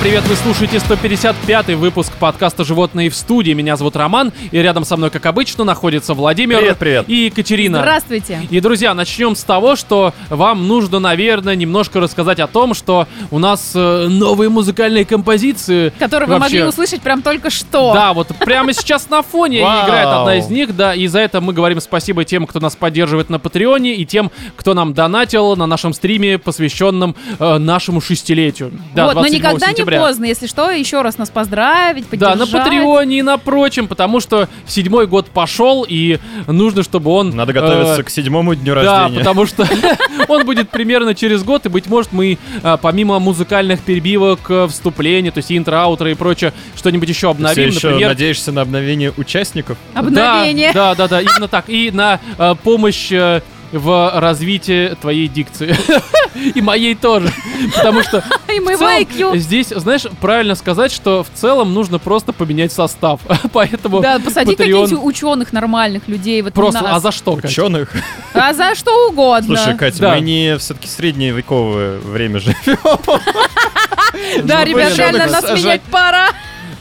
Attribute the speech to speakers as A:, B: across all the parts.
A: привет! Вы слушаете 155-й выпуск подкаста «Животные в студии». Меня зовут Роман, и рядом со мной, как обычно, находится Владимир
B: Привет, привет.
A: и Екатерина.
C: Здравствуйте.
A: И, друзья, начнем с того, что вам нужно, наверное, немножко рассказать о том, что у нас э, новые музыкальные композиции.
C: Который вы
A: Вообще.
C: могли услышать прям только что.
A: Да, вот прямо сейчас на фоне
B: Вау.
A: играет одна из них, да, и за это мы говорим спасибо тем, кто нас поддерживает на Патреоне, и тем, кто нам донатил на нашем стриме, посвященном э, нашему шестилетию. Да,
C: вот, но
A: 27
C: никогда
A: сентября.
C: не поздно, если что, еще раз нас поздравить,
A: Да,
C: поддержать.
A: на Патреоне и на прочем, потому что седьмой год пошел, и нужно, чтобы он...
B: Надо готовиться
A: э,
B: к седьмому дню
A: да,
B: рождения.
A: потому что он будет примерно через год, и, быть может, мы э, помимо музыкальных перебивок, э, вступлений, то есть интро, аутро и прочее, что-нибудь еще
B: Ты все
A: обновим,
B: еще
A: например...
B: надеешься на обновение участников?
C: Обновление.
A: Да, да, да, да, именно так. И на э, помощь э, в развитии твоей дикции. И моей тоже. Потому что
C: И
A: в
C: мы
A: целом э,
C: IQ.
A: здесь, знаешь, правильно сказать, что в целом нужно просто поменять состав. Поэтому
C: Да, посади
A: Патреон-
C: каких-нибудь ученых нормальных людей. Вот
A: Просто,
C: нас.
A: а за что? Катя?
B: Ученых?
C: А за что угодно.
B: Слушай, Катя,
A: Да.
B: мы не все-таки средневековое время же.
C: да,
B: ну,
C: ребят,
B: ученых
C: реально нас
B: сажать.
C: менять пора.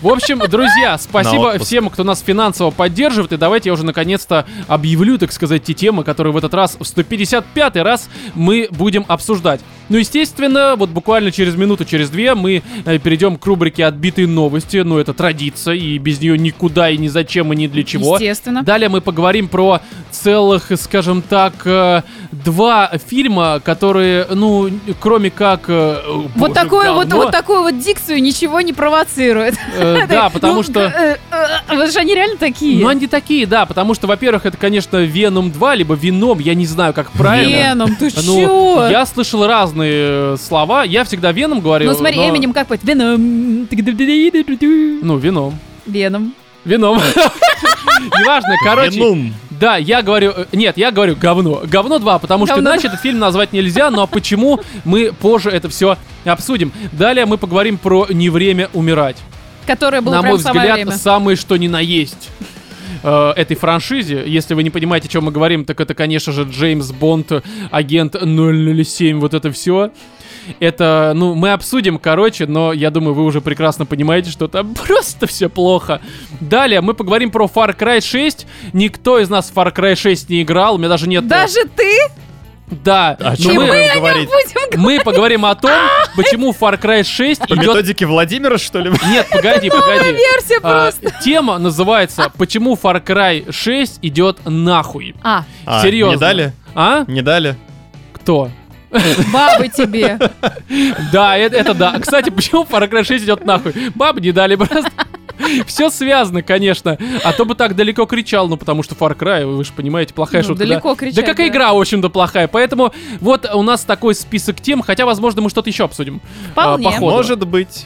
A: В общем, друзья,
B: На
A: спасибо
B: отпуск.
A: всем, кто нас финансово поддерживает. И давайте я уже наконец-то объявлю, так сказать, те темы, которые в этот раз, в 155 раз, мы будем обсуждать. Ну, естественно, вот буквально через минуту, через две мы э, перейдем к рубрике «Отбитые новости». Ну, это традиция, и без нее никуда, и ни зачем, и ни для чего.
C: Естественно.
A: Далее мы поговорим про целых, скажем так, э, два фильма, которые, ну, кроме как... э, боже,
C: Вот такую вот,
A: говно.
C: вот такую вот дикцию ничего не провоцирует.
A: Э, Да, потому
C: Ну,
A: что...
C: э, э, Вы же они реально такие.
A: Ну, они такие, да, потому что, во-первых, это, конечно, Веном 2, либо Веном, я не знаю, как правильно.
C: Веном, ты
A: Ну,
C: чё?
A: я слышал разные э, слова, я всегда Веном говорил.
C: Ну смотри,
A: но-
C: Эминем как поет? Веном.
A: Ну, Веном.
C: Веном.
A: Веном. Неважно, короче.
B: Венум.
A: Да, я говорю... э, Нет, я говорю говно. Говно 2, потому что
C: Говно
A: иначе этот фильм назвать нельзя, но почему мы позже это все обсудим. Далее мы поговорим про «Не время умирать».
C: Которое было
A: на
C: прям
A: мой
C: в самое
A: взгляд,
C: время.
A: самое что ни на есть э, этой франшизе. Если вы не понимаете, о чем мы говорим, так это, конечно же, Джеймс Бонд, э, агент 007, вот это все. Это, ну, мы обсудим, короче, но я думаю, вы уже прекрасно понимаете, что там просто все плохо. Далее мы поговорим про Far Cry 6. Никто из нас в Far Cry 6 не играл, у меня даже нет... э,
C: Даже ты?
A: Да.
B: О
A: но
B: чем
A: ну, мы,
B: будем говорить?
C: Будем г-
A: мы поговорим о том, почему Far Cry 6
B: По
A: идет...
B: методике Владимира, что ли?
A: Нет, погоди, погоди.
C: версия
A: А,
C: просто.
A: тема называется «Почему Far Cry 6 идет нахуй?»
C: А,
B: А,
A: Серьезно.
B: Не дали?
A: А?
B: Не дали?
A: Кто?
C: бабы тебе.
A: Да, это, это да. Кстати, почему Far Cry 6 идет нахуй? Баб не дали просто. Все связано, конечно. А то бы так далеко кричал, ну потому что Far Cry, вы же понимаете, плохая
C: Ну,
A: шутка.
C: далеко
A: да?
C: кричать,
A: Да какая
C: да.
A: игра, в общем-то, плохая. Поэтому вот у нас такой список тем, хотя, возможно, мы что-то еще обсудим. а,
C: Вполне.
A: походу.
B: Может быть.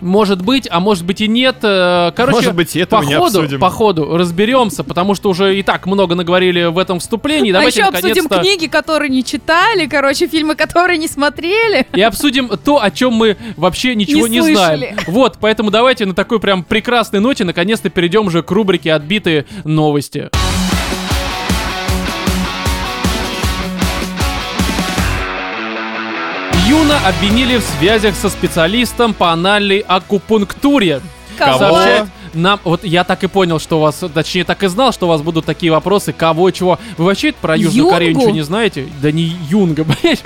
A: Может быть, а может быть и нет. Э, Короче,
B: Может быть, и этого
A: по
B: не
A: ходу,
B: обсудим.
A: по ходу разберемся, потому что уже и так много наговорили в этом вступлении.
C: А
A: Давайте
C: еще обсудим
A: наконец-то-
C: книги, которые не читали, короче, фильмы, которые не смотрели.
A: И обсудим то, о чем мы вообще ничего не,
C: Не
A: знаем.
C: слышали.
A: Вот, поэтому давайте на такой прям прекрасной ноте наконец-то перейдем уже к рубрике «Отбитые новости». Юна обвинили в связях со специалистом по анальной акупунктуре.
B: Кого?
A: сообщает нам... Вот я так и понял, что у вас... Точнее, так и знал, что у вас будут такие вопросы. Кого, чего. Вы вообще про Южную
C: Юнгу?
A: Корею ничего не знаете? Да не Юнга, блядь.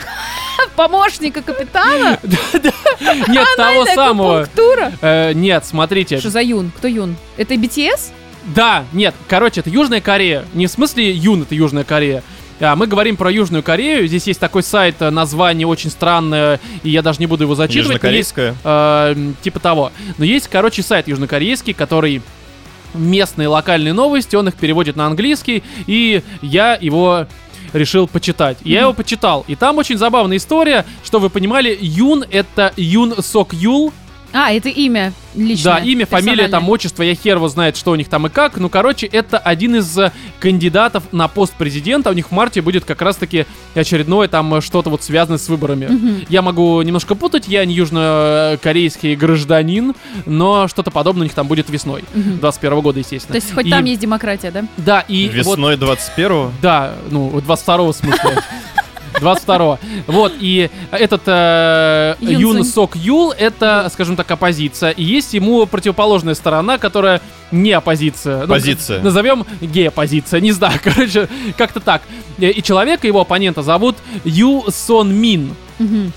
C: Помощника капитана?
A: Нет, того
C: Анальная
A: самого.
C: акупунктура?
A: Э, Нет, смотрите.
C: Что за Юн? Кто Юн? Это BTS?
A: Да, нет, короче, это Южная Корея. Не в смысле Юн, это Южная Корея. А, мы говорим про Южную Корею. Здесь есть такой сайт, э, название очень странное, и я даже не буду его зачитывать. но есть
B: Южнокорейская.
A: Э, м, типа того. Но есть, короче, сайт южнокорейский, который местные локальные новости, он их переводит на английский, и я его решил почитать. Я его почитал, и там очень забавная история, что вы понимали, Юн это Юн Сок Юл,
C: А, это имя личное.
A: да, имя, фамилия, там,
C: персональное.
A: отчество, я хер его знает, что у них там и как. Ну, короче, это один из э, кандидатов на пост президента. У них в марте будет как раз-таки очередное там э, что-то вот связанное с выборами.
C: Мгм.
A: Я могу немножко путать, я не южнокорейский гражданин, но что-то подобное у них там будет весной.
C: Мгм.
A: 21 года, естественно.
C: То есть хоть
A: И-
C: там есть демократия, да?
A: Да, и вот...
B: Ну, Весной 21-го.
A: Да, ну, 22 в смысле. 22 Вот, и этот э, Юн
C: Юн Сунь.
A: Сок Юл, это, скажем так, оппозиция. И есть ему противоположная сторона, которая не оппозиция. Ну,
B: Позиция.
A: к- назовем гей-оппозиция, не знаю, короче, как-то так. Э, И человека, его оппонента зовут Ю Сон Мин.
C: Мгм.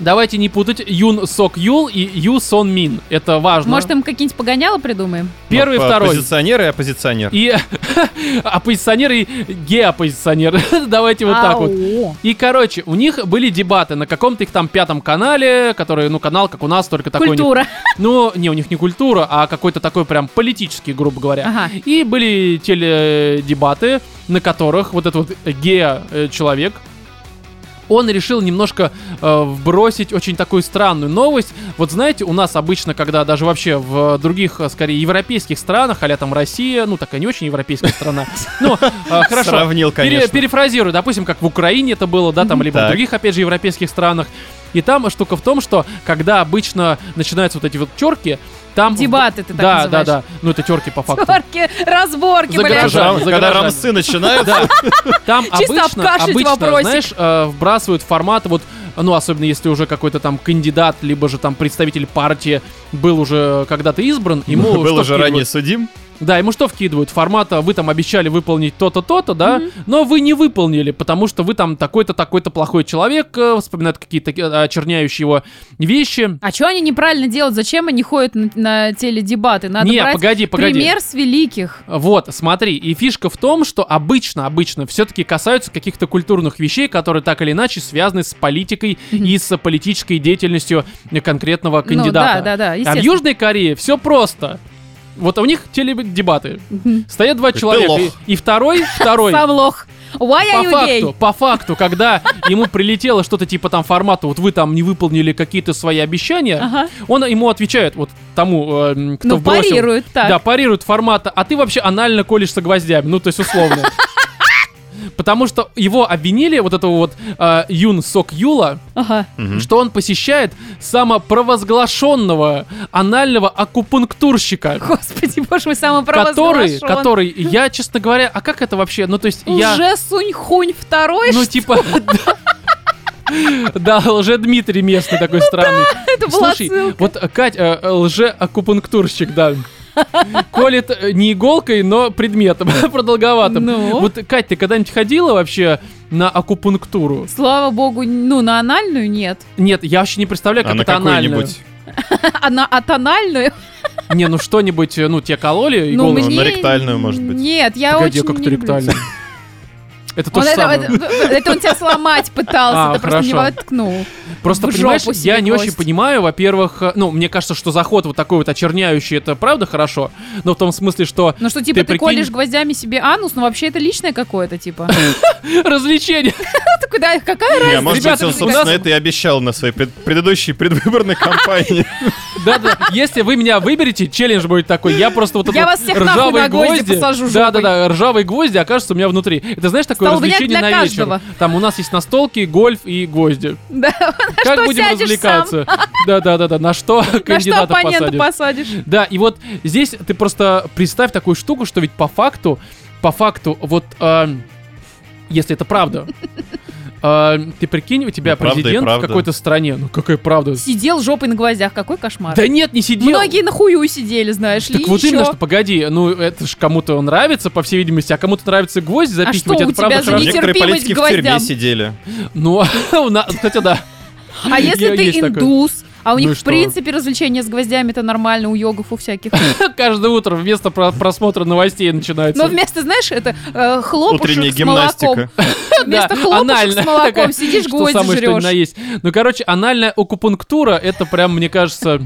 A: Давайте не путать Юн Сок Юл и Ю Сон Мин. Это важно.
C: Может, им какие-нибудь погоняла придумаем?
A: Первый,
B: Ну, По-
A: второй.
B: Позиционер и оппозиционер.
A: И оппозиционер и гей-оппозиционер. Давайте вот так вот.
C: Ау.
A: И, короче, у них были дебаты на каком-то их там пятом канале, который, ну, канал, как у нас, только такой... у них-
C: Культура.
A: ну, не, у них не культура, а какой-то такой прям политический, грубо говоря.
C: Ага.
A: И были теледебаты, на которых вот этот вот гея-человек, он решил немножко э, вбросить очень такую странную новость. Вот знаете, у нас обычно, когда даже вообще в других, э, скорее, европейских странах, а там Россия, ну, такая не очень европейская страна. Ну, э, хорошо.
B: Сравнил,
A: Пере-
B: конечно.
A: перефразирую, допустим, как в Украине это было, да, там, либо в
B: Так.
A: других, опять же, европейских странах. И там штука в том, что когда обычно начинаются вот эти вот терки, там...
C: Дебаты ты так
A: да,
C: называешь.
A: да, да. Ну, это терки по факту.
C: Терки, разборки,
A: За
C: блядь.
A: гаража.
B: Когда,
A: за
B: когда
A: гаражами.
B: рамсы начинают,
A: Да. Там
C: Чисто
A: обычно,
C: обкашлять
A: обычно
C: вопросик.
A: знаешь, э, вбрасывают формат, вот, ну, особенно если уже какой-то там кандидат, либо же там представитель партии был уже когда-то избран, ему
B: был
A: что
B: уже ранее
A: вкидывают?
B: судим.
A: Да, ему что вкидывают? Формата вы там обещали выполнить то-то, то-то, да, но вы не выполнили, потому что вы там такой-то, такой-то плохой человек, э, вспоминают какие-то э, очерняющие его вещи.
C: А что они неправильно делают? Зачем они ходят на, на теледебаты? Надо
A: не,
C: брать
A: погоди, погоди.
C: пример с великих.
A: Вот, смотри, и фишка в том, что обычно, обычно все-таки касаются каких-то культурных вещей, которые так или иначе связаны с политикой
C: Мгм.
A: и с политической деятельностью конкретного
C: Ну, да,
A: кандидата.
C: да, да,
A: а в
C: естественно.
A: Южной Корее все просто. Вот у них теледебаты.
C: Мгм.
A: Стоят два
B: Ты
A: человека.
B: лох.
A: И, и второй, второй.
C: Сам лох. Why are
A: По
C: you
A: факту,
C: gay?
A: по факту, когда ему прилетело что-то типа там формата, вот вы там не выполнили какие-то свои обещания,
C: Ага.
A: он ему отвечает, вот тому, эм, кто
C: Ну,
A: вбросил,
C: парируют так.
A: да, парируют формата, а ты вообще анально колешься гвоздями, ну, то есть условно. Потому что его обвинили, вот этого вот э, Юн Сок Юла,
C: Ага.
B: Мгм.
A: что он посещает самопровозглашенного анального акупунктурщика.
C: Господи, боже мой, самопровозглашен.
A: Который, который, я, честно говоря, а как это вообще? Ну, то есть я...
C: Уже сунь-хунь второй,
A: Ну,
C: что
A: типа... Да, да, лже-Дмитрий местный такой странный.
C: это Ну была
A: Слушай,
C: ссылка.
A: вот э, Кать, э, э, лже-акупунктурщик, да. Колет э, не иголкой, но предметом, продолговатым.
C: Ну?
A: Вот, Кать, ты когда-нибудь ходила вообще на акупунктуру?
C: Слава богу, ну, на анальную нет.
A: Нет, я вообще не представляю, как
B: А на
A: это анально.
B: какой-нибудь?
C: А на атональную?
A: Не, ну что-нибудь, э, ну, тебе кололи
C: Ну,
A: иголку?
B: мне-
C: мне...
B: на ректальную, может быть.
C: Нет, я
A: Погоди, а
C: очень
A: как
C: не
A: ты
C: люблю.
A: ректально? Это то
C: Он
A: же
C: это,
A: самое.
C: это- это он тебя сломать пытался,
A: А,
C: ты просто не
A: хорошо.
C: воткнул.
A: Просто,
C: в
A: понимаешь,
C: жопу
A: я
C: себе
A: не
C: гвоздь.
A: очень понимаю, во-первых, э, ну, мне кажется, что заход вот такой вот очерняющий, это правда хорошо, но в том смысле, что
C: Ну что, типа,
A: Ты
C: ты,
A: прикинь?
C: колешь гвоздями себе анус, но вообще это личное какое-то, типа.
A: Хм. развлечение,
C: Ты куда, какая
B: Не, а может быть,
A: Ребята,
B: он,
A: у
B: собственно,
A: нас-
B: это и обещал на своей пред- предыдущей предвыборной кампании.
A: да-да, если вы меня выберете, челлендж будет такой, я просто вот это
C: Я
A: вот
C: вас всех нахуй
A: ржавые
C: на гвозди посажу жопой.
A: да-да-да, ржавые гвозди окажутся у меня внутри. Это знаешь, такое
C: Столбняк
A: развлечение
C: для
A: на вечер.
C: каждого.
A: Там у нас есть настолки, гольф и гвозди.
C: Да,
A: Как
C: что
A: будем
C: сядешь
A: развлекаться? Да-да-да-да, на что
C: на что
A: кандидата
C: оппонента
A: посадят?
C: посадишь?
A: Да, и вот здесь ты просто представь такую штуку, что ведь по факту, по факту, вот эм, если это правда, эм, ты прикинь, у тебя
B: Ну, правда и
A: президент в
B: правда.
A: какой-то стране. Ну какая правда?
C: Сидел жопой на гвоздях, какой кошмар.
A: Да нет, не сидел.
C: Многие на хую сидели, знаешь ли,
A: Так
C: и
A: вот именно,
C: чё?
A: что погоди, ну это ж кому-то нравится, по всей видимости, а кому-то нравится гвоздь запихивать,
C: что,
A: это
C: у тебя
A: правда
C: же
A: хорошо.
C: не-
B: Некоторые
C: Нетерпимость
B: политики
C: к
B: в тюрьме
C: гвоздям.
B: сидели.
A: Ну, у нас, кстати, да.
C: А если
A: Е-
C: ты
A: есть такое.
C: индус, а у
A: Ну и
C: них, в
A: что?
C: принципе, развлечения с гвоздями-то нормально у йогов, у всяких.
A: Хм, Каждое утро вместо про- просмотра новостей начинается.
C: Но вместо, знаешь, это э,
B: Утренняя
C: хлопушек с молоком.
B: гимнастика.
A: Да,
C: Вместо хлопушек
A: анальная
C: с молоком
A: такая,
C: сидишь,
A: что
C: гвозди
A: самое, что ни на
C: жрешь.
A: есть. Ну, короче, анальная акупунктура, это прям, мне кажется,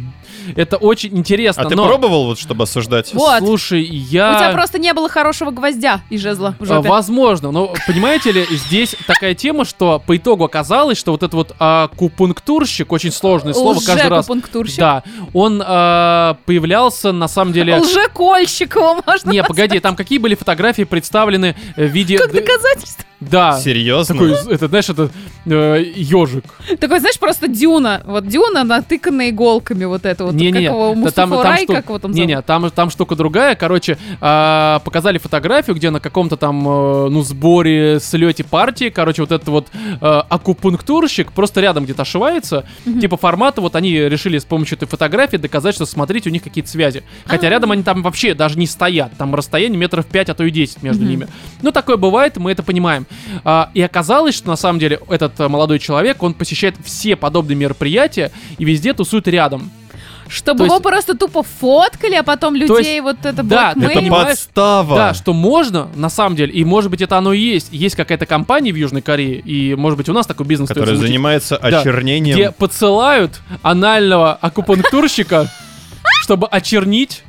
A: это очень интересно.
B: А ты
A: но-
B: пробовал, вот, чтобы осуждать?
C: Вот.
A: Слушай, я...
C: У тебя просто не было хорошего гвоздя и жезла в
A: А,
C: жопе.
A: Возможно, но понимаете ли, здесь такая тема, что по итогу оказалось, что вот этот вот акупунктурщик, очень сложное слово каждый раз.
C: Лжекупунктурщик.
A: Да, он а, появлялся на самом деле.
C: Лжекольщик его можно
A: Не, погоди, там какие были фотографии представлены в виде
C: как доказательство.
A: Да.
B: Серьезно?
A: Такой, это, знаешь, это э, ежик.
C: Такой, знаешь, просто дюна. Вот дюна, натыканная иголками вот это вот. как его,
A: Да там- там
C: Мустафа Рай,
A: шту-
C: как его там
A: не,
C: зовут?
A: не, там, там штука другая. Короче, а, показали фотографию, где на каком-то там, э, ну, сборе, слете партии, короче, вот этот вот э, акупунктурщик просто рядом где-то ошивается. Типа формата, вот они решили с помощью этой фотографии доказать, что, смотрите, у них какие-то связи. Хотя
C: А.
A: рядом они там вообще даже не стоят. Там расстояние метров 5, а то и 10 между
C: Мгм.
A: ними. Ну, такое бывает, мы это понимаем. А, и оказалось, что на самом деле этот э, молодой человек, он посещает все подобные мероприятия и везде тусует рядом.
C: Чтобы
A: то
C: его
A: есть-
C: просто тупо фоткали, а потом
A: То
C: людей вот это
A: да, ты
B: Это
C: блэкмейлили.
A: понимаешь?
B: подстава.
A: Да, что можно, на самом деле, и может быть это оно и есть. Есть какая-то компания в Южной Корее, и может быть у нас такой бизнес,
B: Которая
A: стоит замутить,
B: занимается
A: Да.
B: очернением.
A: где подсылают анального акупунктурщика, чтобы очернить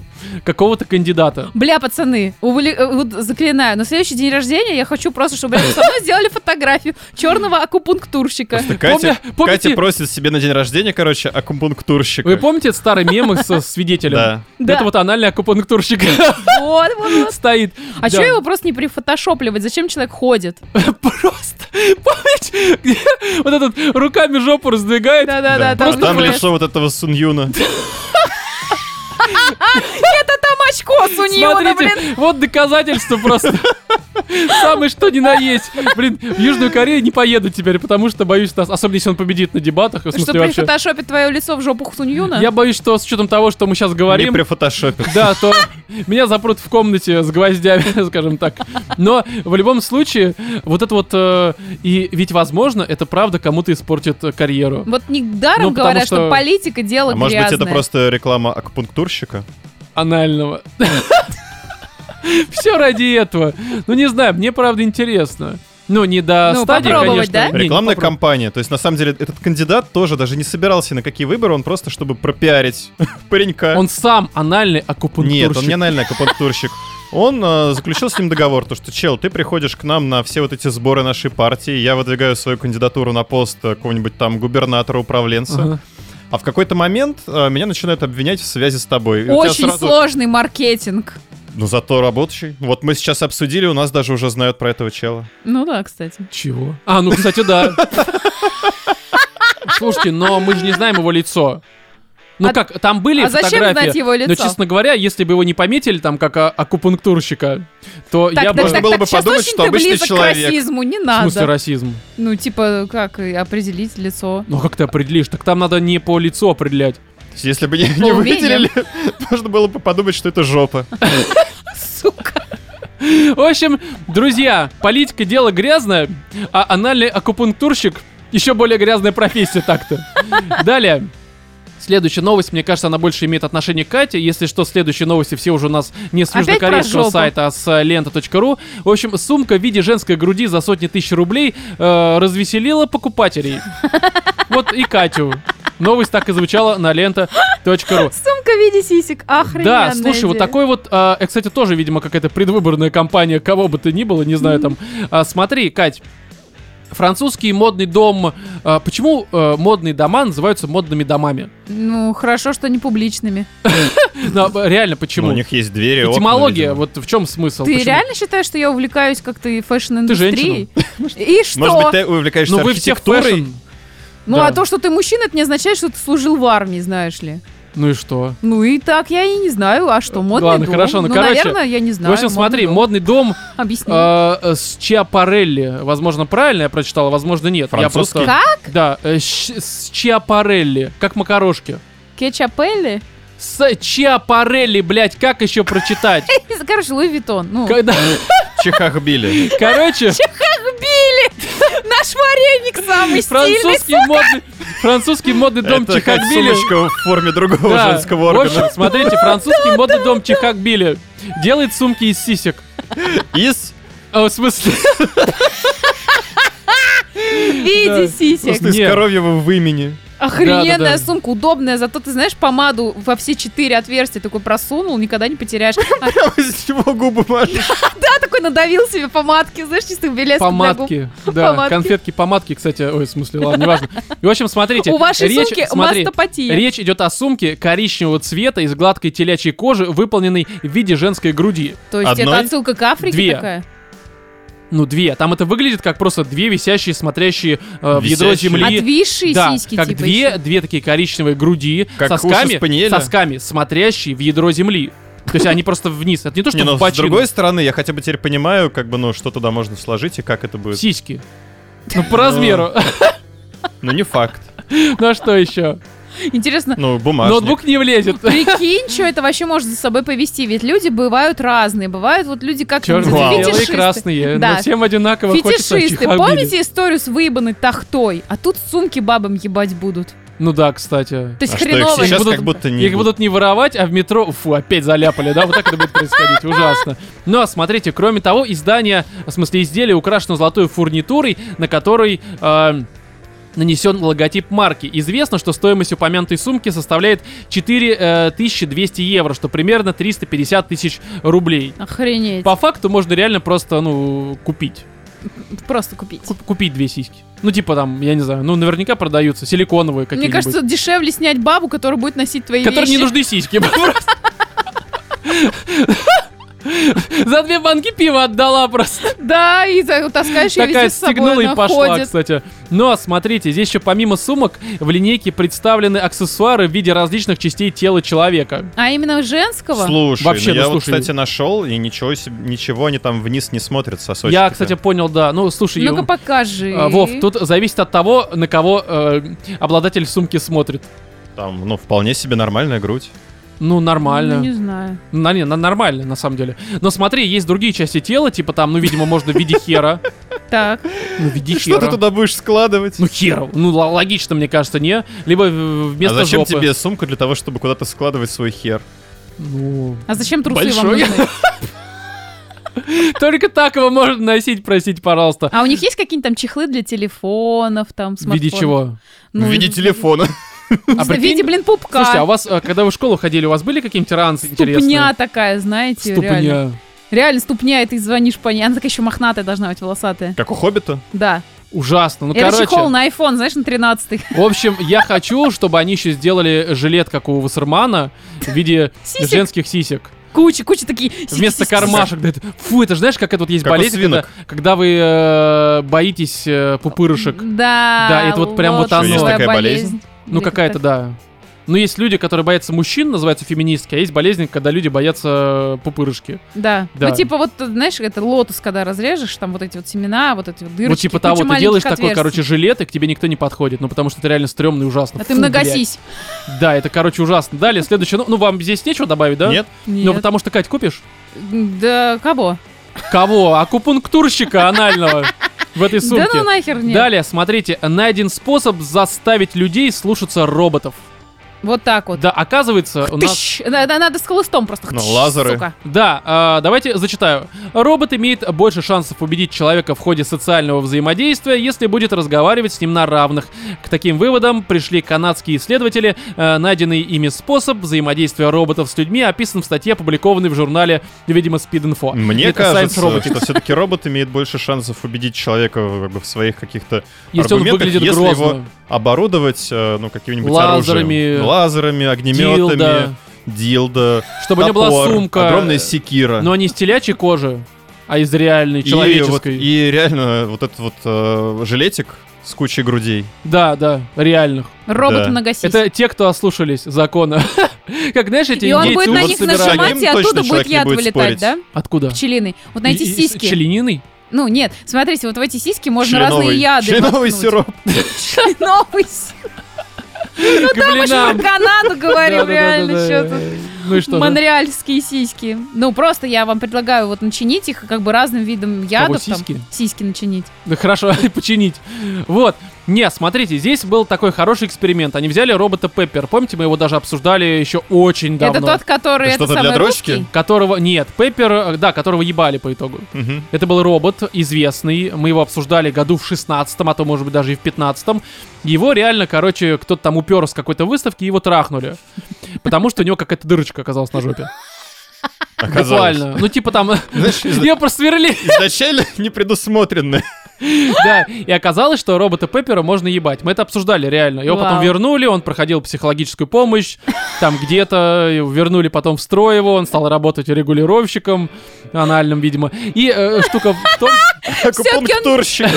A: какого-то кандидата.
C: Бля, пацаны, увли- э, вот заклинаю, на следующий день рождения я хочу просто, чтобы рядом со мной сделали фотографию черного акупунктурщика.
B: Так Катя,
A: Помня- помните-
B: Катя просит себе на день рождения, короче, акупунктурщика.
A: Вы помните этот старый мем со свидетелем?
B: Да.
C: Да.
A: Это вот анальный акупунктурщик
C: Вот, вот, вот.
A: стоит. Да.
C: А чё его просто не прифотошопливать? Зачем человек ходит?
A: Просто, помните, где вот этот руками жопу раздвигает,
C: Да-да-да.
B: А там
C: такое.
B: лицо вот этого Суньюна.
C: Там очко Суньюна,
A: Смотрите,
C: блин.
A: вот доказательство просто. Самое что ни на есть. Блин, в Южную Корею не поеду теперь, потому что боюсь, нас- особенно если он победит на дебатах. и в
C: Что
A: смысле вообще.
C: прифотошопит твое лицо в жопу Суньюна?
A: а Я боюсь, что с учетом того, что мы сейчас
B: Не
A: говорим,
B: прифотошопит.
A: да, то меня запрут в комнате с гвоздями, скажем так. Но в любом случае, вот это вот... э, и ведь, возможно, это правда кому-то испортит э, карьеру.
C: Вот не
A: Ну,
C: даром
A: потому
C: говорят, что
A: что-
C: политика дело
B: А может быть, это
C: грязное.
B: просто реклама акупунктурщика?
A: Анального. Все ради этого. Ну, не знаю, мне правда интересно. Ну, не до
C: Ну,
A: стадии,
C: попробовать,
A: конечно.
C: да?
A: А, Не, не
B: Рекламная
A: попробую.
B: кампания. То есть, на самом деле, этот кандидат тоже даже не собирался ни на какие выборы, он просто, чтобы пропиарить паренька.
A: Он сам анальный акупунктурщик.
B: Нет, он не анальный акупунктурщик. Он э, заключил с ним договор, то что, чел, ты приходишь к нам на все вот эти сборы нашей партии, я выдвигаю свою кандидатуру на пост э, какого-нибудь там губернатора, управленца,
A: Ага.
B: а в какой-то момент э, меня начинают обвинять в связи с тобой. И у тебя
C: Очень
B: сразу-
C: сложный маркетинг.
B: Ну зато работающий. Вот мы сейчас обсудили, у нас даже уже знают про этого чела.
C: Ну да, кстати.
A: Чего? А, ну, кстати, да. Слушайте, но мы же не знаем его лицо. Ну
C: А-
A: как, там были
C: а зачем
A: фотографии,
C: знать его лицо?
A: но, Ну, честно говоря, если бы его не пометили там как а, акупунктурщика, то
C: Так,
A: я
C: так,
A: бы...
C: так,
B: Можно
C: так, А,
B: было бы
C: щас
B: подумать,
C: очень
B: что
C: ты
B: обычный
C: близок
B: человек.
C: к расизму, не
A: В смысле
C: надо.
A: расизм?
C: Ну, типа, как и определить лицо?
A: Ну как ты определишь? Так там надо не по лицу определять.
B: То есть, если бы не,
C: По
B: не
C: умению.
B: выделили, можно было бы подумать, что это жопа.
C: Сука.
A: В общем, друзья, политика дело грязное, а анальный акупунктурщик еще более грязная профессия так-то. Далее. Следующая новость, мне кажется, она больше имеет отношение к Кате. Если что, следующие новости все уже у нас не с
C: Опять про
A: южнокорейского
C: жопу.
A: сайта, а с э, лента.ру. В общем, сумка в виде женской груди за сотни тысяч рублей э, развеселила покупателей. Вот и Катю. Новость так и звучала на лента.ру.
C: Сумка в виде сисек. Охрененная
A: Да, слушай, вот
C: идея.
A: такой вот, э, э, кстати, тоже, видимо, какая-то предвыборная кампания кого бы то ни было, не знаю там. А, смотри, Кать, французский модный дом. э, почему э, модные дома называются модными домами?
C: Ну, хорошо, что не публичными.
A: Ну, а, реально, почему?
B: Ну, у них есть двери, окна,
A: Этимология,
B: видимо.
A: вот в чем смысл?
C: Ты
A: Ну, Почему?
C: реально считаешь, что я увлекаюсь как-то и
A: женщина.
C: фэшн-индустрией? И что?
B: Может быть, ты увлекаешься
A: Ну вы все в
B: архитектурой?
A: фэшн.
C: Ну,
A: да.
C: а то, что ты мужчина, это не означает, что ты служил в армии, знаешь ли.
A: Ну и что?
C: Ну и так я и не знаю, а что, модный
A: Ладно,
C: дом?
A: хорошо, ну,
C: ну,
A: короче,
C: наверное, я не знаю.
A: в общем,
C: модный
A: смотри,
C: дом.
A: модный дом
C: Объясни.
A: э, э, с Чиапарелли. Возможно, правильно я прочитал, а возможно, нет. Я
B: Французский?
A: просто-
C: Как?
A: Да, э, щ- с Чиапарелли, как макарошки.
C: Кетчапелли?
A: С Чиапарелли, блядь, как еще прочитать?
C: Короче, Луи Витон. Ну,
A: Когда-
B: Чехахбили.
A: короче,
C: наш вареник самый стильный.
A: французский модный, французский модный дом
B: Это как
A: Чехакбили.
B: сумочка в форме другого
A: Да,
B: женского
A: в общем,
B: органа.
A: смотрите, французский модный дом Чехакбили делает сумки из сисек.
B: Из...
A: А, в смысле?
C: В виде
A: Да.
C: сисек.
B: Просто из
A: Нет.
B: коровьего вымени.
C: Охрененная
A: Да-да-да.
C: сумка, удобная, зато ты знаешь помаду во все четыре отверстия такой просунул, никогда не потеряешь. А
B: Прямо из него губы мажешь.
C: я такой надавил себе помадки, знаешь, чистых белесок для губ.
A: Помадки. Да,
C: Помадки.
A: конфетки, помадки, кстати. Ой, в смысле, ладно, неважно. И, в общем, смотрите.
C: У вашей
A: речь-
C: сумки
A: смотри,
C: мастопатия.
A: Речь идет о сумке коричневого цвета из гладкой телячьей кожи, выполненной в виде женской груди.
C: То есть
B: Одной?
C: это отсылка к Африке
A: Две.
C: такая?
A: Ну, две. Там это выглядит как просто две висящие, смотрящие э, в ядро
B: Висящие?
A: земли.
C: Отвисшие
A: да,
C: А сиськи,
A: как
C: типа.
A: две,
C: ещё.
A: две такие коричневые груди
B: Как у
A: сосками,
B: Шаспаниэля?
A: сосками, смотрящие в ядро земли. То есть они просто вниз. Это не то, что
B: Не, ну,
A: в
B: с
A: бочину.
B: другой стороны, я хотя бы теперь понимаю, как бы, ну, что туда можно сложить и как это будет.
A: Сиськи. Ну, по размеру.
B: Ну, не факт.
A: Ну, а что еще?
C: Интересно,
B: Ну, бумажник.
A: Ноутбук не влезет.
C: прикинь, что это вообще может за собой повести. Ведь люди бывают разные. Бывают вот люди как
A: Черт,
B: Вау.
A: белые и
C: фетишисты.
A: красные.
C: Да.
A: Но всем одинаково хочется
C: Фетишисты,
A: чихабили.
C: помните историю с выебанной тахтой? А тут сумки бабам ебать будут.
A: Ну да, кстати.
C: То есть
B: А что, их
C: хреново.
B: сейчас
A: Их будут-
B: как будто не
A: Их будут не воровать, а в метро... Фу, опять заляпали, да? Вот так это будет происходить. Ужасно. Но смотрите, кроме того, издание, в смысле изделие, украшено золотой фурнитурой, на которой... э, нанесен логотип марки. Известно, что стоимость упомянутой сумки составляет 4200 евро, что примерно 350 тысяч рублей.
C: Охренеть.
A: По факту можно реально просто, ну, купить.
C: Просто купить.
A: Куп- купить две сиськи. Ну, типа там, я не знаю, ну, наверняка продаются силиконовые
C: Мне
A: какие-нибудь.
C: кажется, дешевле снять бабу, которая будет носить твои
A: Которым не
C: вещи.
A: нужны сиськи. просто. За две банки пива отдала просто.
C: Да, и за- таскаешь ее
A: Такая
C: везде с
A: стегнула
C: собой,
A: и
C: она
A: пошла,
C: ходит.
A: кстати. Но смотрите, здесь еще помимо сумок в линейке представлены аксессуары в виде различных частей тела человека.
C: А именно женского?
B: Слушай,
A: Вообще,
B: ну
A: ну,
B: я вот,
A: слушай.
B: кстати, нашел, и ничего, себе- ничего они там вниз не смотрят сосочки.
A: Я, кстати, понял, да. Ну, слушай,
C: Ну-ка
A: э,
C: покажи.
A: Вов, тут зависит от того, на кого э, обладатель сумки смотрит.
B: Там, ну, вполне себе нормальная грудь.
A: Ну,
C: Ну,
A: нормально.
C: не знаю.
A: На, не, на- нормально, на самом деле. Но смотри, есть другие части тела, типа там, ну, видимо, можно в виде хера.
C: Так,
A: Ну, в виде
B: И что ты
A: хера.
B: туда будешь складывать?
A: Ну, хера. Ну, л- логично, мне кажется, не. Либо в-
B: а
A: вместо
B: зачем
A: жопы.
B: тебе сумка для того, чтобы куда-то складывать свой хер?
A: Ну,
C: а зачем трусы
A: Большой.
C: вам нужны?
A: Только так его можно носить, простите, пожалуйста.
C: А у них есть какие-нибудь там чехлы для телефонов, там,
A: В виде
C: смартфонов?
A: чего?
C: Ну,
B: в виде телефона.
A: А
C: В виде,
A: прикинь-
C: блин, пупка.
A: Слушайте, а у вас, э, когда вы в школу ходили, у вас были какие-нибудь ранцы
C: Ступня
A: интересные?
C: такая, знаете, реально.
A: Ступня.
C: Реально ступня, и ты звонишь по ней. Она такая еще мохнатая должна быть, волосатая.
B: Как у Хоббита?
C: Да.
A: Ужасно. Ну,
C: Это
A: короче.
C: чехол на iPhone, знаешь, на 13
A: В общем, я хочу, чтобы они еще сделали жилет, как у Вассермана, в виде
C: Сисек.
A: женских сисек.
C: Куча, куча такие... сиськи,
A: Вместо
C: сиськи, сиськи.
A: кармашек. да это- Фу, это же знаешь, как это вот есть
B: Как у
A: болезнь, когда,
B: свинок.
A: когда вы э, боитесь э, пупырышек.
C: Да.
A: Да, это вот прям вот
C: лоткая
A: оно.
B: Есть такая болезнь?
A: Ну,
C: Или как
A: какая-то,
C: так?
A: да. Ну, есть люди, которые боятся мужчин, называются феминистки, а есть болезнь, когда люди боятся пупырышки.
C: Да.
A: Да.
C: Ну, типа вот, знаешь, это лотос, когда разрежешь, там вот эти вот семена, вот эти вот дырочки.
A: ну, типа
C: куча
A: того, ты
C: маленьких
A: делаешь такой,
C: отверстий.
A: короче, жилет, и к тебе никто не подходит, ну, потому что ты реально стрёмный и ужасно.
C: А ты
A: Фу,
C: многосись.
A: блядь. Да, это, короче, ужасно. Далее, следующее, ну, ну, вам здесь нечего добавить, да?
B: Нет?
A: Ну,
C: Нет.
A: потому что, Кать, купишь?
C: Да кого?
A: Кого? Акупунктурщика анального в этой
C: Да ну
A: сумке.
C: нахер нет.
A: Далее, смотрите, найден способ заставить людей слушаться роботов.
C: Вот так вот.
A: Да, оказывается, у нас...
C: Тыщ! Да, да, Надо с холостом просто.
B: Ну,
C: Тыщ,
B: лазеры.
C: сука.
A: Да, а, давайте зачитаю. Робот имеет больше шансов убедить человека в ходе социального взаимодействия, если будет разговаривать с ним на равных. К таким выводам пришли канадские исследователи. Э, найденный ими способ взаимодействия роботов с людьми описан в статье, опубликованной в журнале, видимо, Speed Info.
B: Мне
A: Это
B: кажется,
A: Science Robotics.
B: что все-таки робот имеет больше шансов убедить человека в- как бы, в своих каких-то
A: Если он
B: аргументах,
A: выглядит
B: если
A: грозно.
B: его оборудовать, э, ну, каким-нибудь
A: Лазерами.
B: оружием. Лазерами,
A: Дилдо.
B: огнеметами, дилдо,
A: Чтобы у него была
B: топор,
A: сумка. э, Ну,
B: огромная секира.
A: Но не из телячьей кожи, а из реальной,
B: и, вот,
A: человеческой.
B: и реально вот этот вот э, жилетик с кучей грудей.
A: Да, да, реальных.
C: Робот
B: Да.
C: многосись.
A: Это те, кто ослушались закона. Как знаешь, эти
C: И он
A: индейцы
C: будет на
A: ужас
C: них
A: собирали.
B: собирать.
C: нажимать, и
B: Таким точно
C: оттуда будет
B: человек не
C: яд
B: будет
C: вылетать,
B: спорить.
C: да?
A: Откуда?
C: Пчелиный. Вот на эти
A: И- и с
C: сиськи.
A: Пчелининой?
C: Ну, нет, смотрите, вот в эти сиськи можно разные
B: Членовый-
C: яды
B: Членовый
C: воткнуть.
B: сироп.
C: Членовый сироп.
A: Ну
C: Мы же про Канаду говорим, реально, что тут.
A: Ну и что? да?
C: Монреальские сиськи. Ну, просто я вам предлагаю вот начинить их как бы разным видом ядов. там.
A: сиськи?
C: Сиськи начинить.
A: Ну хорошо, починить. Вот. Не, смотрите, здесь был такой хороший эксперимент. Они взяли робота Пеппер. Помните, мы его даже обсуждали еще очень
C: Это
A: давно.
C: тот, который...
B: Это
C: это
B: что-то для
C: самый
B: дрочки?
C: русский?
A: Которого... Нет, Пеппер, э, да, которого ебали по итогу.
B: Мгм.
A: Это был робот известный, мы его обсуждали году в 16 а то, может быть, даже и в 15 Его реально, короче, кто-то там упер с какой-то выставки, и его трахнули. Потому что у него какая-то дырочка оказалась на жопе.
B: Оказалось.
A: Буквально. Ну, типа там...
B: Знаешь, из-
A: Ее просверли.
B: изначально не предусмотрено.
A: Да, и оказалось, что робота Пеппера можно ебать. Мы это обсуждали реально. Его потом
C: Вау.
A: вернули, он проходил психологическую помощь, там где-то его вернули потом в строй его, он стал работать регулировщиком анальным, видимо. И э, штука в том...
B: Акупунктурщик.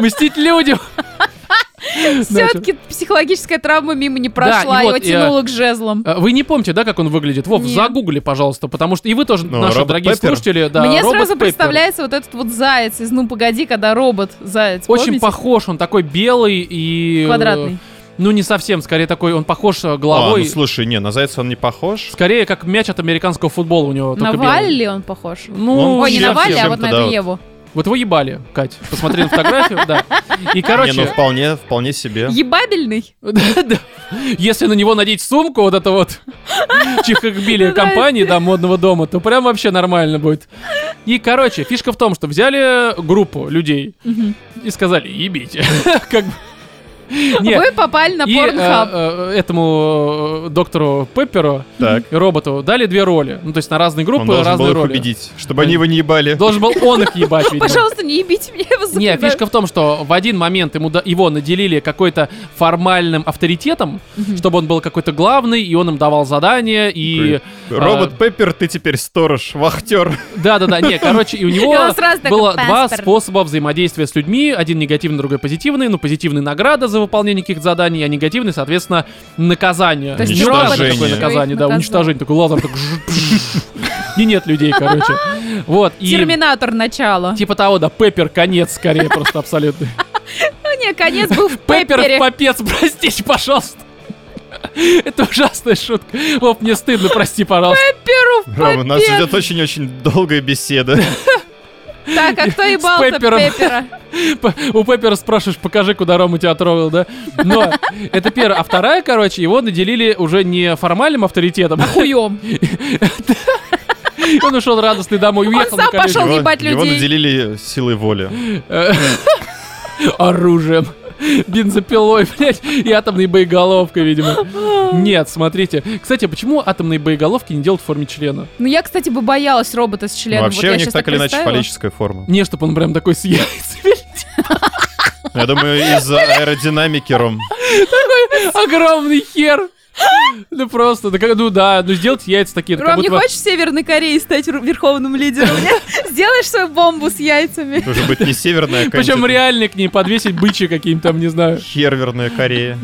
A: Мстить людям.
C: Все-таки психологическая травма мимо не прошла,
A: и
C: его
A: вот, э,
C: тянуло к жезлам.
A: Э, Вы не помните, да, как он выглядит? Вов,
C: Нет.
A: загугли, пожалуйста, потому что и вы тоже,
B: Ну,
A: наши
B: робот
A: дорогие
B: Пеппер.
A: слушатели, да,
C: Мне
A: робот
C: сразу
A: Пеппер.
C: представляется вот этот вот заяц из «Ну, погоди», когда робот-заяц,
A: Очень
C: помните?
A: похож, он такой белый и... э,
C: Квадратный.
A: Ну, не совсем, скорее такой, он похож э,
B: А, ну
A: головой.
B: слушай, не, на зайца он не похож.
A: Скорее, как мяч от американского футбола у него.
C: На
A: только белый.
C: Валли он похож?
A: Ну,
B: Он
C: Ой, не на
B: чем-то,
C: Валли, а
B: чем-то,
C: вот на
B: да,
C: эту
B: вот.
C: Еву.
A: Вот вы ебали, Кать. Посмотри на фотографию, да. И, короче...
B: Не, ну вполне, вполне себе.
C: Ебабельный?
A: Да, да. Если на него надеть сумку, вот это вот чихакбили компании, да, модного дома, то прям вообще нормально будет. И, короче, фишка в том, что взяли группу людей
C: Мгм.
A: и сказали, ебите. Как бы. Нет,
C: Вы попали А на
A: и
C: порнхаб.
A: э, э, этому э, доктору Пепперу,
B: Так.
A: роботу, дали две роли. Ну, то есть на разные
B: Он
A: группы,
B: должен был
A: разные
B: их
A: роли.
B: победить, чтобы
C: Э,
B: они его не ебали.
A: Должен был он их ебать, видимо.
C: Пожалуйста, не ебите меня, я вас
A: Не,
C: запинаю.
A: фишка в том, что в один момент ему да- его наделили какой-то формальным авторитетом,
C: Мгм.
A: чтобы он был какой-то главный, и он им давал задания,
C: а,
A: и... а,
B: Робот Пеппер, ты теперь сторож, вахтер.
A: Да-да-да, не, короче, и у него
C: И он сразу такой,
A: было два
C: «Паспорт».
A: способа взаимодействия с людьми, один негативный, другой позитивный, ну, позитивный награда за выполнение каких-то заданий, а негативный, соответственно, наказание.
C: То
B: есть
A: Не знаю, что
B: Уничтожение.
A: такое наказание, да,
C: Наказал.
A: уничтожение, такой лазер, так... И нет людей, короче. Вот, и...
C: Терминатор начало.
A: Типа того, да, Пеппер конец скорее просто абсолютно.
C: Ну, не, конец был в
A: Пеппер в
C: Пеппере.
A: попец, простите, пожалуйста. Это ужасная шутка. Вов, мне стыдно, прости, пожалуйста.
C: Пепперу в
B: Рома, нас
C: попе.
B: ждет очень-очень долгая беседа.
C: Так, а кто ебал-то
A: Пеппером.
C: Пеппера?
A: П- У Пеппера спрашиваешь, покажи, куда Рома тебя отровил, да? Но это первое. А вторая, короче, его наделили уже не формальным авторитетом.
C: Хуем.
A: И Он ушел радостный домой, уехал на
C: сам
A: колёсе.
C: пошел.
B: Его,
C: ебать
B: его
C: людей.
B: наделили силой воли.
A: Э, Оружием. Бензопилой, блядь, и атомной боеголовкой, видимо. Нет, смотрите. Кстати, а почему атомные боеголовки не делают в форме члена?
C: Ну, я, кстати, бы боялась робота с
B: Ну,
C: членом.
B: Вообще
C: Вот я
B: у них
C: щас
B: так или иначе
C: представила.
B: фаллическая форма.
A: Не, чтобы он прям такой с яйцами
B: Я думаю, из-за аэродинамики, Ром.
A: Огромный хер. Ну просто, да как, ну да, ну сделать яйца такие. да как
C: Ром, не
A: будто бы-
C: хочешь в Северной Корее стать ру- верховным лидером? Нет? Сделаешь свою бомбу с яйцами.
B: Уже быть не северная, а
A: Причем
B: какая-нибудь
A: реально к ней подвесить бычьи какие-нибудь там, не знаю.
B: херверная Корея.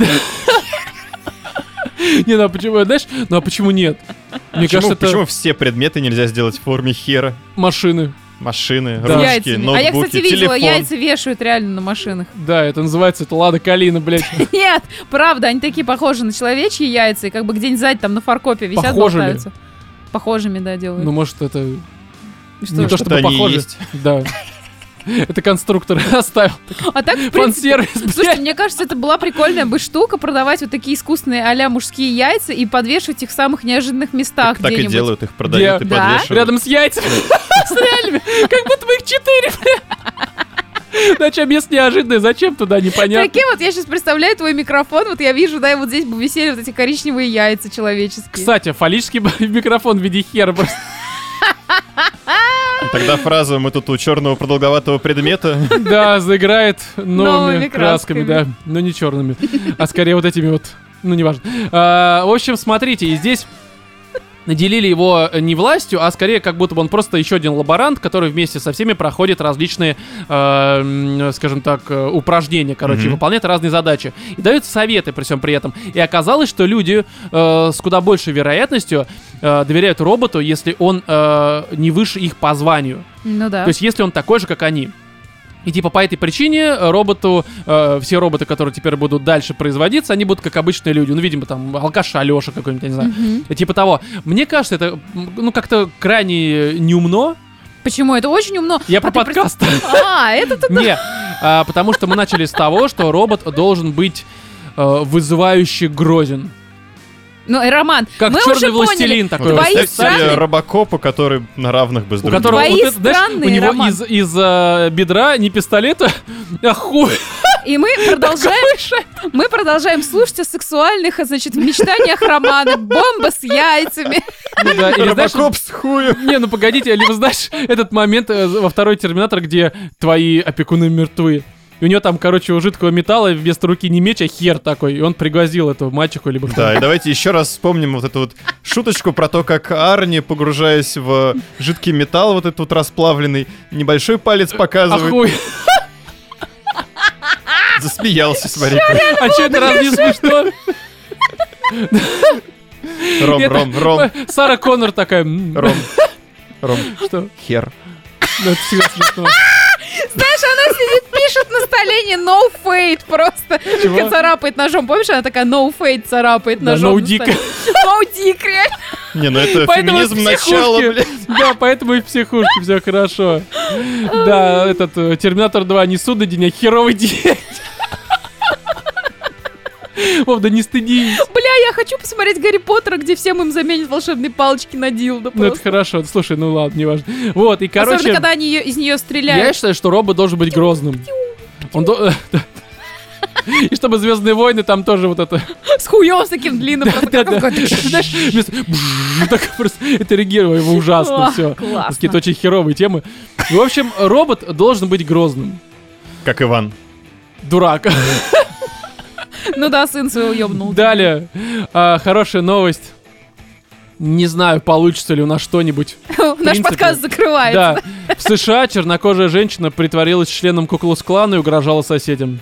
A: Не, ну а почему, знаешь, ну а почему нет? Мне
B: Почему,
A: кажется,
B: почему
A: это
B: все предметы нельзя сделать в форме хера?
A: машины.
B: Машины,
A: Да.
C: С
B: ручки,
C: яйцами. А я,
B: ноутбуки,
C: кстати, видела,
B: телефон.
C: яйца вешают реально на машинах.
A: Да, это называется, это Лада Калина, блядь.
C: Нет, правда, они такие похожи на человечьи яйца, и как бы где-нибудь сзади там на фаркопе висят,
A: Похожими.
C: болтаются. Похожими, да, делают.
A: Ну, может, это
C: Что
A: не
C: ж.
A: то чтобы
B: они и
A: похоже.
B: есть.
A: Да. Это конструктор оставил.
C: А так, в принципе,
A: Фан-сервис,
C: Слушайте,
A: блядь.
C: мне кажется, это была прикольная бы штука продавать вот такие искусственные а-ля мужские яйца и подвешивать их в самых неожиданных местах
B: Так и
C: где-нибудь.
B: делают, их продают и
C: Да.
B: подвешивают.
A: Рядом с яйцами. С реальными. Как будто бы их четыре, блядь. Зачем, если неожиданно, зачем туда, непонятно.
C: Прикинь, вот я сейчас представляю твой микрофон, вот я вижу, да, и вот здесь бы висели вот эти коричневые яйца человеческие.
A: Кстати, фаллический б- микрофон в виде хера просто.
B: Тогда фраза «мы тут у черного продолговатого предмета»
A: Да, заиграет
C: Новыми
A: новыми красками, да.
C: красками.
A: Но не черными. А скорее вот этими вот. Ну, неважно. А, В общем, смотрите, и здесь наделили его не властью, а скорее как будто бы он просто еще один лаборант, который вместе со всеми проходит различные, э, м, скажем так, э, упражнения, короче,
B: Мгм.
A: выполняет разные задачи. И дают советы при всем при этом. И оказалось, что люди э, с куда большей вероятностью э, доверяют роботу, если он э, не выше их по званию.
C: Ну да.
A: То есть, если он такой же, как они. И типа по этой причине э, роботу, э, все роботы, которые теперь будут дальше производиться, они будут как обычные люди. Ну, видимо, там алкаш Алеша какой-нибудь, я не знаю.
C: Мгм.
A: Типа того. Мне кажется, это, м, ну, как-то крайне э, неумно.
C: Почему? Это очень умно.
A: Я
C: А
A: про
C: ты
A: подкаст.
C: представь- А, это тут...
A: Не, а, потому что мы начали с того, что робот должен быть э, вызывающе грозен.
C: Ну, и Роман,
A: Как
C: мы уже
A: черный
C: поняли.
A: властелин такой.
C: твои
A: вот,
B: представьте себе
C: страны-
B: Робокопа, который на равных бы с
A: У
B: другим.
A: которого
C: Твои
A: вот это, знаешь, у
C: странные,
A: него
C: Роман.
A: из, из э, бедра не пистолета, а хуй.
C: И мы продолжаем, мы продолжаем слушать о сексуальных, а, значит, мечтаниях Романа. Бомба с яйцами.
A: Ну да, или, знаешь,
B: Робокоп с хуем.
A: Не, ну погодите, либо знаешь, этот момент э, во второй Терминатор, где твои опекуны мертвы. И у него там, короче, у жидкого металла вместо руки не меч, а хер такой. И он пригвозил эту мачеху либо
B: Да, и давайте еще раз вспомним вот эту вот шуточку про то, как Арни, погружаясь в жидкий металл, вот этот вот расплавленный, небольшой палец показывает.
A: Ахуй.
B: Засмеялся, смотри.
A: А че это раз не смешно?
B: Ром,
A: Это-
B: ром, ром,
A: Сара Коннор такая, «М,
B: ром, ром,
A: что?
B: хер.
A: Ну, это всегда смешно.
C: Знаешь, она сидит, пишет на столе не no fate просто. Только царапает ножом. Помнишь, она такая no fate царапает
A: Да,
C: ножом.
A: no
C: на
A: dick.
C: столе. No dick, реально.
B: Не, ну это
A: Поэтому
B: феминизм
A: и в
B: начала,
A: психушке.
B: блядь.
A: Да, поэтому и в психушке все хорошо. Да, этот э, Терминатор 2 не судный день, а херовый день. Вов, да не стыдись.
C: Бля, я хочу посмотреть Гарри Поттера, где всем им заменят волшебные палочки на дилдо
A: Ну, это
C: просто.
A: хорошо. Слушай, ну ладно, неважно. Вот, и
C: Особенно,
A: короче,
C: когда они её- из нее
A: я
C: стреляют.
A: считаю, что робот должен быть грозным. Он до- И чтобы Звездные войны там тоже вот это...
C: С хуем с таким длинным. просто
A: Да, да.
C: как-
A: Знаешь, вместо «бжж» так просто это реагировало его ужасно
C: Ах,
A: все.
C: классно.
A: Какие-то очень херовые темы. В общем, робот должен быть грозным.
B: Как Иван.
A: Дурак.
C: Ну да, сын своего ебнул.
A: Далее. А, хорошая новость. Не знаю, получится ли у нас что-нибудь.
C: Наш
A: принципе,
C: подкаст закрывается.
A: Да. В США чернокожая женщина притворилась членом Куклус-клана и угрожала соседям.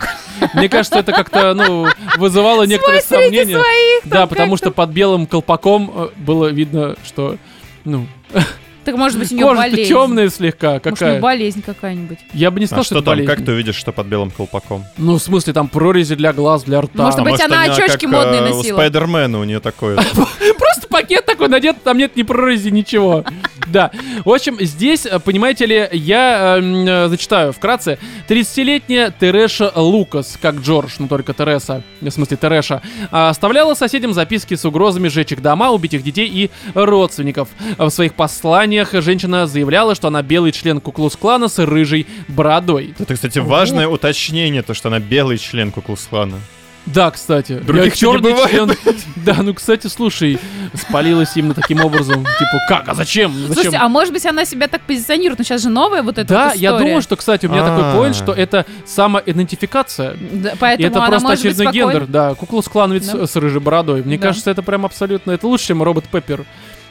A: Мне кажется, это как-то, ну, вызывало некоторые
C: среди
A: сомнения.
C: своих там
A: Да, потому
C: как-то.
A: что под белым колпаком э, было видно, что, ну,
C: Так может быть у нее
A: кожа
C: болезнь.
A: темная слегка
C: Может, у неё
A: какая.
C: болезнь какая-нибудь.
A: Я бы не сказал,
B: А что
A: это
B: там,
A: болезнь.
B: как ты увидишь, что под белым колпаком?
A: Ну, в смысле, там прорези для глаз, для рта.
C: Может
B: А
C: быть, она очёчки
B: как,
C: модные
B: э,
C: носила.
B: У Спайдермена у нее такое.
A: Просто пакет такой надет, там нет ни прорези, ничего. Да. В общем, здесь, э, понимаете ли, я э, м, э, зачитаю вкратце. 30-летняя Тереша Лукас, как Джордж, ну только Тереса, в смысле Тереша, а, оставляла соседям записки с угрозами сжечь их дома, убить их детей и родственников. А В своих посланиях женщина заявляла, что она белый член Куклус-клана с рыжей бородой.
B: Это, кстати, важное уточнение, то, что она белый член Куклуслана.
A: Да, кстати.
B: Других-то не
A: черный
B: бывает.
A: член. Да, ну, кстати, слушай, спалилась именно таким образом. Типа, как, а зачем? Зачем?
C: Слушайте, а может быть, она себя так позиционирует? Но сейчас же новая вот эта
A: Да,
C: вот
A: я
C: история.
A: думаю, что, кстати, у меня такой поинт,
B: А.
A: что это самоидентификация.
C: Да,
A: И
C: Поэтому
A: это
C: она
A: просто
C: может быть
A: очередной
C: спокойна.
A: гендер, да. Куклус клан ведь
C: Да.
A: с, с рыжей бородой. Мне
C: Да.
A: кажется, это прям абсолютно. Это лучше, чем робот Пеппер.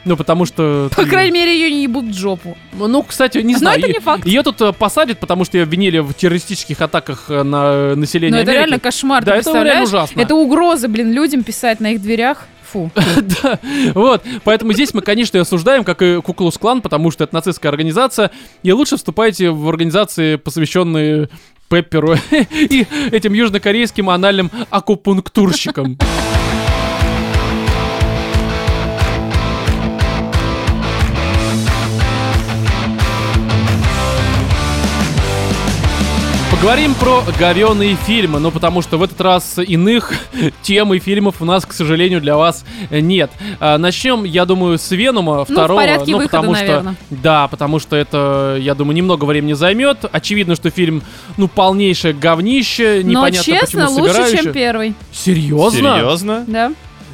A: Ну, потому что.
C: По
A: ты-
C: крайней мере, ее не ебут в жопу.
A: Ну, кстати, не
C: Но
A: знаю.
C: это не факт.
A: Ее тут э, посадят, потому что ее обвинили в террористических атаках э, на население.
C: Но это
A: Америки.
C: реально кошмар,
A: Да,
C: ты
A: это реально
C: представляешь?
A: ужасно.
C: Это угрозы, блин, людям писать на их дверях. Фу.
A: Да, вот. Поэтому здесь мы, конечно, и осуждаем, как и Куклус Клан, потому что это нацистская организация, и лучше вступайте в организации, посвященные Пепперу и этим южнокорейским анальным акупунктурщикам. Поговорим про говёные фильмы, ну потому что в этот раз иных тем и фильмов у нас, к сожалению, для вас нет. А, начнем, я думаю, с Венома второго,
C: Ну,
A: ну,
C: порядке выхода,
A: потому что
C: наверно.
A: да, потому что это, я думаю, немного времени займет. Очевидно, что фильм, ну, полнейшее говнище,
C: Но
A: непонятно
C: честно,
A: почему
C: лучше,
A: собирающее.
C: чем первый.
A: Серьезно?
B: Серьезно?
C: Да.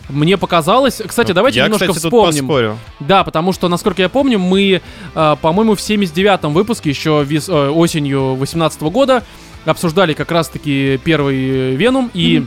A: Мне показалось. Кстати, давайте
B: Ну, я,
A: немножко
B: кстати, тут
A: вспомним.
B: поспорю.
A: Да, потому что, насколько я помню, мы, э, по-моему, в 79-м выпуске, еще вес- э, осенью 18 года, обсуждали как раз-таки первый Веном, и...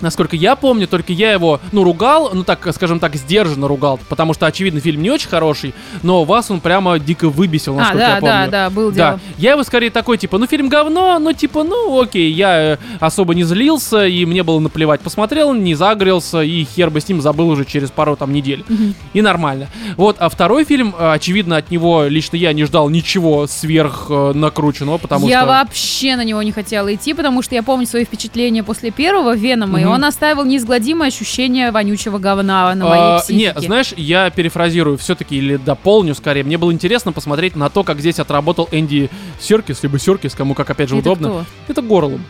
A: Насколько я помню, только я его, ну, ругал, ну, так, скажем так, сдержанно ругал, потому что, очевидно, фильм не очень хороший, но вас он прямо дико выбесил,
C: А,
A: насколько я
C: да,
A: помню.
C: да, да, был
A: Да,
C: дело.
A: я его скорее такой, типа, ну фильм говно, но типа, ну окей, я э, особо не злился, и мне было наплевать. Посмотрел, не загрелся, и хер бы с ним забыл уже через пару там недель. И нормально. Вот, а второй фильм, э, очевидно, от него лично я не ждал ничего сверх э, накрученного, потому
C: я
A: что...
C: вообще на него не хотела идти, потому что я помню свои впечатления после первого Венома,
A: Мгм.
C: и он оставил неизгладимое ощущение вонючего говна на
A: А,
C: моей психике.
A: не, знаешь, я перефразирую все-таки или дополню скорее. Мне было интересно посмотреть на то, как здесь отработал Энди Серкис, либо Серкис, кому как опять же
C: Это
A: удобно.
C: кто?
A: Это Горлум.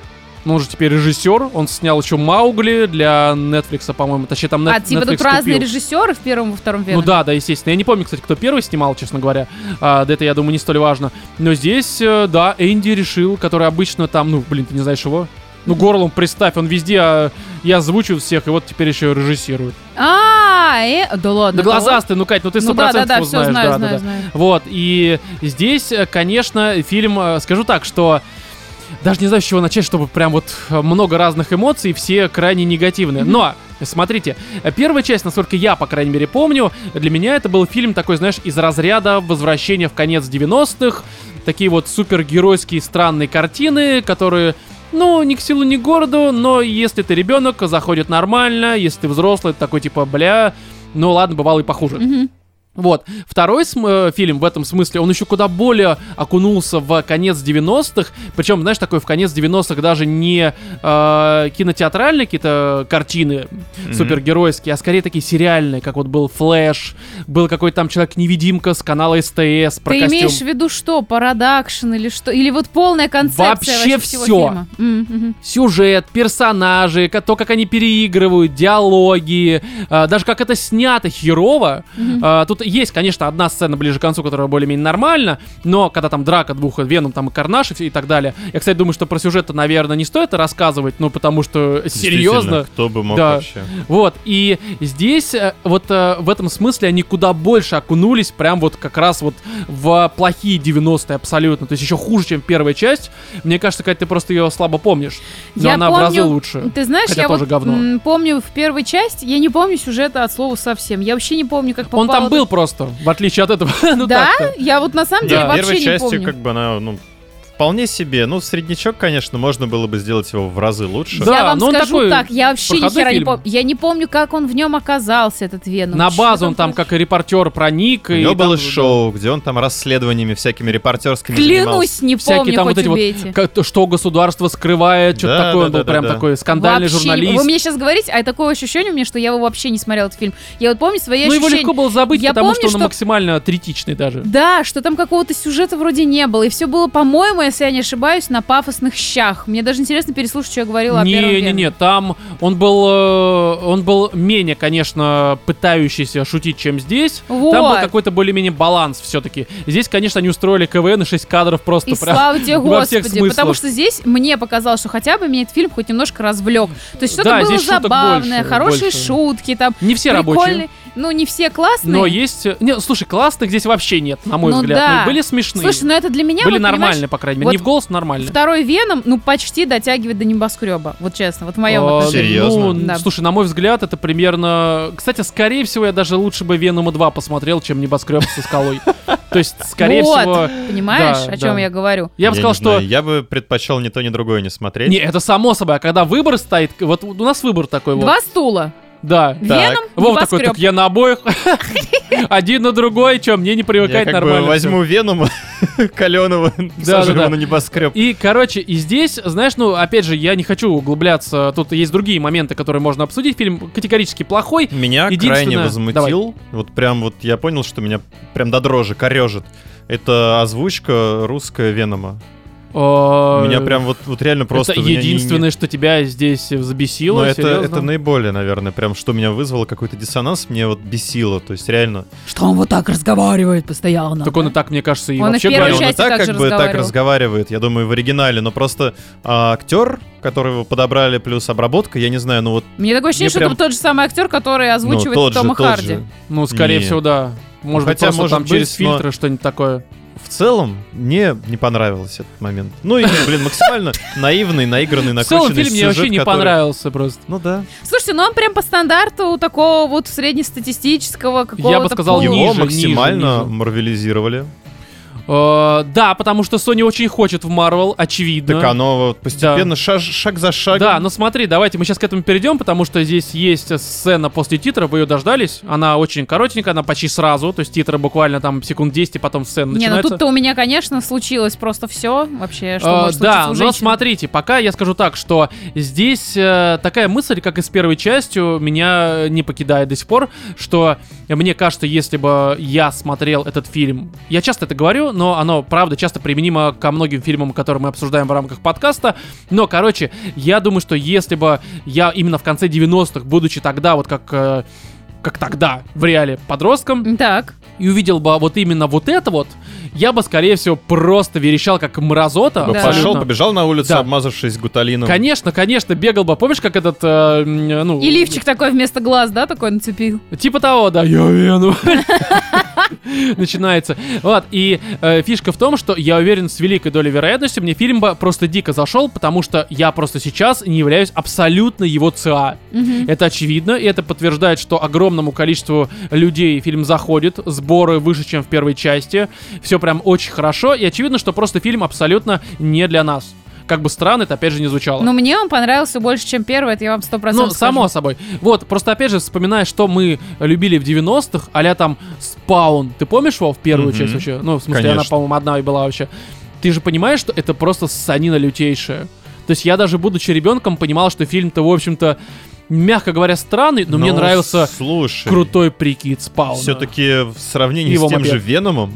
A: Ну, он же теперь режиссер, он снял еще Маугли для Netflix, по-моему, точнее там Нет-
C: А, типа
A: Netflix
C: тут разные
A: купил.
C: режиссеры в первом и во втором Веноме?
A: Ну да, да, естественно. Я не помню, кстати, кто первый снимал, честно говоря. А, да это, я думаю, не столь важно. Но здесь, э, да, Энди решил, который обычно там, ну, блин, ты не знаешь его. Ну, горлом представь, он везде, а, я озвучу всех, и вот теперь еще режиссирует.
C: А, э, да ладно.
A: Да глазастый, ну, Кать, ну ты 100%
C: Ну да, да, да,
A: его
C: все
A: знаешь.
C: знаю,
A: да, да,
C: знаю,
A: да.
C: знаю.
A: Вот, и здесь, э, конечно, фильм, э, скажу так, что Даже не знаю, с чего начать, чтобы прям вот э, много разных эмоций, все крайне негативные. Но, смотрите, э, первая часть, насколько я, по крайней мере, помню, для меня это был фильм такой, знаешь, из разряда возвращения в конец 90-х», такие вот супергеройские странные картины, которые, ну, ни к силу, ни к городу, но если ты ребенок, заходит нормально, если ты взрослый, такой типа, бля, ну ладно, бывало и похуже.
C: Мгм.
A: Вот. Второй см- э, фильм в этом смысле, он еще куда более окунулся в конец 90-х. Причем, знаешь, такой в конец 90-х даже не э, кинотеатральные какие-то картины
B: Мгм.
A: супергеройские, а скорее такие сериальные, как вот был Флэш, был какой-то там человек-невидимка с канала СТС про
C: Ты
A: костюм.
C: имеешь в виду что, парадакшн или что? Или вот полная концепция
A: Вообще
C: всего
A: всё.
C: фильма? М, мгм.
A: сюжет, персонажи, ка- то, как они переигрывают, диалоги, э, даже как это снято херово. Э, Тут есть, конечно, одна сцена ближе к концу, которая более-менее нормально, но когда там драка двух Веном, там и Карнаш и, всё- и так далее. Я, кстати, думаю, что про сюжет-то, наверное, не стоит рассказывать, ну, потому что
B: Действительно,
A: серьезно.
B: Кто бы мог
A: Да.
B: вообще?
A: Вот, и здесь э, вот э, в этом смысле они куда больше окунулись, прям вот как раз вот в плохие 90-е абсолютно. То есть еще хуже, чем первая часть. Мне кажется, Кать, ты просто ее слабо помнишь. Но
C: Я
A: она в разы
C: помню-
A: лучше.
C: Ты знаешь,
A: Хотя
C: я
A: тоже
C: вот
A: говно.
C: м, помню в первой части, я не помню сюжета от слова совсем. Я вообще не помню, как попало.
A: Он там был просто, в отличие от этого. ну
C: да?
A: так-то.
C: Я вот на самом
B: Нет,
C: деле
B: первой
C: вообще не
B: частью
C: помню.
B: как бы она, ну, вполне себе. Ну, среднячок, конечно, можно было бы сделать его в разы лучше.
A: Да,
C: я вам
A: но он
C: скажу
A: такой
C: так, я вообще ни
A: проходной
C: хера не
A: фильм.
C: помню. Я не помню, как он в нем оказался, этот Веном.
A: На
C: Что
A: базу он там, как и репортер, проник.
B: У
A: и
B: него
A: там
B: было
A: вот,
B: шоу, где он там расследованиями всякими репортерскими занимался.
C: Клянусь, не
A: Всякие
C: помню,
A: там
C: хоть
A: вот эти вот
C: убейте.
A: да, как- Что государство скрывает, что-то
B: Да,
A: такое.
B: да,
A: он был
B: да, да,
A: прям
B: да.
A: такой скандальный
C: Вообще не- Вы
A: журналист.
C: мне сейчас говорите, а такое ощущение у меня, что я его вообще не смотрел этот фильм. Я вот помню свои
A: Ну, его
C: ощущения.
A: легко было забыть,
C: Я
A: потому
C: помню,
A: что он
C: что-
A: максимально третичный даже.
C: Да, что там какого-то сюжета вроде не было. И все было, по-моему, если я не ошибаюсь, на пафосных щах. Мне даже интересно переслушать, что я говорила о первом
A: Не, не,
C: Веноме.
A: не, там он был, э, он был менее, конечно, пытающийся шутить, чем здесь. Там был
C: Вот.
A: какой-то более-менее баланс все-таки. Здесь, конечно, они устроили КВН и 6 кадров просто
C: И
A: прям.
C: слава тебе,
A: во всех
C: Господи, потому
A: смыслах.
C: что здесь мне показалось, что хотя бы меня этот фильм хоть немножко развлек. То есть что-то
A: Да,
C: было
A: здесь шуток
C: забавное,
A: больше,
C: хорошие
A: больше.
C: шутки, там
A: Не все рабочие.
C: прикольные, ну не все классные.
A: Но есть... э, Не, слушай, классных здесь вообще нет, на мой
C: Ну
A: взгляд.
C: да.
A: Ну, были смешные.
C: Слушай, ну это для меня,
A: были
C: вот, понимаешь,
A: нормальные, по крайней мере.
C: вот
A: не в голос, нормально.
C: Второй Веном, ну, почти дотягивает до небоскреба. Вот честно, вот в моем
A: А,
C: отношении.
B: Серьезно?
A: ну, н-
C: Да.
A: слушай, на мой взгляд, это примерно... Кстати, скорее всего, я даже лучше бы Венома 2 посмотрел, чем Небоскреб со скалой. То есть, скорее
C: Вот,
A: всего...
C: Понимаешь,
A: Да,
C: о чем
A: да.
C: я говорю?
A: Я бы сказал,
B: не знаю,
A: что...
B: Я бы предпочел ни то, ни другое не смотреть.
A: Не, это само собой, а когда выбор стоит, вот у нас выбор такой вот.
C: Два стула.
A: Да.
B: Так.
C: Веном,
A: Вова такой,
C: небоскреб.
A: так я на обоих, один на другой, чем мне не
B: Я
A: привыкать
B: как
A: нормально.
B: бы
A: всё.
B: возьму Венома Каленова,
A: Да,
B: сажу
A: да, да.
B: его на небоскреб.
A: И, короче, и здесь, знаешь, ну, опять же, я не хочу углубляться. Тут есть другие моменты, которые можно обсудить. Фильм категорически плохой. э,
B: Меня крайне
A: Единственное-
B: возмутил. Вот прям вот я понял, что меня прям до дрожи корежит. Это озвучка русская Венома. Меня
A: Меня
B: прям вот, вот реально просто...
A: Э, Это
B: у меня не- не-
A: единственное, что тебя здесь
B: Ну,
A: взбесило,
B: это,
A: серьезно?
B: это наиболее, наверное, прям что меня вызвало какой-то диссонанс, мне вот бесило. То есть реально.
C: Что он вот так разговаривает постоянно?
A: Так он и так, мне кажется, и
C: Он и в
A: вообще
C: первой
B: Не,
A: говорил.
B: он и
C: части
B: так
C: так
B: как
C: же
B: бы так
C: разговаривал.
B: разговаривает, я думаю, в оригинале, но просто а, актер, которого подобрали, плюс обработка, я не знаю, ну вот
C: Мне такое ощущение,
B: Мне
C: что
B: прям-
C: это тот же самый актер, который
B: ну,
C: озвучивает
B: тот же,
C: Тома
B: тот
C: Харди.
B: же.
A: Ну, скорее
B: Не.
A: всего, да. Может быть,
B: хотя,
A: просто
B: может
A: там через
B: быть, но-
A: фильтры что-нибудь такое.
B: В целом, мне не понравился этот момент. Ну и, блин, максимально наивный, наигранный,
A: В целом
B: накрученный
A: фильм мне
B: сюжет,
A: вообще не
B: который-
A: понравился просто.
B: Ну да.
C: Слушайте, ну он прям по стандарту такого вот среднестатистического какого-то
A: сказал,
C: полу-
A: Ну,
B: Его
A: ниже,
B: максимально
A: ниже, ниже.
B: марвелизировали.
A: Э, Да, потому что Sony очень хочет в Marvel, очевидно.
B: Так оно вот постепенно, шаг, шаг за шагом.
A: Да, но смотри, давайте мы сейчас к этому перейдем, потому что здесь есть сцена после титров, вы ее дождались. Она очень коротенькая, она почти сразу, то есть титры буквально там секунд 10, и потом сцена
C: Не, ну
A: начинается.
C: тут-то у меня, конечно, случилось просто все вообще, что
A: Э,
C: может
A: да,
C: случиться у
A: но
C: женщин.
A: смотрите, пока я скажу так, что здесь э, такая мысль, как и с первой частью, меня не покидает до сих пор, что мне кажется, если бы я смотрел этот фильм, я часто это говорю, но оно, правда, часто применимо ко многим фильмам, которые мы обсуждаем в рамках подкаста, но, короче, я думаю, что если бы я именно в конце 90-х, будучи тогда вот как... э, как тогда, в реале, подростком,
C: Так.
A: и увидел бы вот именно вот это вот, я бы, скорее всего, просто верещал, как мразота.
B: Бы ну.
C: Да.
B: Пошел,
A: абсолютно.
B: побежал на улицу,
A: Да.
B: обмазавшись гуталином.
A: Конечно, конечно, бегал бы. Помнишь, как этот, э, м, ну...
C: И лифчик такой вместо глаз, да, такой нацепил?
A: Типа того, да. Я уверен. Начинается. Вот, и э, фишка в том, что я уверен, с великой долей вероятности мне фильм бы просто дико зашел, потому что я просто сейчас не являюсь абсолютно его ЦА.
C: Мгм.
A: Это очевидно, и это подтверждает, что огромному количеству людей фильм заходит, сборы выше, чем в первой части, все прям очень хорошо, и очевидно, что просто фильм абсолютно не для нас. Как бы странно это опять же не звучало.
C: Но мне он понравился больше, чем первый, это я вам сто
A: Ну,
C: процентов
A: само собой. Вот, просто опять же, вспоминая, что мы любили в 90-х, а там спаун. Ты помнишь его в первую
B: Мгм.
A: часть вообще? Ну, в смысле, она,
B: Конечно.
A: по-моему, одна и была вообще. Ты же понимаешь, что это просто ссанина лютейшая. То есть я даже, будучи ребенком, понимал, что фильм-то, в общем-то, мягко говоря, странный, но мне
B: Ну,
A: нравился
B: Слушай,
A: крутой прикид спауна.
B: Все-таки в сравнении
A: Его
B: с тем
A: мопед.
B: же Веномом,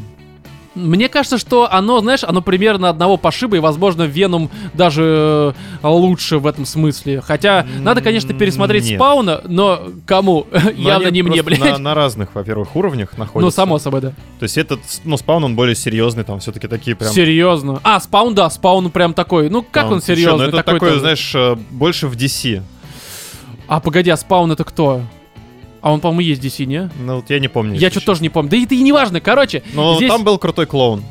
A: Мне кажется, что оно, знаешь, оно примерно одного пошиба, и, возможно, Веном даже э, лучше в этом смысле. Хотя,
B: М,
A: надо, конечно, пересмотреть
B: нет.
A: Спауна, но кому?
B: но
A: Явно
B: они
A: не мне,
B: просто
A: блядь.
B: На, на разных, во-первых, уровнях находятся.
A: Ну, само собой, да.
B: То есть этот, ну, спаун, он более серьезный, там все-таки такие прям...
A: Серьезно. А, Спаун, да, Спаун прям такой. Ну, как
B: там,
A: он
B: ты чё,
A: серьезный?
B: Ну, это
A: такой-то?
B: такое, знаешь, э, больше в DC.
A: А, погоди, а Спаун это кто? А он, по-моему, есть DC, не?
B: Ну, вот я не помню.
A: Я
B: если
A: что-то тоже не помню. Да и это и не важно. Короче,
B: честно. Но
A: здесь...
B: там был крутой клоун.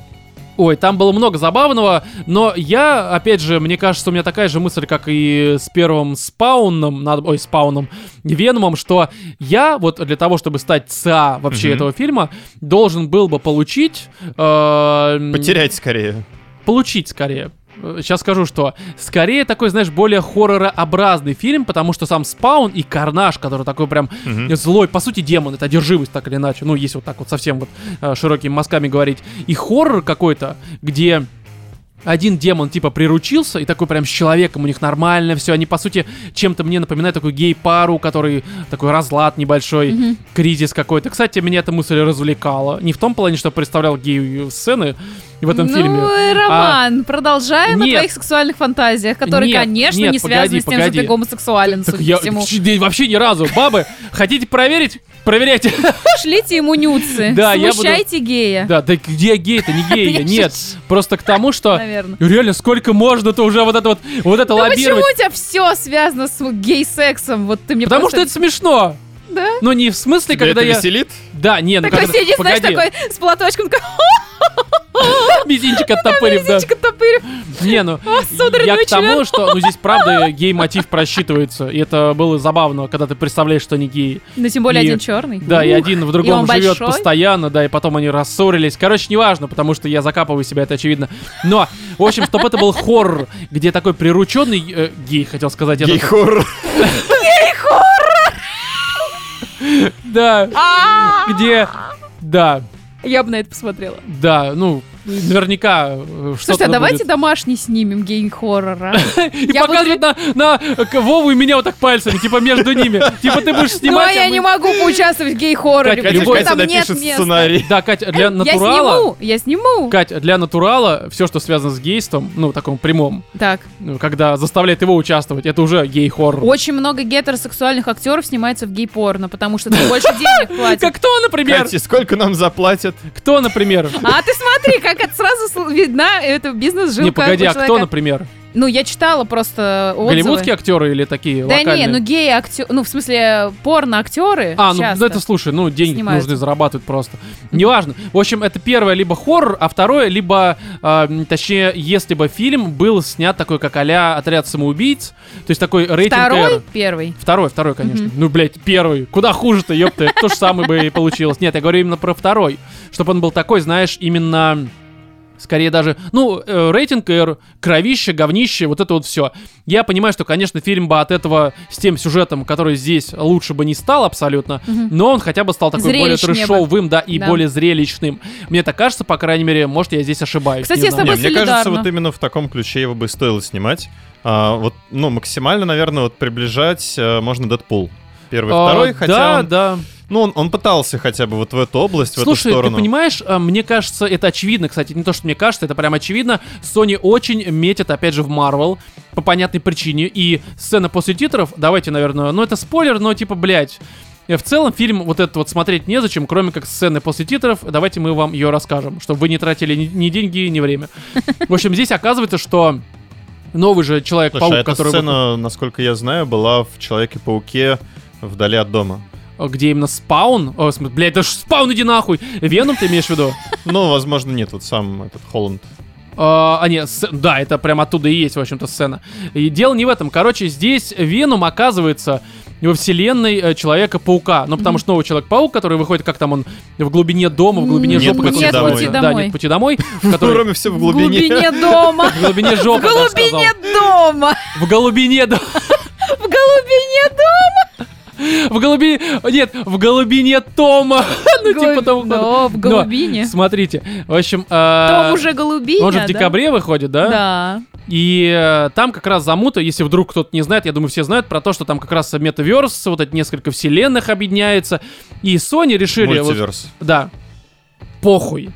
A: Ой, там было много забавного, но я, опять же, мне кажется, у меня такая же мысль, как и с первым спауном, надо, ой, спауном, Веномом, что я вот для того, чтобы стать ЦА вообще
B: Мгм.
A: этого фильма, должен был бы получить... э,
B: Потерять скорее.
A: получить скорее. Сейчас скажу, что скорее такой, знаешь, более хорророобразный фильм, потому что сам Спаун и Карнаж, который такой прям
B: Мгм.
A: злой, по сути, демон, это одержимость так или иначе, ну, если вот так вот совсем вот э, широкими мазками говорить, и хоррор какой-то, где один демон типа приручился, и такой прям с человеком у них нормально все, они, по сути, чем-то мне напоминают такую гей-пару, который такой разлад небольшой,
C: Мгм.
A: кризис какой-то. Кстати, меня эта мысль развлекала, не в том плане, что представлял гей-сцены в этом
C: ну,
A: фильме. А.
C: и Роман, продолжаем о
A: Нет.
C: твоих сексуальных фантазиях, которые,
A: Нет,
C: конечно,
A: нет,
C: не связаны
A: погоди,
C: с тем, что
A: погоди.
C: ты гомосексуален,
A: Так
C: судя
A: я
C: по всему.
A: ч- да и вообще ни разу. Бабы, хотите проверить? Проверяйте.
C: Шлите ему нюцы,
A: Да, я буду-
C: смущайте гея,
A: Да, да где я гей-то, не гей я,
C: Я
A: нет. Просто к тому, что...
C: наверное.
A: Реально, сколько можно-то уже вот это вот, вот это
C: Ну почему
A: лоббировать?
C: у тебя все связано с гей-сексом? Вот ты мне
A: Потому что
C: просто-
A: это смешно.
C: Да?
A: Но не в смысле,
B: Тебя
A: когда
B: это
A: я...
B: веселит?
A: Да, не, ну
C: Такой
A: когда...
C: сидит, знаешь,
A: Погоди,
C: такой с платочком, такой,
A: мизинчик оттопырив, да.
C: лисичка топырь.
A: Не, ну,
C: сударь,
A: я
C: ну
A: к тому, что, ну, здесь правда гей-мотив просчитывается, и это было забавно, когда ты представляешь, что они геи.
C: Ну, тем более
A: И-
C: один черный.
A: Да, и один в
C: И
A: другом
C: он
A: живет
C: большой?
A: постоянно, да, и потом они рассорились. Короче, неважно, потому что я закапываю себя, это очевидно. Но, в общем, чтобы это был хоррор, где такой прирученный э, гей, хотел сказать, это.
B: Гей-хоррор.
A: Да,
C: А,
A: где. Да,
C: Я бы на это посмотрела.
A: да, ну, наверняка э, что-то.
C: Слушай, а
A: да
C: давайте
A: будет.
C: домашний снимем гей-хоррор, а?
A: И
C: я
A: показывает на, на э, Вову и меня вот так пальцами, типа между ними. Типа ты будешь
C: Ну, а
A: снимать. а
C: я
A: мы-
C: не могу поучаствовать в гей-хорроре,
A: Катя,
C: потому
A: любой-
C: что
B: Катя
C: там нет
B: напишет
C: места.
B: сценарий.
A: Да, Кать, для
C: Я
A: натурала.
C: сниму, я сниму.
A: Кать, для натурала все, что связано с гейством, ну, таком прямом,
C: Так,
A: ну, когда заставляет его участвовать, это уже гей-хоррор.
C: очень много гетеросексуальных актеров снимается в гей-порно, потому что там больше денег платят.
A: Как а кто, например?
B: Катя, сколько нам заплатят?
A: Кто, например?
C: А ты смотри, как это сразу сл- видна, это бизнес-жилка
A: Не, погоди,
C: у
A: а кто,
C: человека.
A: например?
C: Ну, я читала просто отзывы.
A: Голливудские актеры или такие
C: Да
A: локальные?
C: не, ну геи актеры, ну в смысле порно актеры.
A: А, ну ну это слушай, ну деньги
C: снимаются.
A: нужны зарабатывать просто. Неважно. В общем, это первое либо хоррор, а второе либо, а, м, точнее, если бы фильм был снят такой, как а «Отряд самоубийц», то есть такой рейтинг
C: второй,
A: R.
C: первый.
A: Второй, второй, конечно.
C: Мгм.
A: Ну, блядь, первый. Куда хуже-то, ёпта, это то же самое бы и получилось. Нет, я говорю именно про второй. Чтобы он был такой, знаешь, именно... Скорее даже, ну, э, рейтинг R, кровище, говнище, вот это вот все. Я понимаю, что, конечно, фильм бы от этого с тем сюжетом, который здесь лучше бы не стал абсолютно,
C: Мгм.
A: но он хотя бы стал такой более
C: Зрелищнее бы.
A: трешовым, да, и
C: Да.
A: более зрелищным. Мне так кажется, по крайней мере, может, я здесь ошибаюсь.
C: Кстати,
A: не
C: я с
A: знаю.
C: тобой
B: Не, мне кажется,
C: солидарна.
B: вот именно в таком ключе его бы и стоило снимать. А, вот, ну, максимально, наверное, вот приближать э, можно Дэдпул. Первый,
A: А,
B: второй,
A: да,
B: хотя он,
A: да.
B: ну, он, он пытался хотя бы вот в эту область,
A: Слушай,
B: в эту сторону.
A: ты понимаешь, э, мне кажется, это очевидно, кстати, не то, что мне кажется, это прям очевидно. Sony очень метит, опять же, в Marvel по понятной причине. И сцена после титров, давайте, наверное, ну это спойлер, но типа, блядь, Э, В целом фильм вот этот вот смотреть незачем, кроме как сцены после титров. Давайте мы вам ее расскажем, чтобы вы не тратили ни, ни деньги, ни время. В общем, здесь оказывается, что новый же
B: Слушай, а
A: Человек-паук,
B: эта
A: который...
B: сцена, насколько я знаю, была в Человеке-пауке вдали от дома.
A: выход- э, Где именно спаун? О, см- блядь, да ж спаун, иди нахуй! Веном ты имеешь в виду?
B: Ну, возможно, нет, вот сам этот Холланд.
A: А, а, нет, сц- да, это прям оттуда и есть, в общем-то, сцена. И дело не в этом. Короче, здесь Веном оказывается во вселенной э, Человека-паука. Ну, потому что новый Человек-паук, который выходит, как там он, в глубине дома, в глубине
B: Нет
A: жопы. как он
B: пути
A: называется.
B: домой.
A: Да, нет пути домой. который-
B: Кроме все в
C: В
B: глубине.
C: глубине дома.
A: В глубине
C: В
A: жопы, я даже сказал.
C: глубине дома.
A: В голубине, да.
C: В глубине дома.
A: В голуби... Нет, в голубине Тома. Ну, типа того.
C: Да, в
A: Но,
C: голубине.
A: Смотрите. В общем... э,
C: Том уже голубиня,
A: Он же в
C: да?
A: декабре выходит,
C: Да.
A: И э, там как раз замута, если вдруг кто-то не знает, я думаю, все знают про то, что там как раз метаверс, вот эти несколько вселенных объединяется. И Sony решили... вот-
B: Мультиверс.
A: да. Похуй.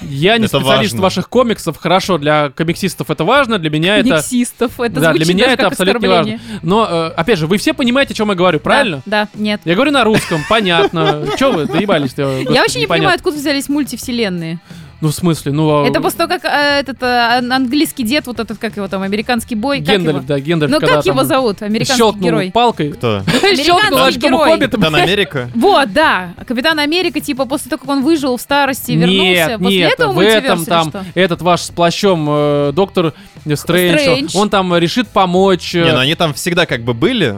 A: Я не
B: Это
A: специалист
B: важно.
A: ваших комиксов, хорошо, для комиксистов это важно, для меня это...
C: Никсистов. Это
A: да, для
C: звучит
A: меня
C: даже
A: это
C: как
A: абсолютно не
C: оскорбление.
A: важно. Но, э, опять же, вы все понимаете, о чем я говорю, правильно?
C: Да, да, нет.
A: Я говорю на русском, понятно. Че вы доебались-то? господи,
C: Я вообще не понимаю,
A: непонятно.
C: откуда взялись мультивселенные.
A: Ну, в смысле, ну... а-
C: Это после того, как э, этот э, ан- английский дед, вот этот, как его там, американский бой, как его?
A: Гендальф, да, Гендальф,
C: Ну
A: когда
C: как его
A: там
C: зовут, американский
A: щелкнул
C: герой?
A: палкой.
B: Кто?
A: Щелкнул
C: Американский
A: очком у
C: герой.
A: хоббита,
B: Капитан Америка?
C: Вот, да. Капитан Америка, типа, после того, как он выжил в старости, вернулся,
A: Нет,
C: после
A: нет,
C: этого
A: в этом
C: мультиверс или
A: там
C: что?
A: этот ваш с плащом э, доктор э, Стрэндж,
C: Стрэндж.
A: он там решит помочь. э,
B: Не, ну они там всегда как бы были.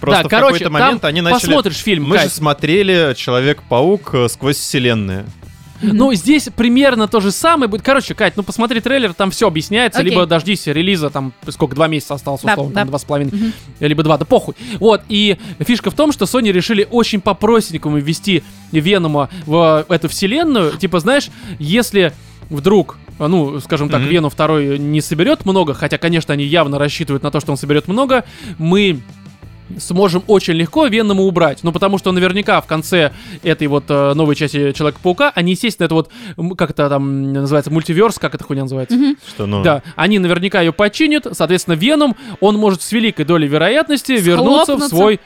B: Просто
A: да,
B: в
A: короче,
B: какой-то момент
A: там
B: они начали...
A: посмотришь фильм.
B: Мы же
A: Кать.
B: смотрели Человек-паук э, сквозь вселенные.
A: Ну, здесь примерно то же самое будет. Короче, Кать, ну посмотри трейлер, там все объясняется.
C: Окей.
A: Либо дождись релиза, там сколько, два месяца осталось,
C: Да,
A: условно,
C: да.
A: там два с половиной,
C: Мгм.
A: либо два, да похуй. Вот, и фишка в том, что Sony решили очень по простенькому ввести Венома в э, эту вселенную. Типа, знаешь, если вдруг а, ну, скажем так,
B: Мгм.
A: Вену второй не соберет много, хотя, конечно, они явно рассчитывают на то, что он соберет много, мы сможем очень легко Венома убрать. Ну, потому что наверняка в конце этой вот э, новой части Человека-паука, они, естественно, это вот, м, как это там называется, мультиверс, как это хуйня называется?
B: Что, ну...
A: Да, они наверняка ее починят, соответственно, Веном, он может с великой долей вероятности вернуться в
C: Схлопнуться.
A: свой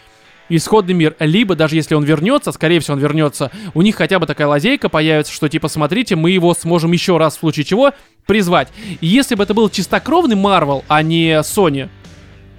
A: исходный мир. Либо даже если он вернется, скорее всего он вернется, у них хотя бы такая лазейка появится, что типа, смотрите, мы его сможем еще раз в случае чего призвать. И если бы это был чистокровный Марвел, а не Sony,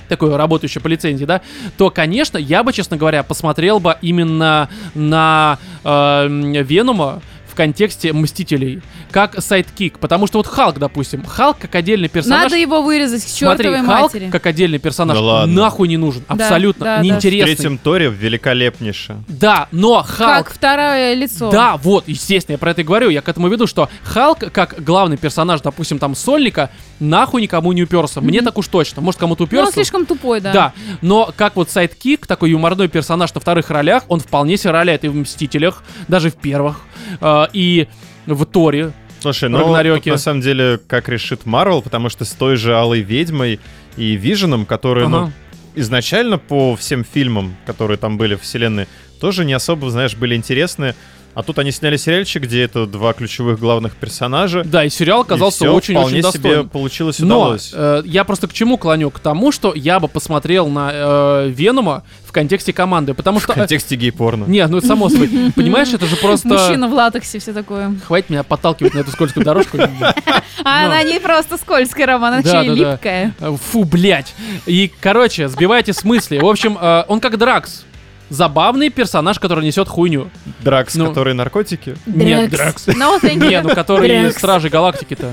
A: такой работающий по лицензии, да, то, конечно, я бы, честно говоря, посмотрел бы именно на э, м, Венома в контексте Мстителей, как сайдкик, потому что вот Халк, допустим, Халк как отдельный персонаж...
C: Надо его вырезать к
A: Смотри,
C: чертовой
A: Халк
C: матери.
A: как отдельный персонаж
B: Да ладно.
A: нахуй не нужен,
C: Да,
A: абсолютно
C: да, да.
B: В
A: неинтересный.
B: третьем Торе великолепнейше.
A: Да, но Халк
C: Как второе лицо.
A: да, вот, естественно, я про это и говорю. Я к этому веду, что Халк, как главный персонаж, допустим, там Сольника, нахуй никому не уперся. Мне так уж точно. Может, кому-то
C: Но Ну, он
A: уперся.
C: слишком тупой, да.
A: Да, но как вот сайдкик, такой юморной персонаж на вторых ролях, он вполне себе роляет и в «Мстителях», даже в первых, э, и в «Торе».
B: Слушай, ну
A: Рагнарёке.
B: тут на самом деле как решит Марвел, потому что с той же Алой Ведьмой и Виженом, которые, ну,
A: Ага.
B: изначально по всем фильмам, которые там были в вселенной, тоже не особо, знаешь, были интересны. А тут они сняли сериальчик, где это два ключевых главных персонажа.
A: Да, и сериал оказался
B: и всё
A: очень-очень
B: вполне себе
A: достойным.
B: получилось,
A: Но
B: удалось.
A: э, я просто к чему клоню? К тому, что я бы посмотрел на э, Венома в контексте команды, потому
B: В
A: что... э,
B: контексте гей-порно.
A: Не, ну это само собой. Понимаешь, это же просто...
C: Мужчина в латексе, все такое.
A: Хватит меня подталкивать на эту скользкую дорожку.
C: А
A: Но.
C: она не просто скользкая, Роман, она
A: Ну. Да,
C: еще и
A: да, да.
C: липкая.
A: Э, Фу, блядь. И, короче, сбивайте с мысли. В общем, э, он как Дракс. Забавный персонаж, который несет хуйню.
B: Дракс,
A: Ну.
B: который наркотики.
A: Нет,
C: Дракс.
A: Дракс.
C: No, thank you.
A: Не, ну который
C: Дракс.
A: Стражи Галактики-то.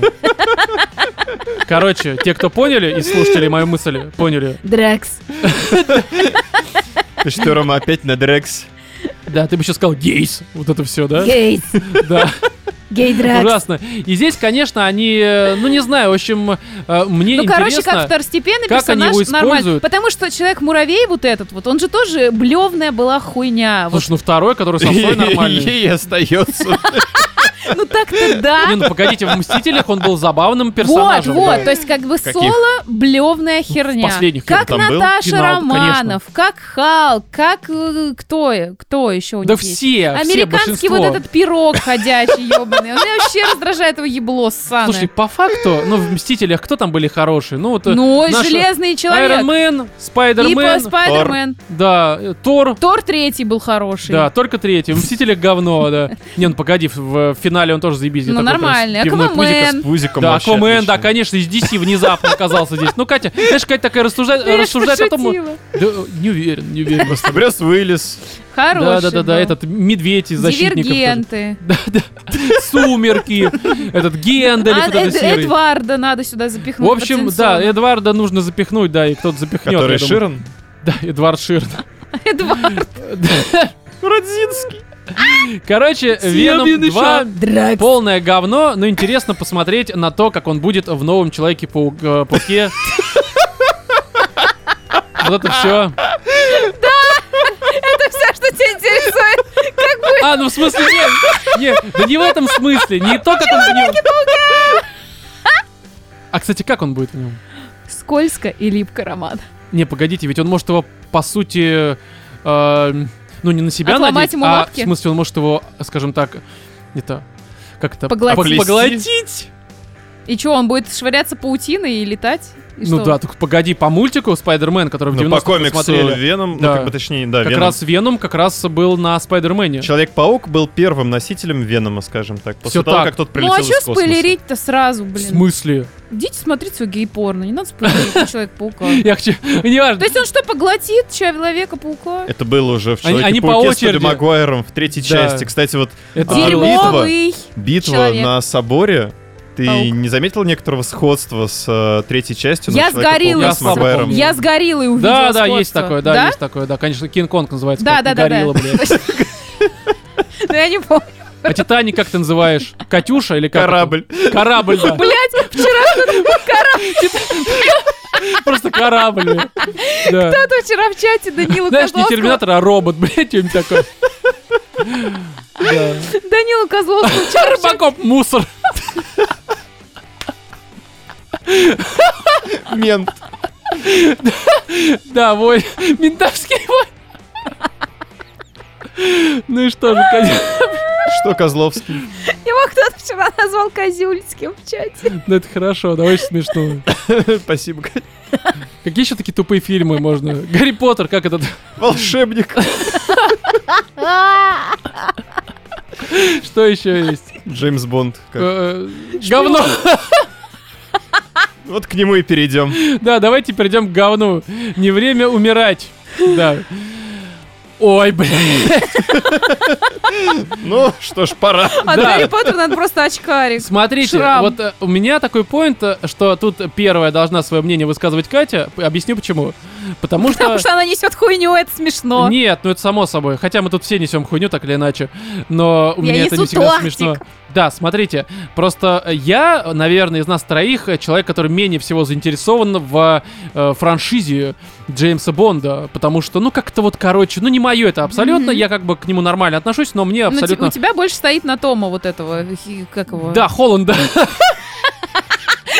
A: Короче, те, кто поняли, и слушатели мою мысль, поняли.
C: Дракс.
B: Ты что, Рома, опять на Дрекс?
A: Да, ты бы еще сказал гейс. Вот это все, да? Ну,
C: Гейс.
A: Да.
C: Гей-дракс.
A: Ужасно. И здесь, конечно, они, э, ну не знаю, в общем, э, мне
C: Ну, короче, как
A: интересно.
C: второстепенный
A: как они
C: персонаж
A: его
C: нормально.
A: используют.
C: Потому что человек-муравей вот этот вот, он же тоже блевная была хуйня. Вот
A: Слушай, ну второй, который со мной нормальный.
B: Ей остается.
C: Ну так-то
A: Не,
C: да.
A: ну погодите, в «Мстителях» он был забавным
C: Вот,
A: персонажем.
C: вот, то есть как бы
B: Каких?
C: соло блевная
A: Ну,
C: херня.
A: последних
C: как
B: там был?
C: Наташа
A: Финал,
C: Романов, как Халк, как э, кто, кто еще у
A: Да
C: них есть?
A: все, все,
C: Американский
A: большинство.
C: вот этот пирог ходячий, ебаный. Он меня вообще раздражает его ебло ссаное.
A: Слушай, по факту, ну, в «Мстителях» кто там были хорошие? Ну, вот... э,
C: ну, и
A: наша-
C: Железный
A: Iron
C: Человек.
A: Man,
C: И по
A: Spider-Man,
C: Спайдермен.
A: да, э, Тор,
C: Тор третий был хороший.
A: да, только третий. В «Мстителях» говно, да. Не, ну погоди, в, в финале он тоже заебись.
C: Ну,
A: Такой прям с
C: нормальный.
A: пивной пузикой
B: С пузиком
A: Да,
B: вообще
A: Аквамен,
B: отлично.
A: да, конечно, из DC внезапно оказался здесь. Ну, Катя, знаешь, Катя такая рассуждает,
C: Ну, Я ж
A: рассуждает о том...
C: пошутила.
A: Да, э, не уверен, не уверен.
B: Просто Брюс Уиллис.
C: Хороший
A: Да, да, да, да,
C: был.
A: этот медведь из защитников. тоже.
C: Дивергенты.
A: Да, да. Сумерки, этот Гендель,
C: А,
A: вот этот
C: Эд- ну,
A: серый.
C: Эдварда надо сюда запихнуть.
A: В общем, да,
C: Патинсона.
A: Эдварда нужно запихнуть, да, и кто-то запихнет.
B: Который
A: я думаю.
B: Ширан.
A: Да, Эдвард Ширн.
C: Эдвард.
B: Родзинский.
A: Короче, Веном
D: Съёбленный
A: 2
C: Дракс.
A: полное говно, но интересно посмотреть на то, как он будет в новом э, Человеке-пауке. Вот это все.
C: Это все, что тебя интересует.
A: А, ну в смысле нет. Нет, да не в этом смысле. Не то, как он в нем. А, кстати, как он будет в нем?
C: Скользко и липко, Роман.
A: Не, погодите, ведь он может его, по сути, э, ну не на себя
C: Отломать
A: надеть,
C: ему
A: а
C: лапки?
A: в смысле он может его, скажем так, это как это
C: Поглотить.
A: пог- поглотить.
B: Плести.
C: И что, он будет швыряться паутиной и летать? И
A: Ну
C: что? а
A: да, так погоди, по мультику Спайдермен, который в
B: Ну, по
A: 90-х мы
B: комиксу
A: смотрели,
B: Веном,
A: Да.
B: ну, как бы точнее, да,
A: как
B: Веном.
A: раз Веном как раз был на Спайдермене.
B: Человек-паук был первым носителем Венома, скажем так. После
A: Всё
B: того,
A: так.
B: как тот
C: Ну
B: прилетел
C: а
B: из
C: что
B: космоса.
C: спойлерить-то сразу,
A: В
C: блин?
A: смысле?
C: Идите смотреть свой гей-порно, не надо спойлерить на Человека-паука.
A: Я хочу... Неважно.
C: То есть он что, поглотит Человека-паука?
B: Это было уже в
A: Они- они по
B: Человеке-пауке с Тоби
A: очереди.
B: Магуайром в третьей
A: Да.
B: части. Кстати, вот
A: Это-
B: А, Дерьмо.
C: Дерьмовый.
B: битва
C: Человек.
B: на соборе. Ты
C: Паук.
B: не заметил некоторого сходства с э, третьей частью? ну,
C: Я
B: Человека-паука
C: сгорила.
B: с Магуайром?
A: помню.
C: Я с гориллой увидела
A: Да, да,
C: сходство.
A: есть такое, да, есть такое, да. Конечно, Кинг-Конг называется.
C: Да,
A: как
C: да,
A: и
C: да, да.
A: горилла, блядь.
C: Ну я не помню.
A: А Титаник как ты называешь? Катюша или как? это?
B: Корабль.
A: Корабль, да.
C: Блять, вчера
A: Просто корабль. блядь. Да.
C: кто-то вчера в чате Данилу
A: Знаешь, не
C: Козловского-
A: терминатор, а робот, блядь, что-нибудь такое. Да.
C: Данилу Козловского вчера в чате-
A: Рыбакоп мусор.
B: Мент.
A: Да, вой. Ментовский вой. Ну и что же, конечно.
B: Что, Козловский?
C: Его кто-то вчера назвал Козюльским в чате.
A: Ну это хорошо, да, очень смешно.
B: Спасибо. Кать.
A: Какие еще такие тупые фильмы можно? Гарри Поттер, как этот?
B: Волшебник.
C: А,
A: Что еще есть?
B: Джеймс Бонд. как-
A: Э, Говно.
B: Вот к нему и перейдем.
A: Да, давайте перейдем к говну. Не время умирать. Да. Ой, блин.
B: Ну что ж, пора.
C: От
A: Да.
C: А Гарри Поттера надо просто очкарик.
A: Смотрите,
C: Шрам.
A: вот э, у меня такой поинт, э, что тут первая должна свое мнение высказывать Катя. П- Объясню почему. Потому что...
C: Потому что она несет хуйню, это смешно.
A: Нет, ну это само собой. Хотя мы тут все несем хуйню, так или иначе. Но у
C: Я
A: меня это
C: несу
A: не всегда
C: тортик.
A: смешно. Да, смотрите, просто я, наверное, из нас троих э, человек, который менее всего заинтересован в э, франшизе Джеймса Бонда, потому что, ну как-то вот, короче, ну не мое это абсолютно,
C: Мгм.
A: я как бы к нему нормально отношусь, но мне
C: Ну, те-
A: абсолютно...
C: У тебя больше стоит на Тома вот этого, хи- как его?
A: Да, Холланда,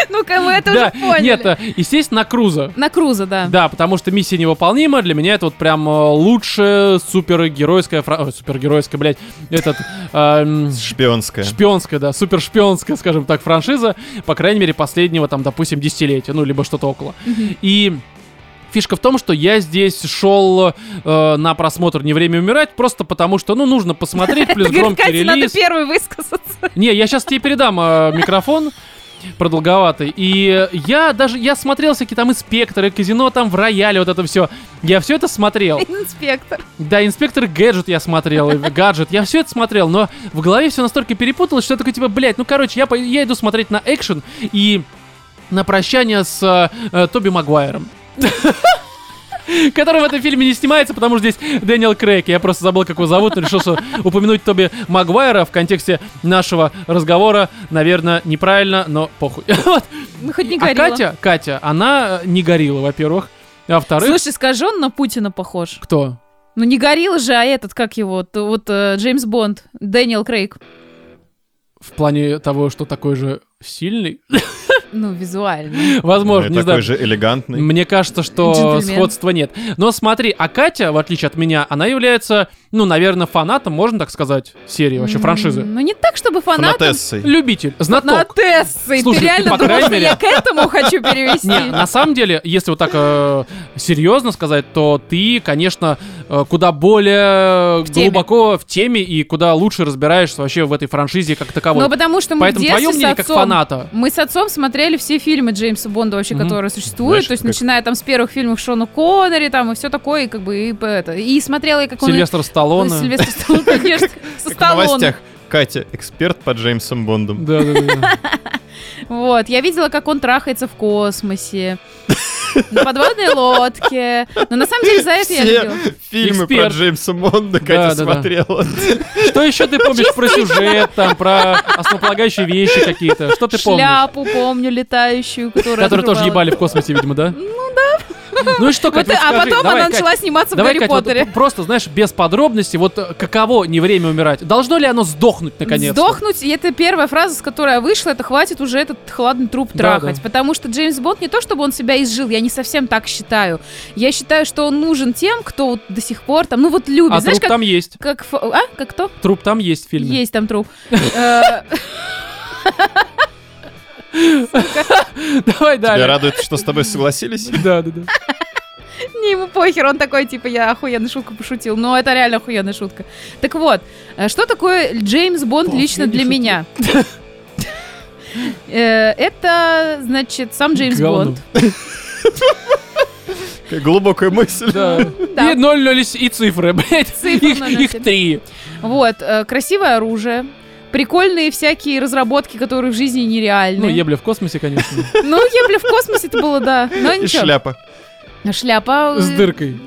C: Ну-ка, мы это уже
A: да,
C: поняли.
A: нет, э, естественно, Круза.
C: На Круза, да.
A: Да, потому что миссия невыполнима. Для меня это вот прям э, лучшая супергеройская... Фра... ой, супергеройская, блядь. Этот... эм,
B: Шпионская.
A: Шпионская, да, супер шпионская, скажем так, франшиза, по крайней мере, последнего, там, допустим, десятилетия, ну, либо что-то около. И фишка в том, что я здесь шел э, на просмотр «Не время умирать», просто потому что, ну, нужно посмотреть, плюс
C: Ты, говорит,
A: громкий
C: Катя, надо
A: релиз.
C: первый высказаться.
A: Не, я сейчас тебе передам э, микрофон продолговатый. И я даже, я смотрел всякие там инспекторы, казино там в рояле, вот это все. Я все это смотрел.
C: Инспектор.
A: Да, инспектор гаджет я смотрел, и гаджет, я все это смотрел, но в голове все настолько перепуталось, что я такой типа, блядь, ну короче, я, по- я иду смотреть на экшен и на прощание с э, э, Тоби Магуайром. Который в этом фильме не снимается, потому что здесь Дэниел Крейг. Я просто забыл, как его зовут, но решил, что упомянуть Тоби Магуайра в контексте нашего разговора, наверное, неправильно, но похуй. Вот.
C: Ну, хоть не
A: А
C: горилла.
A: Катя, Катя, она э, не горила, во-первых. А во-вторых,
C: Слушай, скажи, он на Путина похож.
A: кто?
C: Ну, не горилла же, а этот, как его, т- вот э, Джеймс Бонд, Дэниел Крейг.
A: В плане того, что такой же сильный?
C: Ну, визуально.
A: Возможно,
B: И
A: не знаю.
B: такой же элегантный.
A: Мне кажется, что
C: Джентльмен.
A: сходства нет. Но смотри, а Катя, в отличие от меня, она является, ну, наверное, фанатом, можно так сказать, серии, вообще франшизы.
C: Ну, не так, чтобы фанатом.
B: Фанатессой.
A: Любитель,
C: На
A: знаток.
C: Тессой. Ты
A: Слушай, по
C: реально думал,
A: крайней
C: что я к этому хочу перевести?
A: Не, на самом деле, если вот так э, серьезно сказать, то ты, конечно, э, куда более
C: теме.
A: глубоко в теме и куда лучше разбираешься вообще в этой франшизе как таковой.
C: Ну, потому что мы в
A: Поэтому
C: детстве
A: твое мнение
C: с
A: как
C: отцом-
A: фаната.
C: Мы с отцом смотрели все фильмы Джеймса Бонда вообще,
A: Мгм.
C: которые существуют,
B: Значит,
C: то есть
B: как-
C: начиная там с первых фильмов Шону Коннери там и все такое, и как бы и по- это. И смотрела и как он...
A: Сильвестр
C: Ну,
A: Сталлоне.
C: Сильвестр Сталлоне, конечно, со
B: Как в
C: Сталлоне.
B: новостях. Катя, эксперт по Джеймсом Бондом.
A: Да, да, да.
C: Вот, я видела, как он трахается в космосе, на подводной лодке. Но на самом деле за это я
B: Все
C: видела.
B: фильмы про
A: Эксперт.
B: Джеймса Бонда Катя
A: Да, да, да.
B: смотрела.
A: Что еще ты помнишь про сюжет, там, про основополагающие вещи какие-то? Что ты помнишь?
C: Шляпу помню летающую, которая
A: Которые тоже
C: открывала.
A: ебали в космосе, видимо, да? Ну да. Ну и что,
C: Вот,
A: Катя, вот
C: а
A: скажи,
C: потом
A: давай,
C: она
A: Кать,
C: начала сниматься в
A: Давай,
C: Гарри
A: Кать, вот
C: Поттере.
A: просто, знаешь, без подробностей, вот э, каково не время умирать? Должно ли оно сдохнуть, наконец?
C: Сдохнуть, и это первая фраза, с которой я вышла, это хватит уже этот хладный труп
A: Да,
C: трахать.
A: да.
C: Потому что Джеймс Бонд не то, чтобы он себя изжил, я не совсем так считаю. Я считаю, что он нужен тем, кто вот до сих пор там, ну вот любит.
A: А
C: Знаешь,
A: труп
C: как...
A: там есть.
C: Как, фо- а? Как кто?
A: Труп там есть в фильме.
C: Есть там труп. Э,
A: Давай
B: Тебя
A: далее.
B: радует, что с тобой согласились?
A: Да, да, да.
C: Не, ему похер, он такой, типа, я охуенно шутку пошутил. Но это реально охуенная шутка. Так вот, э, что такое Джеймс Бонд
A: Похуй,
C: лично
A: не
C: для
A: шути.
C: меня? Э, Это, значит, сам Джеймс
A: Говно.
C: Бонд.
B: Какая Глубокая мысль.
A: Да.
C: Да.
A: И 00 и цифры, блядь.
C: Цифры
A: Их-
C: наносим.
A: Их три.
C: Вот, э, красивое оружие, прикольные всякие разработки, которые в жизни нереальны.
A: Ну, ебля в космосе, конечно.
C: Ну, ебля в космосе это было, да. Но
B: И
C: ничего.
B: шляпа.
C: Шляпа э,
A: С дыркой.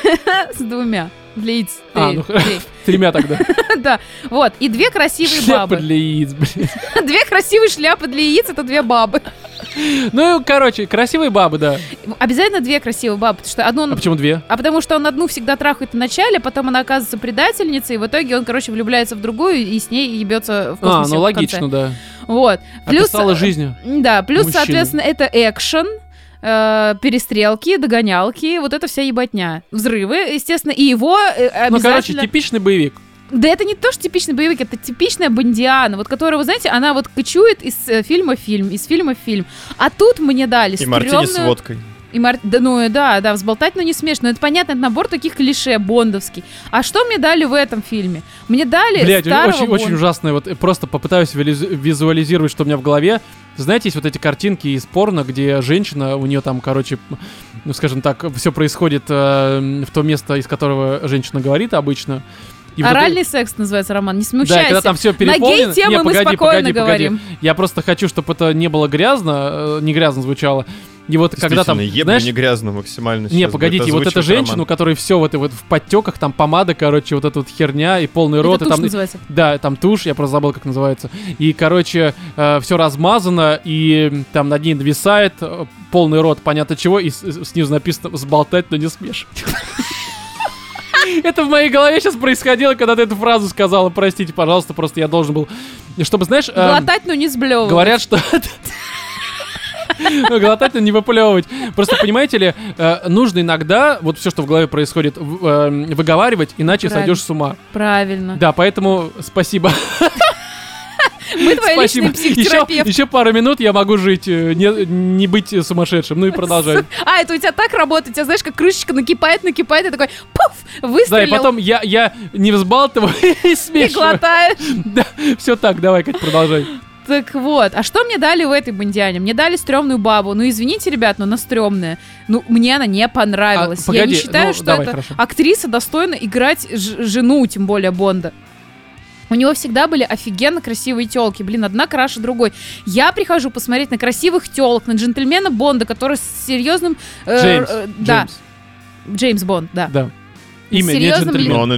C: с двумя. Для яиц.
A: А,
C: Три.
A: ну,
C: Три.
A: Тремя тогда.
C: Да. Вот. И две красивые
A: Шляпа
C: бабы.
A: для яиц, блин.
C: Две красивые шляпы для яиц это две бабы.
A: Ну, короче, красивые бабы, да.
C: Обязательно две красивые бабы, потому что одну
A: А
C: он...
A: почему две?
C: А потому что он одну всегда трахает в начале, потом она оказывается предательницей, и в итоге он, короче, влюбляется в другую и с ней ебется в
A: А,
C: космосе.
A: ну
C: в конце.
A: логично, да.
C: Вот. Плюс э,
A: Описала жизнью.
C: Да, плюс,
A: Мужчины.
C: соответственно, это экшен, э, перестрелки, догонялки, вот это вся еботня. Взрывы, естественно, и его э,
A: Ну, короче,
C: обязательно...
A: типичный боевик.
C: Да это не то, что типичный боевик, это типичная бандиана, вот которая, вы знаете, она вот кочует из э, фильма в фильм, из фильма в фильм. А тут мне дали
B: И мартини с
C: стрёмную-
B: водкой.
C: и мар- да, ну да, да, взболтать, но не смешно. Это понятно, это набор таких клише бондовский. А что мне дали в этом фильме? Мне дали
A: Блядь,
C: старого
A: очень, очень
C: Бонда.
A: ужасное. Вот э, просто попытаюсь вилиз- визуализировать, что у меня в голове. Знаете, есть вот эти картинки из порно, где женщина, у нее там, короче, ну, скажем так, все происходит э, в то место, из которого женщина говорит обычно. И вот это-
C: Оральный секс называется, Роман, не
A: Да, и
C: смущайся.
A: когда там все
C: На
A: переполнено.
C: гей-темы
A: Не,
C: мы
A: погоди,
C: спокойно
A: погоди, погоди.
C: говорим.
A: Я просто хочу, чтобы это не было грязно, э, не грязно звучало. И вот когда там,
B: Действительно, ебли
A: знаешь,
B: не грязно максимально.
A: не,
B: сейчас
A: погодите,
B: будет
A: вот эта
B: озвучивать
A: женщина, у
B: Роман. Ну,
A: которой все вот, и вот в подтеках, там помада, короче, вот эта вот херня и полный рот,
C: это
A: и
C: тушь
A: там
C: называется.
A: да, там тушь, я просто забыл, как называется. И, короче, все размазано, и там над ней нависает э, полный рот, понятно чего, и с- с- снизу написано «сболтать, но не смешивать». Это в моей голове сейчас происходило, когда ты эту фразу сказала. Простите, пожалуйста, просто я должен был... Чтобы, знаешь... эм,
C: Глотать, но не сблевывать.
A: Говорят, что... Ну, глотать, но не выплевывать. Просто, понимаете ли, э, нужно иногда вот все, что в голове происходит, в- эм, выговаривать, иначе
C: Правильно.
A: сойдешь с ума.
C: Правильно.
A: Да, поэтому спасибо.
C: Мы твои личные
A: Еще,
C: психотерапевты.
A: еще пару минут я могу жить, э, не, не быть э, сумасшедшим. Ну и продолжать.
C: А, это у тебя так работает, у тебя, знаешь, как крышечка накипает, накипает, и такой, пуф,
A: Да, и
C: выстрелил,
A: потом я, я не взбалтываю и
C: и
A: смешиваю.
C: глотаешь.
A: Да, все так, давай, Кать, продолжай.
C: Так вот, а что мне дали в этой бандиане? Мне дали стрёмную бабу. Ну, извините, ребят, но она стрёмная. Ну, мне она не понравилась.
A: А, погоди,
C: Я не считаю,
A: ну,
C: что
A: давай,
C: эта
A: хорошо.
C: актриса достойна играть ж- жену, тем более Бонда. У него всегда были офигенно красивые телки. Блин, одна краше другой. Я прихожу посмотреть на красивых телок, на джентльмена Бонда, который с серьезным... э,
A: Джеймс.
C: э, да,
A: Джеймс,
C: Джеймс Бонд, да.
A: Да. Имя, не
C: Серьезно, блин?
A: джентльмен.
B: Но он и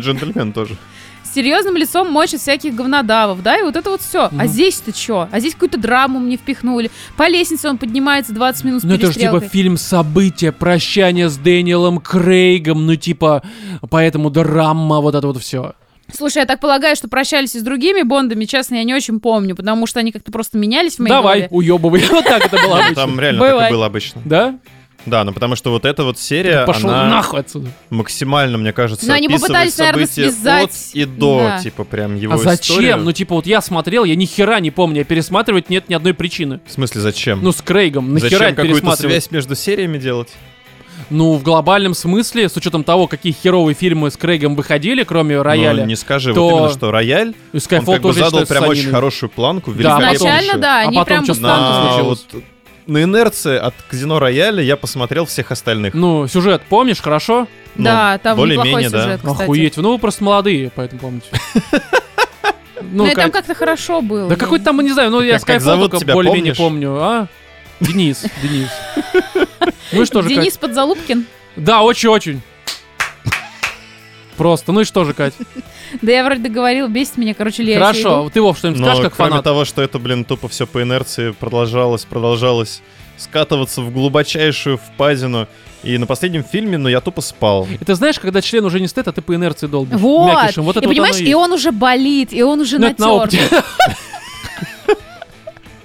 B: джентльмен тоже.
C: с серьезным лицом мочит всяких говнодавов, да, и вот это вот все.
A: Мгм.
C: А здесь-то что? А здесь какую-то драму мне впихнули. По лестнице он поднимается 20 минут с
A: Ну это же типа
C: перестрелкой.
A: фильм «Событие», «Прощание с Дэниелом Крейгом», ну типа, поэтому драма, вот это вот все.
C: Слушай, я так полагаю, что прощались и с другими Бондами, честно, я не очень помню, потому что они как-то просто менялись в моей
A: Давай,
C: голове.
A: уебывай. Вот так это было
B: Ну,
A: обычно.
B: Там реально так
C: Бывает.
B: и было обычно.
A: Да?
B: Да, ну потому что вот эта вот серия,
A: Пошел
B: она
A: нахуй отсюда.
B: максимально, мне кажется,
C: Но они
B: описывает
C: попытались, наверное,
B: события
C: связать.
B: от и до,
C: Да.
B: типа прям его
A: А зачем?
B: историю.
A: Ну, типа, вот я смотрел, я ни хера не помню, а пересматривать нет ни одной причины.
B: В смысле, зачем?
A: Ну, с Крейгом, нахера
B: зачем какую-то
A: пересматривать?
B: связь между сериями делать?
A: Ну, в глобальном смысле, с учетом того, какие херовые фильмы с Крейгом выходили, кроме «Рояля»,
B: Ну, не скажи,
A: то-
B: вот именно что рояль,
A: и
B: он
A: Skyfall
B: как бы
A: тоже
B: задал
A: считается
B: прям очень
A: саниной.
B: хорошую планку,
A: Да, потом-
C: Изначально,
B: великолепнейшую.
C: да,
A: А
C: они
A: потом
C: прям
A: чё
C: вот
A: стало?
C: так вот.
B: на,
A: случилось.
B: вот, на инерции от казино рояля я посмотрел всех остальных.
A: Ну, сюжет помнишь, хорошо?
B: Ну,
C: Да, там неплохой
B: более-менее, да.
C: сюжет, кстати.
A: Охуеть. Ну, вы просто молодые, поэтому помните. Ну,
C: Ну, и там
A: Кать,
C: как-то хорошо было.
A: да какой-то там, не знаю, ну я
B: Как- как
A: Skyfall
B: зовут
A: только
B: тебя,
A: более-менее
B: помнишь?
A: помню, а? Денис, Денис. Ну и что же, Кать?
C: Денис Подзалубкин.
A: Да, очень-очень. Просто, ну и что же, Кать?
C: Да я вроде договорил, бесит меня, короче, Лея.
A: Хорошо, ты, Вов, что-нибудь
B: Но
A: скажешь, как
B: Ну, кроме
A: фанат?
B: того, что это, блин, тупо все по инерции продолжалось, продолжалось скатываться в глубочайшую впадину. И на последнем фильме, ну, я тупо спал.
A: И Ты знаешь, когда член уже не стоит, а ты по инерции долбишь.
C: Вот.
A: Мякишем. Вот
C: и
A: это вот
C: понимаешь,
A: оно
C: и он уже болит, и он уже
A: Ну, это на
C: натер.
A: опыте.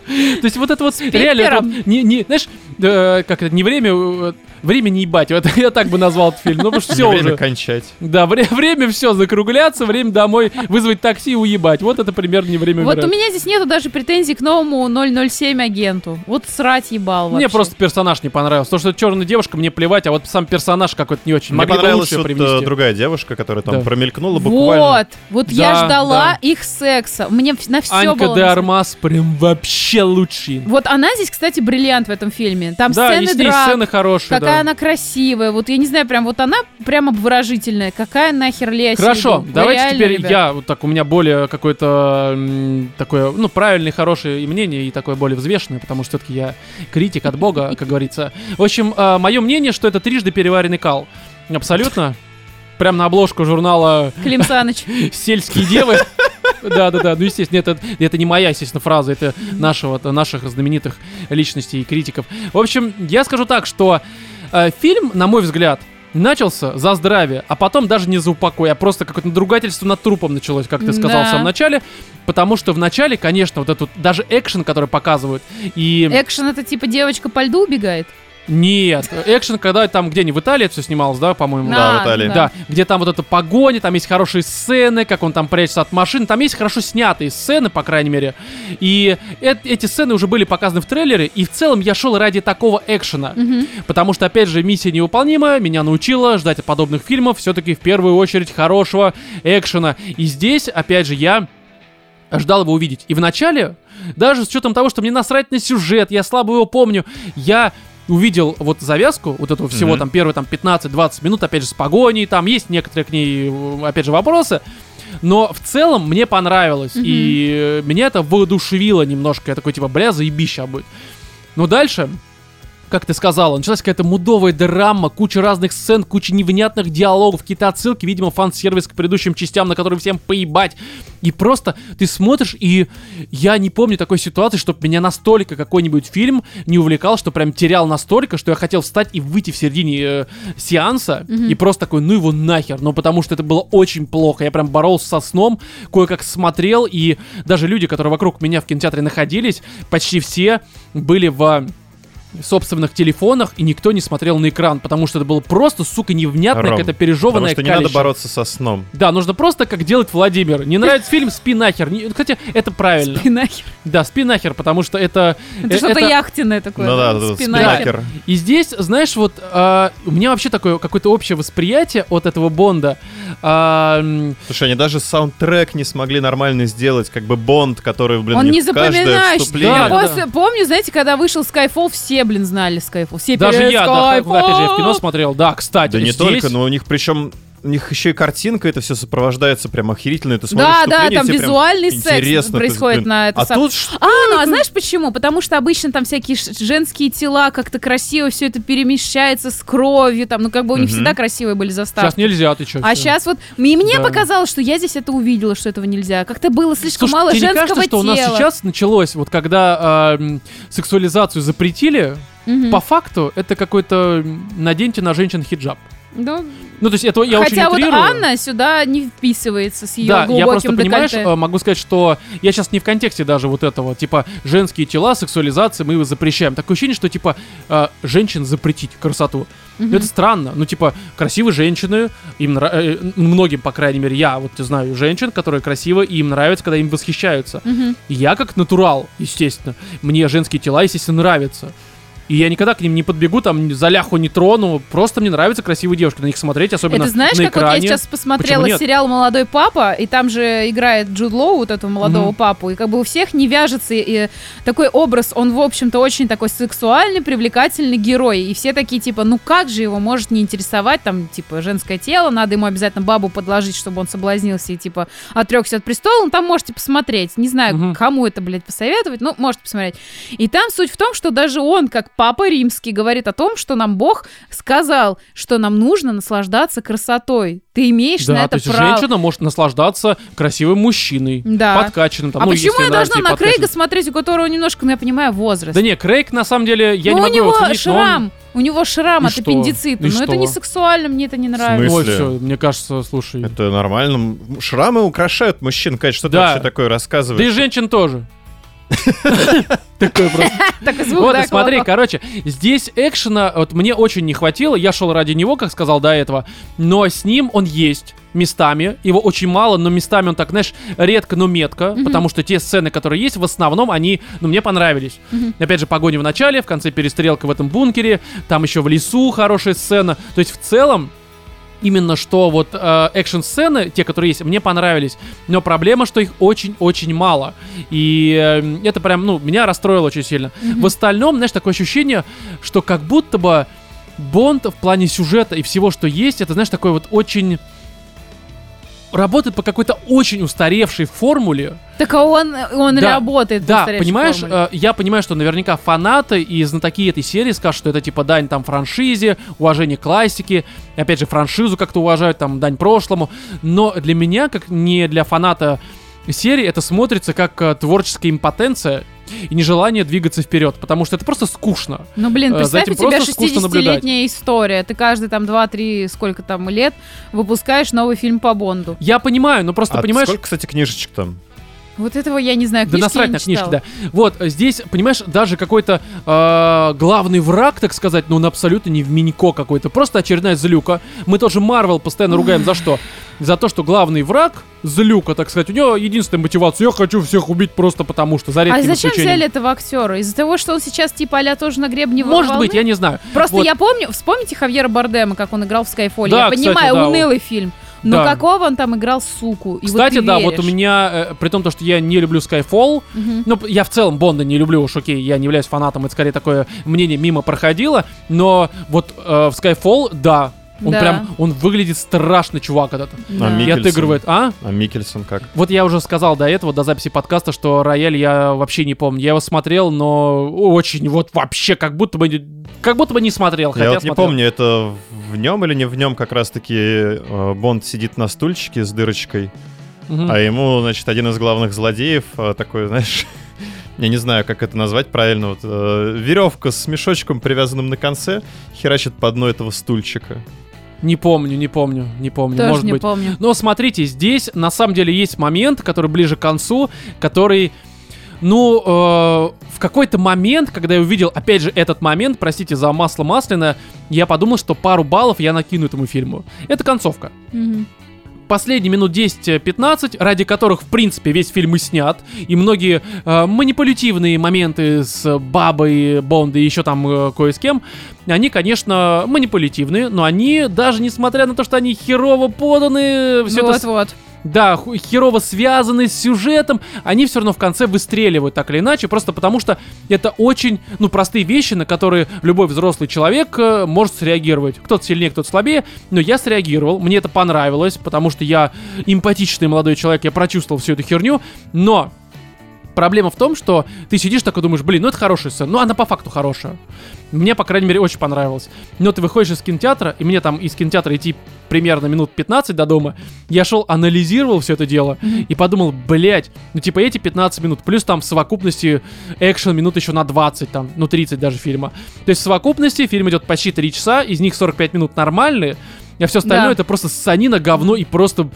A: То есть вот это вот реально, это вот не, не- знаешь, э, как это, не время, э, время не ебать, вот я так бы назвал этот фильм, ну потому что все
B: время
A: уже.
B: кончать.
A: Да, вре- время все, закругляться, время домой, вызвать такси и уебать, вот это примерно не время
C: Вот у
A: умирать.
C: меня здесь нету даже претензий к новому 007 агенту. Вот срать ебал вообще.
A: Мне просто персонаж не понравился. То, что черная девушка, мне плевать, а вот сам персонаж какой-то не очень.
B: Мне
A: Могли бы
B: понравилась
A: лучше
B: вот, э,
A: привнести.
B: другая девушка, которая там
A: Да.
B: промелькнула буквально.
C: Вот, вот я
A: Да,
C: ждала
A: да.
C: их секса. Мне в- на все
A: Анька
C: было.
A: де
C: насрать.
A: Армас прям вообще лучший.
C: Вот она здесь, кстати, бриллиант в этом фильме. Там
A: да, и
C: сцены
A: с ней
C: драк,
A: сцены хорошие,
C: какая
A: да.
C: она красивая. Вот я не знаю, прям вот она прям обворожительная. Какая нахер Лея
A: Хорошо,
C: Сейдун?
A: давайте
C: Реально,
A: теперь
C: ребят.
A: я, вот так, у меня более какое-то м, такое, ну, правильное, хорошее и мнение, и такое более взвешенное, потому что все-таки я критик от бога, как говорится. В общем, мое мнение, что это трижды переваренный кал. Абсолютно. Прям на обложку журнала
C: Клим Саныч.
A: «Сельские девы». Да-да-да, ну естественно, это, это не моя, естественно, фраза, это нашего, это наших знаменитых личностей и критиков. В общем, я скажу так, что э, фильм, на мой взгляд, начался за здравие, а потом даже не за упокой, а просто какое-то надругательство над трупом началось, как ты сказал в
C: Да.
A: самом начале. Потому что в начале, конечно, вот этот вот даже экшен, который показывают, и...
C: Экшен это типа девочка по льду убегает?
A: Нет, экшен, когда там где-нибудь в Италии все снималось, да, по-моему?
B: Да. в Италии.
A: Да, где там вот эта погоня, там есть хорошие сцены, как он там прячется от машин, там есть хорошо снятые сцены, по крайней мере. И эт- эти сцены уже были показаны в трейлере, и в целом я шел ради такого экшена.
C: Мгм.
A: Потому что, опять же, миссия невыполнима, меня научила ждать от подобных фильмов все-таки в первую очередь хорошего экшена. И здесь, опять же, я ждал его увидеть. И вначале, даже с учетом того, что мне насрать на сюжет, я слабо его помню, я увидел вот завязку вот этого всего,
B: Мгм.
A: там, первые там 15-20 минут, опять же, с погоней, там есть некоторые к ней, э, опять же, вопросы, но в целом мне понравилось,
C: Мгм.
A: и э, меня это воодушевило немножко, я такой, типа, бля, заебища будет. Но дальше, как ты сказала, началась какая-то мудовая драма, куча разных сцен, куча невнятных диалогов, какие-то отсылки, видимо, фан-сервис к предыдущим частям, на которые всем поебать. И просто ты смотришь, и я не помню такой ситуации, чтобы меня настолько какой-нибудь фильм не увлекал, что прям терял настолько, что я хотел встать и выйти в середине э, сеанса, и просто такой, ну его нахер, ну потому что это было очень плохо. Я прям боролся со сном, кое-как смотрел, и даже люди, которые вокруг меня в кинотеатре находились, почти все были в собственных телефонах, и никто не смотрел на экран, потому что это было просто, сука, невнятная,
B: Ром,
A: какая-то
B: Потому
A: пережеванная
B: что не надо
A: калища.
B: бороться со сном.
A: Да, нужно просто как делать Владимир. Не нравится фильм, спи нахер. Не- Хотя это правильно.
C: Спи нахер.
A: Да, спи нахер, потому что это...
C: Это
A: э,
C: что-то
A: это-
C: яхтенное такое.
B: Ну да, да, да,
C: Спинакер.
B: спинакер.
A: И здесь, знаешь, вот а, у меня вообще такое какое-то общее восприятие от этого Бонда. А, м,
B: Слушай, они даже саундтрек не смогли нормально сделать, как бы Бонд, который, блин,
C: Он
B: не
C: не
B: в каждое
C: запоминающий.
A: Да,
B: вступление.
A: да,
C: После- Помню, знаете, когда вышел Skyfall, все, блин, знали Skyfall. Все
A: даже
C: пели
A: я, да,
C: «Skyfall».
A: опять же, я в кино смотрел. Да,
C: А
A: кстати,
B: Да не
A: здесь-
B: только, но у них причем у них еще и картинка, это все сопровождается прям охерительно. Ты смотришь
C: Да, да,
B: вступление,
C: там
B: тебе прям
C: визуальный секс
B: интересно, ты,
C: происходит
B: блин,
C: на это
B: А
C: самое.
B: тут что?
C: А, ну а знаешь почему? Потому что обычно там всякие ш- женские тела как-то красиво все это перемещается с кровью, там, ну как бы у них
B: Мгм.
C: всегда красивые были заставки.
A: Сейчас нельзя, ты что?
C: А сейчас вот и мне
A: Да.
C: показалось, что я здесь это увидела, что этого нельзя. Как-то было слишком
A: Слушай,
C: мало
A: тебе не
C: женского
A: кажется, что у нас
C: тела.
A: сейчас началось, вот когда а, м, сексуализацию запретили,
C: Мгм.
A: по факту это какой-то м, наденьте на женщин хиджаб.
C: Ну,
A: Ну, то есть это я
C: хотя
A: очень
C: вот
A: утрирую.
C: Анна сюда не вписывается с ее
A: Да,
C: глубоким
A: я просто, понимаешь,
C: декольте.
A: э, могу сказать, что я сейчас не в контексте даже вот этого, типа, женские тела, сексуализации мы запрещаем. Такое ощущение, что, типа, э, женщин запретить красоту.
C: Мгм.
A: Ну, Это странно. Ну, типа, красивые женщины, им нра- э, многим, по крайней мере, я вот знаю женщин, которые красивы, и им нравится, когда им восхищаются.
C: Мгм.
A: И Я как натурал, естественно. Мне женские тела, естественно, нравятся. И я никогда к ним не подбегу, там, за ляху не трону. Просто мне нравятся красивые девушки, на них смотреть, особенно
C: Это знаешь,
A: на
C: как вот я
A: экране.
C: сейчас посмотрела
A: нет?
C: сериал «Молодой папа», и там же играет Джуд Лоу, вот этого молодого
A: Мгм.
C: папу, и как бы у всех не вяжется и, э, такой образ, он, в общем-то, очень такой сексуальный, привлекательный герой, и все такие, типа, ну как же его может не интересовать, там, типа, женское тело, надо ему обязательно бабу подложить, чтобы он соблазнился, и, типа, отрекся от престола, ну там можете посмотреть, не знаю,
A: Мгм.
C: кому это, блядь, посоветовать, ну, можете посмотреть. И там суть в том, что даже он, как папа римский, говорит о том, что нам Бог сказал, что нам нужно наслаждаться красотой. Ты имеешь на
A: Да, то
C: это
A: есть
C: право.
A: женщина может наслаждаться красивым мужчиной,
C: Да.
A: подкачанным. Там,
C: а
A: ну,
C: почему
A: если
C: я
A: нравится
C: должна
A: ей
C: на
A: подкачанный.
C: Крейга смотреть, у которого немножко, ну я понимаю, возраст?
A: Да не, Крейг, на самом деле, я не
C: но Ну, у
A: могу его
C: него
A: оценить, но он-
C: шрам, у него шрам
A: И
C: от
A: что?
C: аппендицита,
A: И
C: но это
A: что?
C: не сексуально, мне это не
A: Ой,
C: нравится.
B: Ну, Мысли.
A: всё, мне кажется, слушай.
B: Это нормально. Шрамы украшают мужчин, конечно. Что
A: Да.
B: ты вообще такое рассказываешь?
A: Да и женщин тоже. Такой просто.
C: Так и звук,
A: Вот,
C: да,
A: и смотри,
C: колокол.
A: короче, здесь экшена вот мне очень не хватило. Я шел ради него, как сказал до этого, но с ним он есть местами. Его очень мало, но местами он так, знаешь, редко, но метко,
C: Мгм.
A: потому что те сцены, которые есть, в основном они, ну, мне понравились.
C: Мгм.
A: Опять же, погоня в начале, в конце перестрелка в этом бункере, там еще в лесу хорошая сцена. То есть в целом именно что вот э, экшн-сцены, те, которые есть, мне понравились. Но проблема, что их очень-очень мало. И э, это прям, ну, меня расстроило очень сильно. В остальном, знаешь, такое ощущение, что как будто бы Бонд в плане сюжета и всего, что есть, это, знаешь, такой вот очень... Работает по какой-то очень устаревшей формуле.
C: Так а он, он
A: Да.
C: работает.
A: Да,
C: повторяешь,
A: понимаешь,
C: формуле.
A: э, я понимаю, что наверняка фанаты и знатоки этой серии скажут, что это типа дань там франшизе, уважение классике, и опять же франшизу как-то уважают, там дань прошлому, но для меня, как не для фаната серии, это смотрится как э, творческая импотенция и нежелание двигаться вперед, потому что это просто скучно.
C: Ну, блин,
A: Э, за
C: представь,
A: этим
C: у тебя
A: просто скучно наблюдать.
C: 60-летняя история. Ты каждые там 2-3, сколько там лет, выпускаешь новый фильм по Бонду.
A: Я понимаю, но просто
B: А
A: понимаешь,
B: Сколько, кстати, книжечек там?
C: Вот этого я не знаю,
A: Да
C: книжки я
A: насрать
C: не
A: на книжки,
C: читала.
A: да. Вот, э, здесь, понимаешь, даже какой-то э, главный враг, так сказать, но он абсолютно не в минько какой-то. Просто очередная злюка. Мы тоже Марвел постоянно ругаем за что? За то, что главный враг, злюка, так сказать, у него единственная мотивация. Я хочу всех убить просто потому, что за
C: А
A: редким
C: зачем
A: исключением.
C: взяли этого актера? Из-за того, что он сейчас типа а тоже на гребне
A: Может
C: волны?
A: быть, я не знаю.
C: Просто
A: вот.
C: я помню, вспомните Хавьера Бардема, как он играл в Скайфоле.
A: Да,
C: я
A: кстати,
C: понимаю,
A: да,
C: унылый фильм. Но
A: Да.
C: какого он там играл суку? И вот
A: Кстати,
C: ты
A: да, вот у
C: веришь.
A: меня, э, при том, то, что я не люблю Skyfall,
C: Мгм.
A: Ну, я в целом Бонда не люблю, уж окей, я не являюсь фанатом, это скорее такое мнение мимо проходило, но вот э, в Skyfall, да, он
C: Да.
A: прям, он выглядит страшно, чувак этот.
C: Да.
B: А,
A: И
B: Микельсон.
A: отыгрывает, а?
B: А Микельсон как?
A: Вот я уже сказал до этого, до записи подкаста, что Рояль я вообще не помню. Я его смотрел, но очень, вот вообще, как будто бы, не- как будто бы не смотрел. хотя
B: Я вот не
A: смотрел.
B: помню, это в нем или не в нем как раз-таки э, Бонд сидит на стульчике с дырочкой,
A: Мгм.
B: а ему, значит, один из главных злодеев э, такой, знаешь... Я не знаю, как это назвать правильно. Вот, э, веревка с мешочком, привязанным на конце, херачит по дну этого стульчика.
A: Не помню, не помню, не помню.
C: Тоже
A: Может
C: не
A: быть.
C: помню.
A: Но смотрите, здесь на самом деле есть момент, который ближе к концу, который, ну, э, в какой-то момент, когда я увидел, опять же, этот момент, простите за масло масляное, я подумал, что пару баллов я накину этому фильму. Это концовка
C: Мгм.
A: последние минут 10-15, ради которых, в принципе, весь фильм и снят, и многие э, манипулятивные моменты с бабой Бонда и еще там э, кое с кем, они, конечно, манипулятивные, но они, даже несмотря на то, что они херово поданы, все это,
C: Ну вот,
A: с-
C: вот.
A: да, ху- херово связаны с сюжетом, они все равно в конце выстреливают так или иначе, просто потому что это очень, ну, простые вещи, на которые любой взрослый человек э, может среагировать. Кто-то сильнее, кто-то слабее, но я среагировал, мне это понравилось, потому что я эмпатичный молодой человек, я прочувствовал всю эту херню, но проблема в том, что ты сидишь такой думаешь, блин, ну это хорошая сцена, ну она по факту хорошая. Мне, по крайней мере, очень понравилось. Но ты выходишь из кинотеатра, и мне там из кинотеатра идти примерно минут 15 до дома, я шел, анализировал все это дело,
C: Мгм.
A: и подумал, блядь, ну типа эти 15 минут, плюс там в совокупности экшен минут еще на 20, там, ну 30 даже фильма. То есть в совокупности фильм идет почти 3 часа, из них 45 минут нормальные, А все остальное
C: Да.
A: это просто санина, говно и просто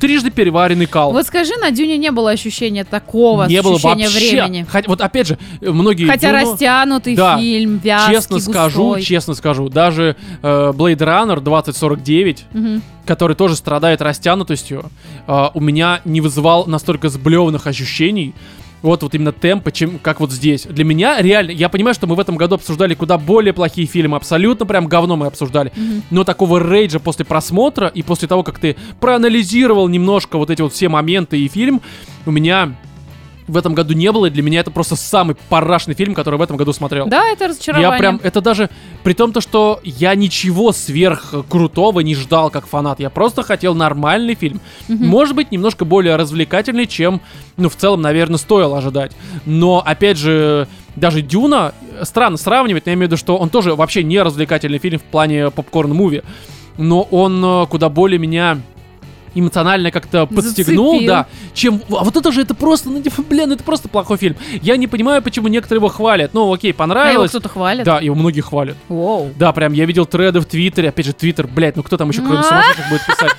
A: трижды переваренный кал.
C: Вот скажи, на Дюне не было ощущения такого,
A: не было
C: ощущения
A: вообще.
C: времени.
A: Хотя- вот опять же, э, многие...
C: Хотя
A: Дюну-
C: растянутый
A: Да.
C: фильм, вязкий,
A: Честно скажу,
C: густой.
A: честно скажу, даже э, Blade Runner 2049,
C: Мгм.
A: который тоже страдает растянутостью, э, у меня не вызывал настолько сблеванных ощущений. Вот, вот именно темпа, чем как вот здесь. Для меня реально, я понимаю, что мы в этом году обсуждали куда более плохие фильмы, абсолютно прям говно мы обсуждали.
C: Мгм.
A: Но такого рейджа после просмотра и после того, как ты проанализировал немножко вот эти вот все моменты и фильм, у меня в этом году не было, и для меня это просто самый парашный фильм, который в этом году смотрел.
C: Да, это разочарование. А
A: Я прям, это даже, при том то, что я ничего сверх крутого не ждал как фанат, я просто хотел нормальный фильм. Может быть, немножко более развлекательный, чем, ну, в целом, наверное, стоило ожидать. Но, опять же, даже Дюна, э, странно сравнивать, но я имею в виду, что он тоже вообще не развлекательный фильм в плане попкорн-муви, но он э, куда более меня эмоционально как-то подстегнул,
C: Зацепил.
A: да, чем... А вот это же, это просто, ну, типа, блин, это просто плохой фильм. Я не понимаю, почему некоторые его хвалят. Ну, окей,
C: А его
A: понравилось.
C: кто-то хвалит.
A: Да, его многие хвалят.
C: Воу.
A: Да, прям я видел треды в Твиттере. Опять же, Твиттер, блядь, ну кто там еще кроме сумасшедших будет писать?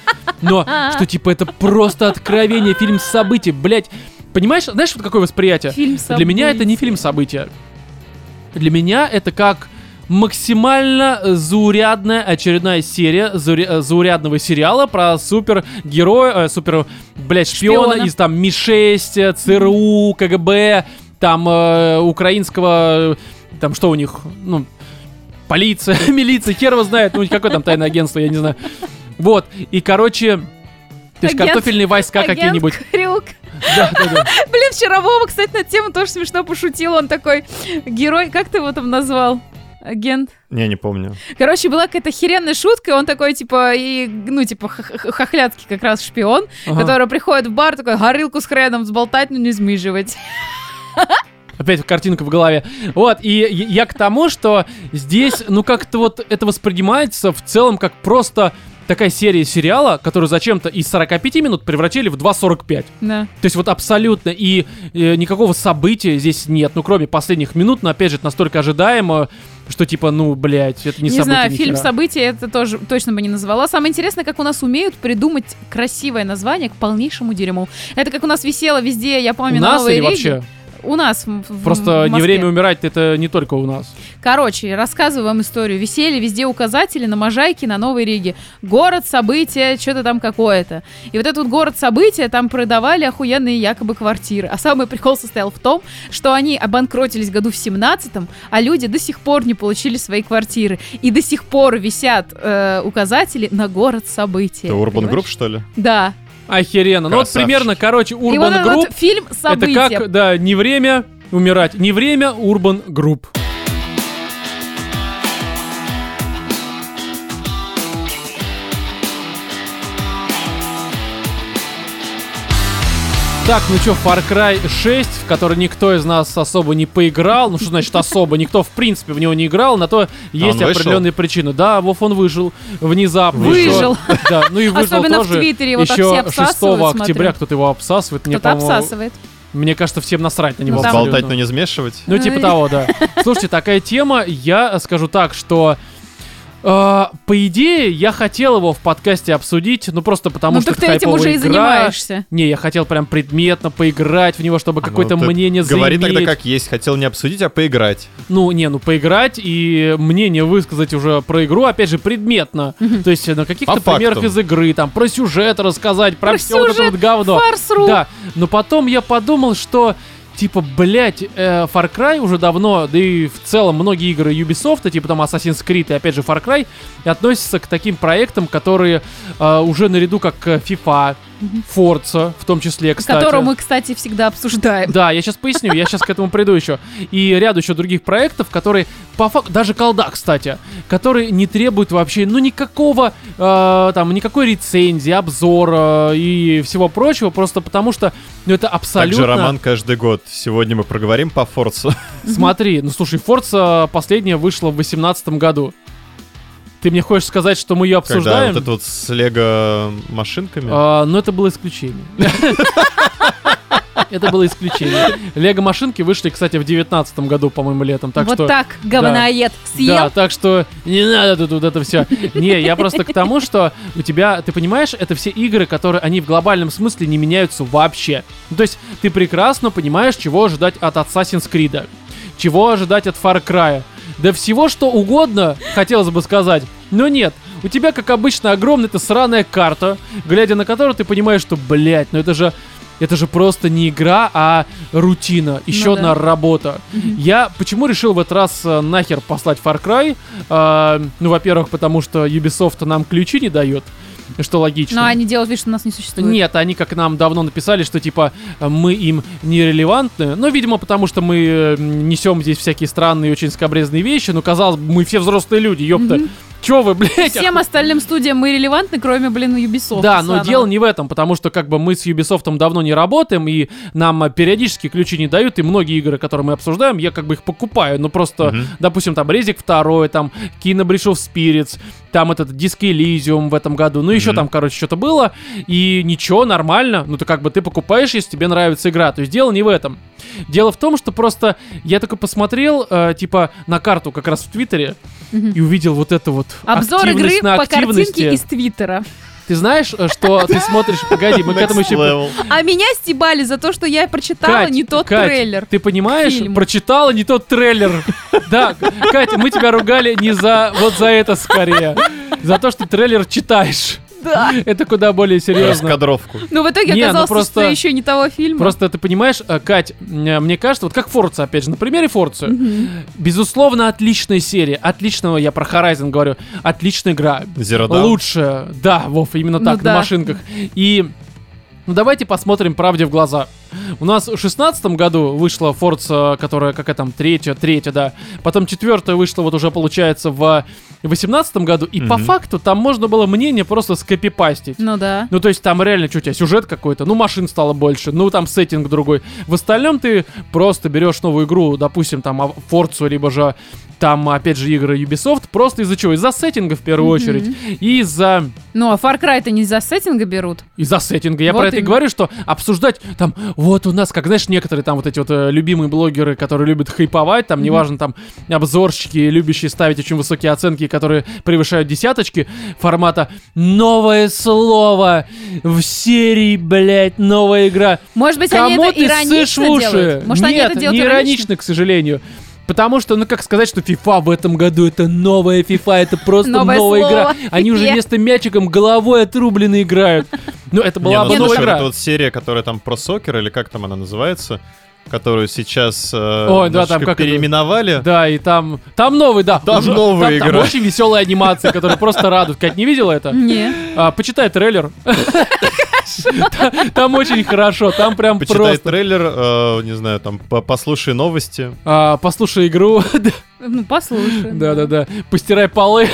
A: Но, что типа это просто откровение, фильм событий, блядь. Понимаешь, знаешь, вот какое восприятие?
C: Фильм
A: Для меня это не фильм события. Для меня это как максимально э, заурядная очередная серия заури- э, заурядного сериала про супергероя, э, супер, блядь, шпиона,
C: Шпиона.
A: из там Ми-6, э, ЦРУ, КГБ, там э, украинского, э, там что у них, ну, полиция, милиция, хер его знает, ну, какое там тайное агентство, я не знаю. Вот, и, короче, то есть
C: Агент-
A: картофельные войска
C: Агент
A: какие-нибудь.
C: Крюк.
A: Да, да, да.
C: Блин, вчера Вова, кстати, на эту тему тоже смешно пошутил. Он такой, герой, как ты его там назвал? Агент.
B: Не, не помню.
C: Короче, была какая-то херенная шутка, и он такой, типа, и, ну, типа, х- х- хохляцкий как раз шпион,
A: Ага.
C: который приходит в бар, такой, горилку с хреном взболтать, но не смиживать.
A: Опять картинка в голове. Вот, и я- я к тому, что здесь, ну, как-то вот это воспринимается в целом как просто такая серия сериала, которую зачем-то из 45 минут превратили в 2.45.
C: Да.
A: То есть вот абсолютно и э, никакого события здесь нет, ну, кроме последних минут, но, опять же, это настолько ожидаемо, что типа, ну, блядь, это не,
C: Не,
A: событие,
C: знаю,
A: ни
C: фильм
A: хера.
C: «События» это тоже точно бы не назвала. Самое интересное, как у нас умеют придумать красивое название к полнейшему дерьму. Это как у нас висело везде, я
A: У
C: помню,
A: нас
C: «Новые
A: или
C: реги».
A: вообще?
C: У нас. в- в-
A: Просто
C: в
A: не
C: Москве.
A: время умирать, это не только у нас.
C: Короче, рассказываю вам историю. Висели везде указатели на Можайке, на Новой Риге. Город события, что-то там какое-то. И вот этот вот город события, там продавали охуенные якобы квартиры. А самый прикол состоял в том, что они обанкротились году в 17-м, а люди до сих пор не получили свои квартиры. И до сих пор висят э, указатели на город события.
B: Это Urban
C: Понимаешь?
B: Group, что ли?
C: Да.
A: Охеренно. Ну, вот
B: Красавчик.
A: примерно, короче,
C: И вот
A: Urban
C: этот вот
A: Group
C: фильм события.
A: Это как, да, не время умирать, не время Urban Group. Так, ну что, Far Cry 6, в который никто из нас особо не поиграл. Ну что значит особо? Никто, в принципе, в него не играл. На то есть
B: он вышел?
A: определенные причины. Да, Вов он выжил внезапно.
C: Выжил.
A: Еще- Да, ну и выжил
C: Особенно в
A: тоже
C: Твиттере его так
A: еще
C: все обсасывают,
A: 6 октября
C: смотрю.
A: кто-то его обсасывает. Мне,
C: Кто-то
A: по-моему,
C: обсасывает.
A: Мне кажется, всем насрать на него.
C: Ну, там-
A: абсолютно.
B: Болтать, но не замешивать.
A: Ну, типа
C: Ай.
A: того, да. Слушайте, такая тема, я скажу так, что... э, по идее, я хотел его в подкасте обсудить, ну просто потому
C: Ну
A: что
C: так ты
A: это
C: этим
A: хайповая
C: уже и
A: игра.
C: занимаешься.
A: Не, я хотел прям предметно поиграть в него, чтобы какое-то
B: Ну, ты
A: мнение
B: Говори
A: заиметь.
B: тогда как есть. Хотел не обсудить, а поиграть.
A: Ну, не, ну поиграть и мнение высказать уже про игру, опять же, предметно. То есть э, на каких-то
B: По факту.
A: примерах из игры, там, про сюжет рассказать, про,
C: Про
A: все вот это
C: сюжет,
A: вот говно.
C: Фарс.ру.
A: Да, но потом я подумал, что типа, блядь, э, Far Cry уже давно, да и в целом многие игры Ubisoft, типа там Assassin's Creed и опять же Far Cry, относятся к таким проектам, которые э, уже наряду как э, FIFA, Forza, в том числе, кстати.
C: Которую мы, кстати, всегда обсуждаем.
A: Да, я сейчас поясню, я сейчас к этому приду еще. И ряд еще других проектов, которые по факту, даже колда, кстати, которые не требуют вообще, ну, никакого, э, там, никакой рецензии, обзора и всего прочего, просто потому что, ну, это абсолютно...
B: Также роман каждый год. Сегодня мы проговорим по Форсу.
A: Смотри, ну, слушай, Forza последняя вышла в 2018 году. Ты мне хочешь сказать, что мы ее
B: Когда
A: обсуждаем? ну,
B: вот это вот с лего машинками.
A: А, но это было исключение. Это было исключение. Лего-машинки вышли, кстати, в девятнадцатом году, по-моему, летом. Так
C: вот
A: что...
C: так, говноед,
A: Да,
C: съел.
A: так что не надо тут вот это все. Не, я просто к тому, что у тебя, ты понимаешь, это все игры, которые, они в глобальном смысле не меняются вообще. Ну, то есть ты прекрасно понимаешь, чего ожидать от Assassin's Creed, чего ожидать от Far Cry. Да всего, что угодно, хотелось бы сказать, но нет. У тебя, как обычно, огромная-то сраная карта, глядя на которую ты понимаешь, что, блядь, ну это же это же просто не игра, а рутина. Еще
C: Ну
A: одна
C: да.
A: работа. Я почему решил в этот раз э, нахер послать Far Cry? Э, ну, во-первых, потому что Ubisoft нам ключи не дает, что логично.
C: Но Ну, они делают вид, что нас не существует.
A: Нет, они как нам давно написали, что типа э, мы им нерелевантны. Ну, видимо, потому что мы э, несем здесь всякие странные, очень скобрезные вещи. Ну, казалось бы, мы все взрослые люди, ёпта. Чё вы, блядь?
C: Всем остальным студиям мы релевантны, кроме, блин, Ubisoft.
A: Да, но
C: сраного.
A: дело не в этом, потому что как бы мы с Ubisoft давно не работаем, и нам а, периодически ключи не дают, и многие игры, которые мы обсуждаем, я как бы их покупаю, ну просто,
B: Мгм.
A: допустим, там Резик 2, там Kino Breach of Spirits, там этот Disco Elysium в этом году, ну еще
B: Мгм.
A: там, короче, что-то было, и ничего, нормально, ну ты как бы ты покупаешь, если тебе нравится игра, то есть дело не в этом. Дело в том, что просто я только посмотрел, э, типа, на карту как раз в Твиттере,
C: Мгм.
A: и увидел вот это вот
C: Обзор
A: активность
C: игры
A: на
C: по картинке
A: активности.
C: из Твиттера.
A: Ты знаешь, э, что ты смотришь... Погоди, мы к этому
B: Next
A: еще...
B: level.
C: А меня стебали за то, что я прочитала
A: Кать,
C: не тот
A: Кать,
C: трейлер.
A: Ты понимаешь,
C: Фильм.
A: прочитала не тот трейлер. Да, Катя, мы тебя ругали не за вот за это скорее. За то, что трейлер читаешь.
C: Да.
A: Это куда более серьезно.
B: Раскадровку.
C: Но в итоге
A: Не, ну
C: оказалось,
A: просто-
C: что еще не того фильма.
A: Просто ты понимаешь, э, Кать, м, мне кажется, вот как Форца, опять же, на примере Форца, безусловно, отличная серия, отличного, я про Horizon говорю, отличная игра,
B: Zero Dawn.
A: лучше, да, Вов, именно
C: Ну
A: так, на
C: да.
A: машинках. И ну давайте посмотрим правде в глаза. У нас в шестнадцатом году вышла Forza, которая какая там третья, третья, да. Потом четвертая вышла вот уже получается в восемнадцатом году. И по
B: Мгм.
A: факту там можно было мнение просто скопипастить.
C: Ну да.
A: Ну, то есть там реально, что у тебя, сюжет какой-то, ну, машин стало больше, ну, там сеттинг другой. В остальном ты просто берешь новую игру, допустим, там, а, Forza, либо же там, опять же, игры Ubisoft, просто из-за чего? Из-за сеттинга, в первую
C: Мгм.
A: очередь, и из-за...
C: Ну, а Far Cry-то не за сеттинга берут.
A: Из-за сеттинга. Я
C: Вот
A: про это и
C: именно.
A: говорю, что обсуждать там, вот у нас, как знаешь, некоторые там вот эти вот э, любимые блогеры, которые любят хайповать, там,
C: Мгм.
A: неважно, там, обзорщики, любящие ставить очень высокие оценки, которые превышают десяточки, формата «Новое слово в серии, блядь, новая игра».
C: Может быть, они
A: Кому
C: это
A: ты сышь в
C: иронично
A: уши?
C: делают? Может, они
A: Нет,
C: это делают
A: не иронично, к сожалению. Потому что, ну как сказать, что FIFA в этом году это новая FIFA, это просто
C: Новое
A: новая
C: слово.
A: игра. Они уже
C: Е.
A: вместо мячиком головой отрублены играют. Ну это была
B: Не,
A: бы
B: ну,
A: новая
B: слушай, вот
A: игра.
B: эта вот серия, которая там про сокер, или как там она называется, которую сейчас э,
A: Ой, да, там
B: немножечко
A: как это-
B: переименовали.
A: Да, и там... Там новый, да.
B: Там
A: Уже-
B: новая
A: там- там
B: игра.
A: очень веселая анимация, которая просто радует. Кать, не видела это?
C: Не.
A: А, почитай трейлер. Та- Там очень хорошо, там прям
B: Почитай
A: просто...
B: трейлер, э, не знаю, там по- послушай новости.
A: А, Послушай игру,
C: Ну, послушай.
A: да-да-да, постирай полы,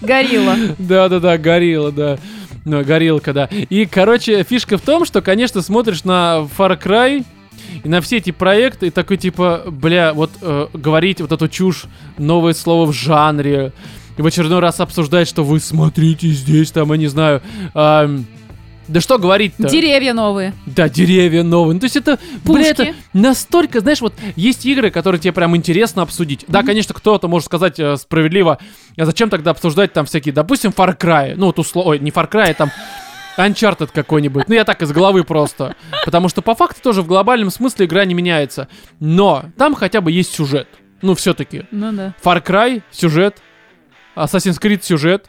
C: Горилла.
A: да-да-да, горилла, да. Ну, горилка, да. И, короче, фишка в том, что, конечно, смотришь на Far Cry и на все эти проекты, и такой, типа, бля, вот э, говорить вот эту чушь, новое слово в жанре, и в очередной раз обсуждать, что вы смотрите здесь, там, я не знаю, ам, да что говорить-то?
C: Деревья новые.
A: Да, деревья новые. Ну, то есть это, бля,
C: Пушки.
A: это настолько, знаешь, вот есть игры, которые тебе прям интересно обсудить. Да, конечно, кто-то может сказать э, справедливо, а зачем тогда обсуждать там всякие, допустим, Far Cry, ну вот условно, ой, не Far Cry, а там Uncharted какой-нибудь. Ну, я так из головы просто. Потому что по факту тоже в глобальном смысле игра не меняется. Но там хотя бы есть сюжет. Ну, все-таки.
C: Ну да.
A: Far Cry — сюжет, Assassin's Creed — сюжет,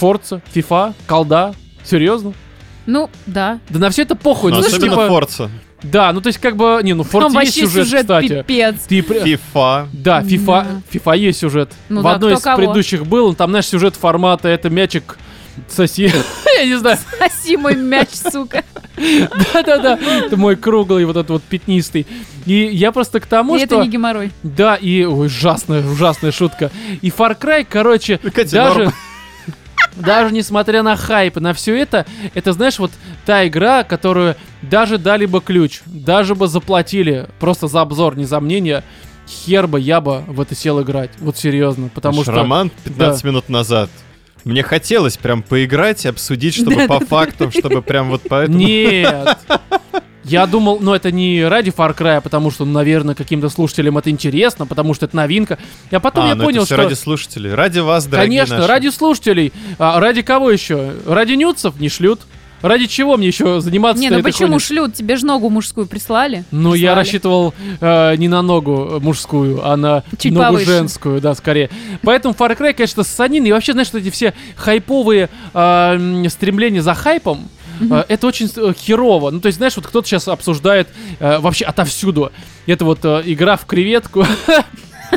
A: Forza, FIFA, колда. Серьезно?
C: Ну, да.
A: Да на все это похуй.
B: Но
A: ну, то есть,
B: особенно
A: типа-
B: Forza.
A: да, ну то есть как бы, не, ну в Forza
C: Там
A: есть
C: вообще
A: сюжет,
C: сюжет
A: кстати.
C: пипец.
A: Ты при-
B: FIFA.
A: Да, FIFA, FIFA есть сюжет.
C: Ну
A: в
C: да,
A: одной
C: кто
A: из
C: кого.
A: предыдущих был, ну, там наш сюжет формата это мячик соси. Я не знаю.
C: Соси мой мяч, сука.
A: Да-да-да. Это мой круглый, вот этот вот пятнистый. И я просто к тому,
C: И это
A: что...
C: не геморрой.
A: Да, и... Ой, ужасная, ужасная шутка. И Far Cry, короче,
B: Катя,
A: даже...
B: норм.
A: Даже несмотря на хайп, и на все это, это, знаешь, вот та игра, которую даже дали бы ключ, даже бы заплатили просто за обзор, не за мнение, хер бы я бы в это сел играть. Вот серьезно, потому
B: Наш
A: что...
B: Роман 15 минут назад Мне хотелось прям поиграть, обсудить, чтобы по факту, чтобы прям вот поэтому...
A: Нет. Я думал, ну это не ради Far Cry, а потому что, ну, наверное, каким-то слушателям это интересно, потому что это новинка. А потом
B: А,
A: я
B: ну это
A: понял,
B: всё
A: что...
B: ради слушателей, ради вас, дорогие
A: Конечно,
B: наши.
A: ради слушателей. А ради кого еще? Ради нюцев не шлют. Ради чего мне еще заниматься?
C: Не, ну почему шлют? Тебе же ногу мужскую прислали.
A: Ну, я
C: Прислали.
A: рассчитывал э, не на ногу мужскую, а на
C: Чуть
A: ногу
C: повыше.
A: женскую, да, скорее. Поэтому Far Cry, конечно, ссанин. И вообще, знаешь, что эти все хайповые э, м, стремления за хайпом, э, это очень э, херово. Ну, то есть, знаешь, вот кто-то сейчас обсуждает э, вообще отовсюду. Это вот э, игра в креветку.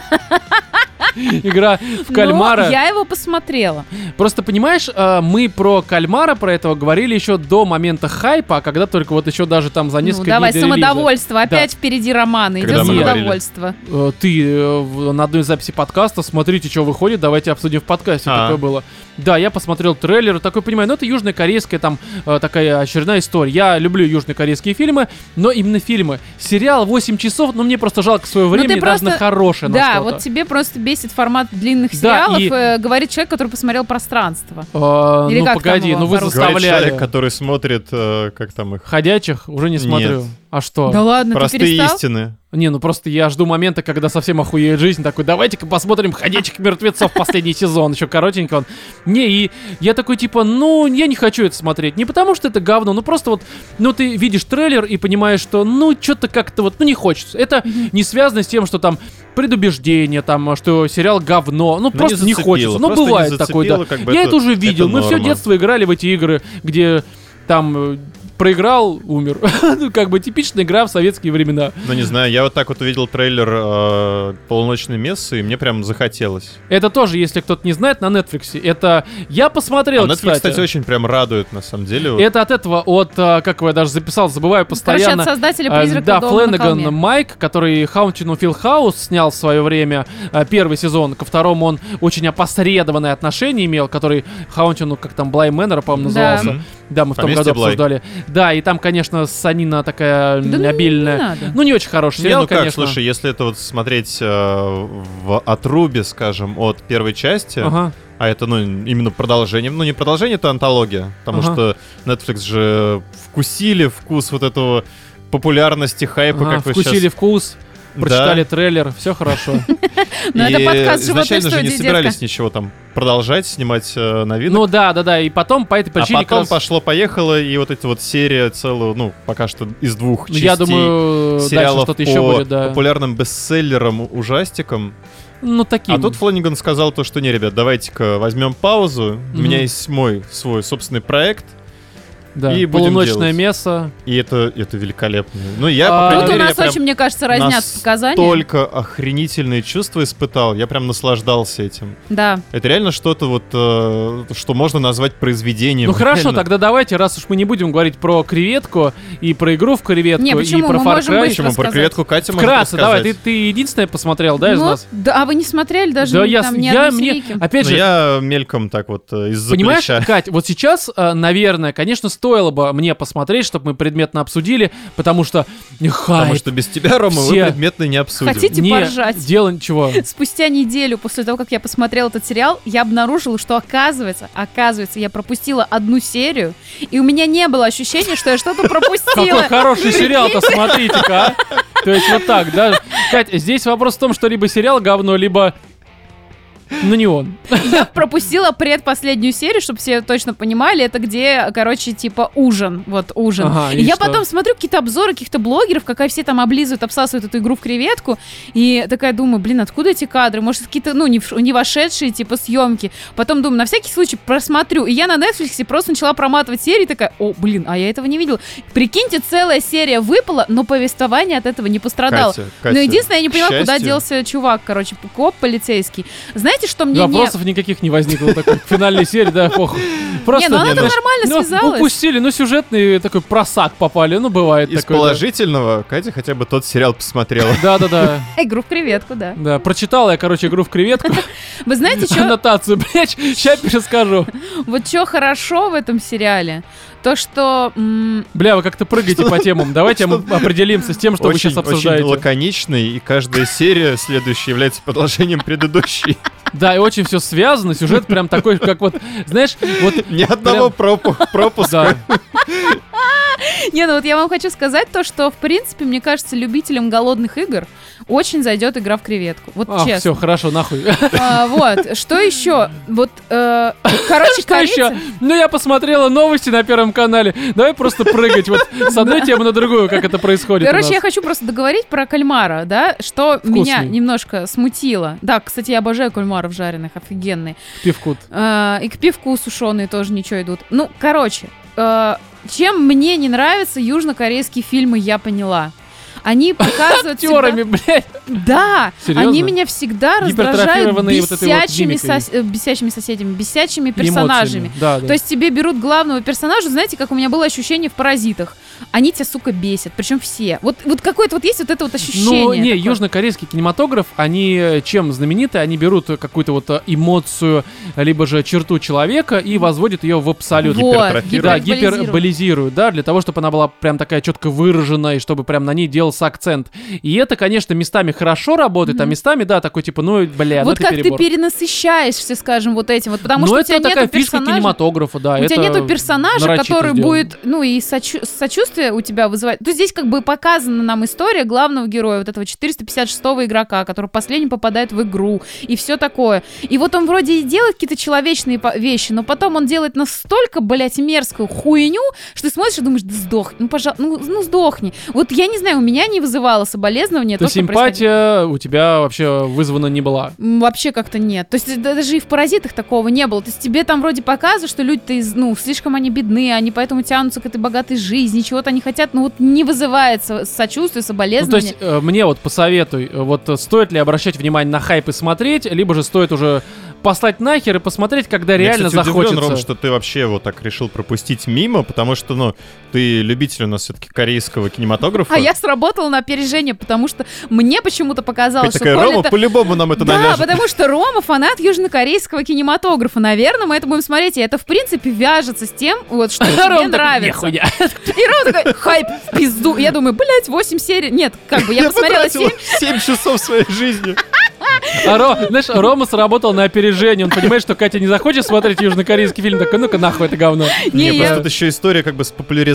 A: Игра в
C: Но
A: кальмара.
C: Ну, я его посмотрела.
A: Просто понимаешь, э, мы про кальмара, про этого говорили еще до момента хайпа, а когда только вот еще даже там за
C: Ну,
A: несколько
C: давай,
A: дней до релиза.
C: самодовольство. Опять впереди романы.
B: Когда
C: Идет
A: мы говорили.
C: самодовольство.
A: Э, Ты э, в- на одной записи подкаста, смотрите, что выходит, давайте обсудим в подкасте,
B: А.
A: такое было. Да, я посмотрел трейлер, такой понимаю, ну это южнокорейская там э, такая очередная история. Я люблю южнокорейские фильмы, но именно фильмы. Сериал 8 часов, но мне просто жалко свое
C: Ну, ты
A: время, даже
C: просто-
A: на хорошее, на
C: Да,
A: что-то.
C: вот тебе просто бесит формат длинных
A: Да,
C: сериалов,
A: и-
C: э, говорит человек, который посмотрел пространство.
A: Э,
C: Или
A: ну
C: как там
A: погоди,
C: его
A: ну вы
C: по-русски?
B: Говорит человек,
A: заставляли.
B: который смотрит, э, как там их,
A: Ходячих уже не
B: Нет.
A: смотрю. А что?
C: Да ладно, ты
B: простые
C: перестал?
B: истины.
A: Не, ну просто я жду момента, когда совсем охуеет жизнь. Такой, давайте-ка посмотрим «Ходячих мертвецов» последний сезон. Еще коротенько он. Не, и я такой, типа, ну, я не хочу это смотреть. Не потому что это говно, ну просто вот, ну ты видишь трейлер и понимаешь, что, ну, что-то как-то вот, ну, не хочется. Это не связано с тем, что там предубеждение, там, что сериал говно. Ну,
B: Ну,
A: просто
B: не
A: не,
B: зацепило,
A: хочется. Ну,
B: просто не
A: бывает такое, да.
B: зацепило, как бы
A: я
B: это-
A: это уже
B: это
A: видел. Мы все
B: норма.
A: детство играли в эти игры, где там э, проиграл, умер. ну, как бы типичная игра в советские времена.
B: Ну, не знаю, я вот так вот увидел трейлер э, полуночной мессы, и мне прям захотелось. А
A: Это тоже, если кто-то не знает, на Netflix. Это я посмотрел,
B: А Netflix,
A: кстати.
B: кстати, очень прям радует, на самом деле. вот.
A: Это от этого, от, а, как его я даже записал, забываю
C: Ну, Короче, от
A: постоянно.
C: создателя
A: А,
C: призрака
A: Да,
C: дома на
A: Фленнеган
C: холме.
A: Майк, который Haunting of Hill House снял в свое время а, первый сезон, ко второму он очень опосредованное отношение имел, который Haunting, ну как там, Блай Мэннер, по-моему,
C: Да.
A: назывался.
B: М.
A: Да, мы в том
B: Поместье
A: году
B: Блай.
A: обсуждали. Да, и там, конечно, санина такая м,
C: Да ну, не
A: обильная.
C: надо.
A: Ну, не очень хороший
B: Не,
A: сериал,
B: ну как,
A: конечно.
B: слушай, если это вот смотреть э, в отрубе, скажем, от первой части,
A: Ага.
B: а это, ну, именно продолжение, ну, не продолжение, это антология, потому
A: Ага.
B: что Netflix же вкусили вкус вот этого популярности, хайпа,
A: Ага,
B: как вы
A: вкусили
B: сейчас...
A: вкус, прочитали трейлер, все хорошо.
C: Но Ну, это подкаст «Животные
B: изначально же не
C: студии»,
B: собирались ничего там продолжать, снимать э, новинок.
A: Ну да, да, да, и потом по этой
B: а
A: причине
B: потом
A: как раз-
B: пошло-поехало, и вот эта вот серия целую, ну, пока что из двух
A: Ну,
B: частей
A: я думаю, дальше
B: сериалов
A: что-то
B: по
A: еще будет, да.
B: популярным бестселлерам, ужастикам.
A: Ну, таким.
B: А тут Фланиган сказал то, что не, ребят, давайте-ка возьмем паузу. У
A: Мгм.
B: меня есть мой свой собственный проект,
A: да.
B: и будем
A: полуночное
B: делать.
A: мясо.
B: и это, это великолепно. Ну, я,
A: А,
B: по крайней
C: Тут у
B: мере, я
C: нас
B: прям
C: очень, мне кажется, разнятся показания.
B: настолько охренительные чувства испытал. Я прям наслаждался этим.
C: Да.
B: Это реально что-то вот, э, что можно назвать произведением.
A: Ну хорошо,
B: Реально.
A: тогда давайте, раз уж мы не будем говорить про креветку и про игру в креветку
C: Не,
A: и
C: почему?
A: про
C: Мы
A: Far
C: можем
A: Cry.
C: быстро
B: Почему? Про
C: рассказать.
B: креветку Катя может
A: Вкратце, давай, ты,
B: рассказать.
A: ты единственное посмотрел, да, из
C: Ну,
A: нас?
C: Да, а вы не смотрели даже
A: да,
C: ни-
A: я,
C: там,
A: с-
C: ни
A: я
C: одной
A: мне,
C: серийки?
A: опять
B: Но
A: же,
B: Ну, я мельком так вот э, из-за
A: Понимаешь,
B: плеча.
A: Кать, вот сейчас, э, наверное, конечно, стоило бы мне посмотреть, чтобы мы предметно обсудили, потому что э,
B: Потому
A: хайп.
B: что без тебя, Рома, вы
A: Все.
B: предметно не обсудим.
C: Хотите
A: Не,
C: поржать?
A: Дело ничего.
C: Спустя неделю после того, как я посмотрела этот сериал, я обнаружила, что оказывается, оказывается, я пропустила одну серию, и у меня не было ощущения, что я что-то
A: Какой
C: пропустила.
A: хороший сериал-то, смотрите-ка, а. То есть вот так, да? Кать, здесь вопрос в том, что либо сериал говно, либо... Ну не он.
C: Я пропустила предпоследнюю серию, чтобы все точно понимали, это где, короче, типа ужин, вот ужин.
A: Ага,
C: и
A: и
C: я
A: что?
C: потом смотрю какие-то обзоры каких-то блогеров, какая все там облизывают, обсасывают эту игру в креветку, и такая думаю, блин, откуда эти кадры? Может, какие-то, ну, не, вш- не вошедшие, типа, съемки. Потом думаю, на всякий случай просмотрю. И я на Netflix просто начала проматывать серии, такая, о, блин, а я этого не видела. Прикиньте, целая серия выпала, но повествование от этого не пострадало.
B: Катя,
C: но
B: Катя,
C: единственное, я не
B: к
C: понимаю, куда
B: счастью,
C: делся чувак, короче, коп полицейский. Знаете, что мне не...
A: Вопросов никаких не возникло такой к финальной серии, да, похуй. Просто,
C: Не, ну она
A: знаешь,
C: там нормально
A: ну,
C: связалась.
A: упустили, ну сюжетный такой просак попали, ну бывает
B: Из
A: такое. да.
B: положительного Катя хотя бы тот сериал посмотрела.
A: Да-да-да,
C: Игру в креветку, да.
A: да. Прочитала я, короче, игру в креветку,
C: Вы знаете, что
A: аннотацию, блядь, сейчас перескажу.
C: вот что хорошо в этом сериале? То, что... м,
A: Бля, вы как-то прыгаете по темам. Давайте мы определимся с тем, что вы
B: очень,
A: сейчас
B: очень
A: обсуждаете.
B: лаконичный, и каждая серия следующая является продолжением предыдущей.
A: Да, и очень все связано. Сюжет прям такой, как вот, знаешь, вот
B: Ни одного пропу- пропуска.
A: да.
C: Не, ну вот я вам хочу сказать то, что, в принципе, мне кажется, любителям голодных игр очень зайдет игра в креветку. Вот
A: А,
C: честно.
A: все, хорошо, нахуй.
C: А, вот, что еще? Вот, э, короче,
A: Что
C: корейцы-
A: еще? Ну, я посмотрела новости на Первом канале. Давай просто прыгать вот с одной темы на другую, как это происходит у
C: Короче, я
A: нас.
C: хочу просто договорить про кальмара, да, что
A: Вкусный.
C: меня немножко смутило. Да, кстати, я обожаю кальмаров жареных, офигенные.
A: Пивкут.
C: Э, и к пивку сушеные тоже ничего идут. Ну, короче, э, чем мне не нравятся южнокорейские фильмы, я поняла. Они показывают всегда-
A: Актерами, блядь.
C: Да,
A: Серьезно?
C: они меня всегда раздражают
A: Гипертрофированные вот этой вот
C: бесячими,
A: мимикой.
C: сос- э, бесячими соседями, бесячими
A: Эмоциями.
C: персонажами.
A: Да, да.
C: То есть тебе берут главного персонажа, знаете, как у меня было ощущение в «Паразитах». Они тебя, сука, бесят, причем все. Вот, вот какое-то вот есть вот это вот ощущение.
A: Ну, не,
C: такое.
A: южнокорейский кинематограф, они э, чем знамениты? Они берут э, какую-то вот э, эмоцию, либо же черту человека и возводят ее в абсолют.
C: Вот,
B: Гиператрофирую.
A: Да,
C: гиперболизируют.
A: гиперболизируют, да, для того, чтобы она была прям такая четко выражена, и чтобы прям на ней делался акцент. И это, конечно, местами хорошо работает, а
C: Мгм.
A: местами, да, такой типа, ну, бля, ну
C: Вот
A: это
C: как
A: перебор.
C: ты перенасыщаешься, скажем, вот этим вот, потому
A: Но
C: что у
A: это
C: тебя
A: такая
C: нету
A: фишка
C: персонажа.
A: кинематографа, да.
C: У тебя
A: это
C: нету персонажа,
A: нарочито
C: который
A: сделано.
C: будет, ну и сочу- сочувствие у тебя вызывать. То есть здесь как бы показана нам история главного героя, вот этого 456-го игрока, который последний попадает в игру и все такое. И вот он вроде и делает какие-то человечные по- вещи, но потом он делает настолько, блядь, мерзкую хуйню, что ты смотришь и думаешь, да сдохни, ну пожалуйста, ну, ну сдохни. Вот я не знаю, у меня не вызывало соболезнования
A: То
C: то,
A: есть
C: что происходило.
A: симпатия у тебя вообще вызвана не была.
C: М, Вообще как-то нет. То есть да- даже и в «Паразитах» такого не было. То есть тебе там вроде показывают, что люди-то, из, ну, слишком они бедны, они поэтому тянутся к этой богатой жизни, чего-то они хотят, но вот не вызывает со- сочувствия,
A: Ну, то
C: соболезнования.
A: есть, э, мне вот посоветуй, э, вот э, стоит ли обращать внимание на хайп и смотреть, либо же стоит уже послать нахер и посмотреть, когда
B: Я,
A: реально
B: кстати, удивлен,
A: захочется.
B: Ром, что ты вообще его так решил пропустить мимо, потому что, ну, ты любитель у нас все-таки корейского кинематографа.
C: А я сработала на опережение, потому что мне почему-то показалось,
B: Катя
C: что
B: такая,
C: Коля
B: Рома,
C: это-
B: по-любому нам это
C: да,
B: навяжет.
C: потому что Рома фанат южнокорейского кинематографа. Наверное, мы это будем смотреть. И это, в принципе, вяжется с тем, вот, что
A: Ром
C: тебе
A: такой,
C: нравится.
A: «Нихуя».
C: И Рома такой, хайп, в пизду. Я думаю, блядь, 8 серий. Нет, как бы я посмотрела 7,
B: 7 часов своей жизни.
A: А Ро- знаешь, Рома сработал на опережение. Он понимает, что Катя не захочет смотреть южнокорейский фильм. Такой, ну-ка нахуй это говно.
C: Не,
B: Не,
C: я-
B: просто тут еще история как бы с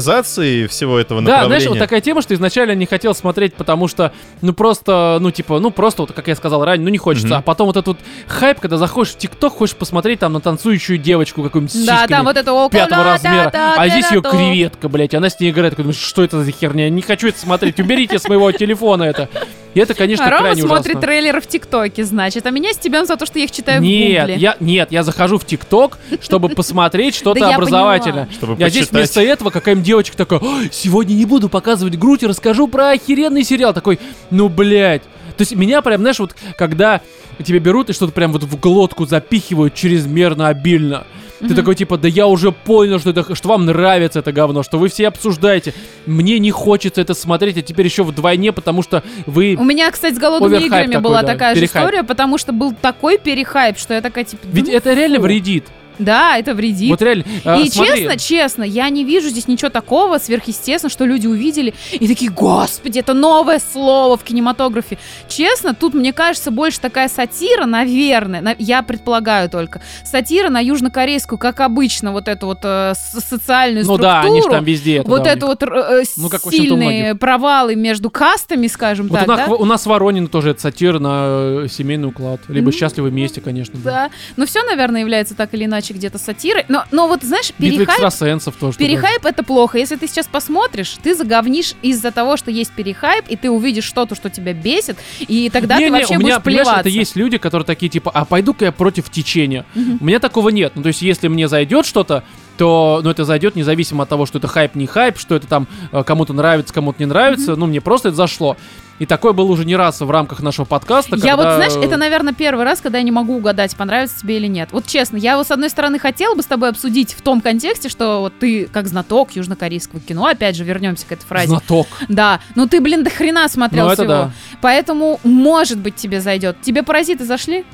B: популяризацией всего этого
A: Да, знаешь, вот
B: направления.
A: такая тема, что изначально не хотел смотреть, потому что, ну просто, ну типа, ну просто, вот как я сказал ранее, ну не хочется.
B: Мгм.
A: А потом вот этот вот хайп, когда заходишь в ТикТок, хочешь посмотреть там на танцующую девочку какую-нибудь с
C: Да,
A: сиськами.
C: там вот это около...
A: пятого размера, а здесь ее
C: кривит.
A: креветка, блядь, она с ней играет, такой, думаешь, что это за херня, я не хочу это смотреть, уберите с моего телефона это. И это, конечно,
C: А Рома
A: крайне
C: смотрит
A: ужасно.
C: трейлеры в ТикТоке, значит, а меня стебем за то, что я их читаю в
A: Нет,
C: Гугле.
A: я, нет, я захожу в ТикТок, чтобы посмотреть
C: Да
A: что-то
C: я
A: образовательное.
B: Чтобы
A: Я здесь
B: почитать.
A: вместо этого какая-нибудь девочка такая, «Ой, сегодня не буду показывать грудь и расскажу про охеренный сериал. Такой, ну, блядь. То есть меня прям, знаешь, вот когда тебе берут и что-то прям вот в глотку запихивают чрезмерно обильно. Ты
C: Мгм.
A: такой типа, да я уже понял, что, это, что вам нравится это говно, что вы все обсуждаете. Мне не хочется это смотреть, а теперь еще вдвойне, потому что вы...
C: У меня, кстати, с голодными
A: Оверхайп
C: играми
A: такой,
C: была
A: да,
C: такая же
A: перехайп.
C: история, потому что был такой перехайп, что я такая, типа, да
A: Ведь э
C: ну,
A: это реально
C: фу.
A: вредит.
C: Да, это вредит.
A: Вот реально. а,
C: и
A: смотри.
C: честно, честно, я не вижу здесь ничего такого сверхъестественного, что люди увидели и такие, господи, это новое слово в кинематографе. Честно, тут, мне кажется, больше такая сатира, наверное, на- я предполагаю только, сатира на южнокорейскую, как обычно, вот эту вот э, со- социальную
A: Ну
C: структуру.
A: да, они же там везде. это,
C: вот
A: да, у
C: это
A: них.
C: вот э, э,
A: Ну, как, в общем-то, у
C: сильные провалы между кастами, скажем
A: Вот
C: так,
A: у, нас,
C: да?
A: у нас Воронин тоже это сатира на э, семейный уклад. Либо
C: Ну,
A: счастливы вместе, конечно. да.
C: Да. Но все, наверное, является так или иначе где-то сатирой. Но, но вот, знаешь,
A: Битва
C: перехайп
A: экстрасенсов тоже. туда.
C: Перехайп это плохо. Если ты сейчас посмотришь, ты заговнишь из-за того, что есть перехайп, и ты увидишь что-то, что тебя бесит, и тогда
A: Не, не,
C: ты вообще
A: у меня,
C: будешь
A: понимаешь,
C: плеваться.
A: это есть люди, которые такие, типа, а пойду-ка я против течения.
C: Мгм.
A: У меня такого нет. Ну, то есть, если мне зайдет что-то, то, ну, это зайдет независимо от того, что это хайп, не хайп, что это там э, кому-то нравится, кому-то не нравится. Ну, мне просто это зашло. И такое было уже не раз в рамках нашего подкаста.
C: Я вот,
A: когда,
C: знаешь, это,
A: э,
C: наверное, первый раз, когда я не могу угадать, понравится тебе или нет. Вот честно, я его, с одной стороны, хотела бы с тобой обсудить в том контексте, что вот ты, как знаток южнокорейского кино, опять же, вернемся к этой фразе.
A: Знаток.
C: Да, ну ты, блин, до хрена смотрел
A: Ну, это
C: всего.
A: да.
C: Поэтому, может быть, тебе зайдет. Тебе паразиты зашли?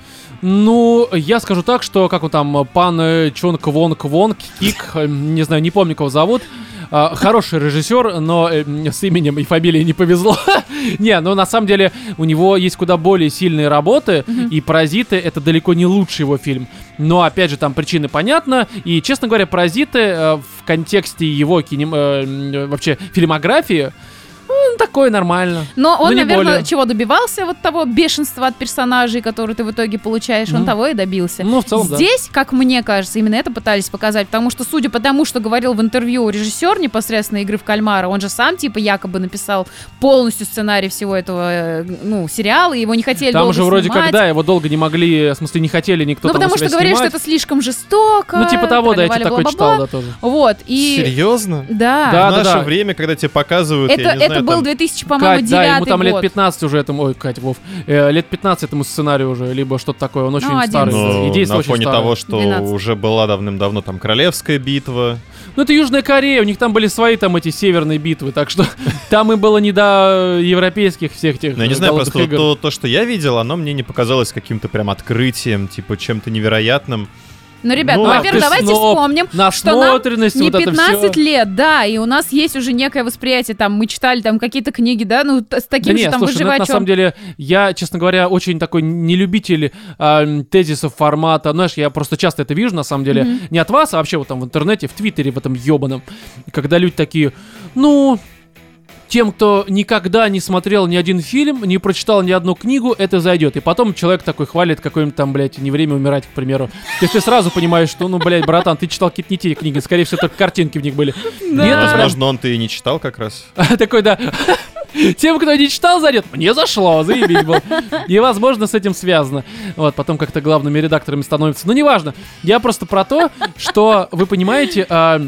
A: Ну, я скажу так, что как он там, э, пан э, Чон Квон Квон Кик, э, не знаю, не помню, кого зовут. А, Хороший режиссер, но э, мне с именем и фамилией не повезло. Не, но на самом деле у него есть куда более сильные работы,
C: Мгм.
A: и «Паразиты» — это далеко не лучший его фильм. Но, опять же, там причины понятны, и, честно говоря, «Паразиты» э, в контексте его кинем... э, м, вообще фильмографии, ну, такое нормально.
C: Но он,
A: Ну, не
C: наверное,
A: более.
C: чего добивался вот того бешенства от персонажей, которые ты в итоге получаешь, он
A: Мгм.
C: того и добился.
A: Ну, в целом, да.
C: Здесь, как мне кажется, именно это пытались показать, потому что, судя по тому, что говорил в интервью режиссер непосредственно игры в кальмара, он же сам типа якобы написал полностью сценарий всего этого э, ну сериала, и его не хотели
A: Там
C: долго
A: же вроде
C: снимать.
A: как, да, его долго не могли, в смысле, не хотели никто
C: ну
A: там у
C: потому
A: себя
C: что говорили, что
A: снимать.
C: это слишком жестоко.
A: Ну, типа того, да, я тебе
C: тролливали,
A: такой читал,
C: бла-бла-бла.
A: да, тоже.
C: Вот, и...
B: Серьезно?
C: Да.
A: Да,
B: в
A: да,
B: наше
A: да.
B: время, когда тебе показывают,
C: Это,
B: я не
C: это
B: знаю,
C: был
B: там,
C: 2000, по-моему,
A: Кать,
C: 9
A: да, ему там лет
C: год.
A: 15 уже этому, ой, Кать, Вов, э, лет 15 этому сценарию уже, либо что-то такое, он очень
C: 11.
A: старый,
B: ну,
A: и действие
B: на
A: очень
B: фоне
A: старое.
B: того, что
C: 12.
B: уже была давным-давно там королевская битва.
A: Ну, это Южная Корея, у них там были свои там эти северные битвы, так что там и было не до э, европейских всех тех
B: Ну, я не знаю,
A: голодных
B: просто вот
A: игр.
B: то, то, что я видел, оно мне не показалось каким-то прям открытием, типа чем-то невероятным.
C: Ну, ребят, ну,
B: Ну, ах
A: а, ты
C: во-первых, давайте
A: сноб.
C: вспомним, что нам
A: Насмотренность,
C: не
A: вот это
C: 15
A: всё.
C: лет, да, и у нас есть уже некое восприятие, там, мы читали там какие-то книги, да, ну, т- с таким
A: да
C: же
A: нет,
C: там
A: слушай, ну это на
C: выживачом.
A: самом деле, я, честно говоря, очень такой не любитель а, м, тезисов формата. Знаешь, я просто часто это вижу, на самом деле,
C: Мгм.
A: не от вас, а вообще вот там в интернете, в Твиттере, в этом ёбаном, когда люди такие, ну... Тем, кто никогда не смотрел ни один фильм, не прочитал ни одну книгу, это зайдет. И потом человек такой хвалит какой-нибудь там, блядь, не время умирать, к примеру. То есть ты сразу понимаешь, что, ну, блядь, братан, ты читал какие-то не те книги, скорее всего, только картинки в них были.
C: Да.
A: Нет, это прям-
B: Возможно, он-то и не читал как раз.
A: а, Такой, да. Тем, кто не читал, зайдет. Мне зашло, заебись был. И, возможно, с этим связано. Вот, потом как-то главными редакторами становятся. Но неважно. Я просто про то, что, вы понимаете, а,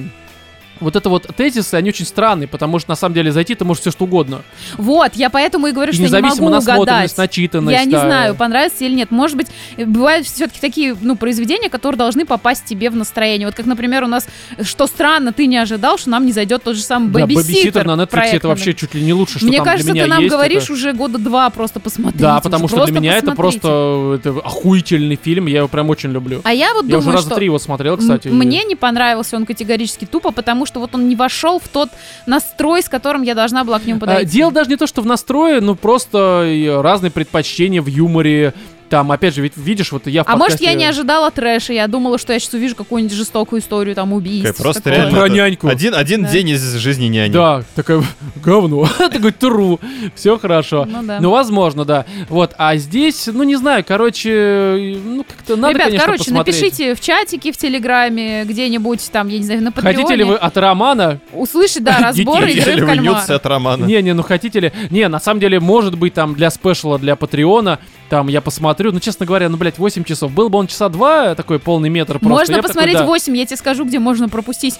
A: вот это вот тезисы, они очень странные, потому что, на самом деле, зайти ты можешь все что угодно.
C: Вот, я поэтому и говорю,
A: И
C: что не могу
A: независимо
C: угадать.
A: насмотренность, начитанность.
C: Я не
A: да.
C: знаю, понравится или нет. Может быть, э, бывают все-таки такие, ну, произведения, которые должны попасть тебе в настроение. Вот как, например, у нас, э, что странно, ты не ожидал, что нам не зайдет тот же самый
A: Да,
C: «Бэбиситтер»
A: «Бэбиситтер» на Netflix
C: проект,
A: это вообще чуть ли не лучше, что
C: Мне
A: там для
C: кажется,
A: меня
C: ты нам
A: есть. Это-
C: говоришь уже года два просто посмотреть.
A: Да, потому что для меня это
C: посмотрите.
A: просто это охуительный фильм, я его прям очень люблю.
C: А я вот
A: я уже
C: думаю,
A: раза
C: что
A: три его смотрел, кстати. и-
C: М- Мне не понравился он категорически тупо, потому что вот он не вошел в тот настрой, с которым я должна была к нему
A: А,
C: подойти.
A: Дело даже не то, что в настрое, но просто и разные предпочтения в юморе. Там, опять же, ведь видишь, вот я в
C: а может, я
A: подкасте-
C: не ожидала трэша, я думала, что я сейчас увижу какую-нибудь жестокую историю, там, убийств.
B: Такая просто
C: такое.
B: реально
A: Про
B: это
A: няньку.
B: Один, один
C: Да.
B: день из жизни няни.
A: Да, такое говно. Такой тру. Все хорошо.
C: Ну да.
A: Ну, возможно, да. Вот, а здесь, ну, не знаю, короче, ну, как-то надо,
C: Ребят,
A: конечно,
C: короче,
A: посмотреть.
C: напишите в чатике, в Телеграме, где-нибудь там, я не знаю, на Патреоне.
A: Хотите ли вы от романа?
C: услышать, да, разбор
A: Детей.
C: игры
B: Или
C: в
B: вы
C: кальмара.
B: нюцы от романа.
A: Не, не, ну хотите ли? Не, на самом деле, может быть, там для спешла, для Патреона, там я посмотрю. Ну, честно говоря, ну, блядь, 8 часов. Был бы он часа два, такой полный метр просто.
C: Можно
A: я бы такой,
C: посмотреть
A: да.
C: 8, я тебе скажу, где можно пропустить.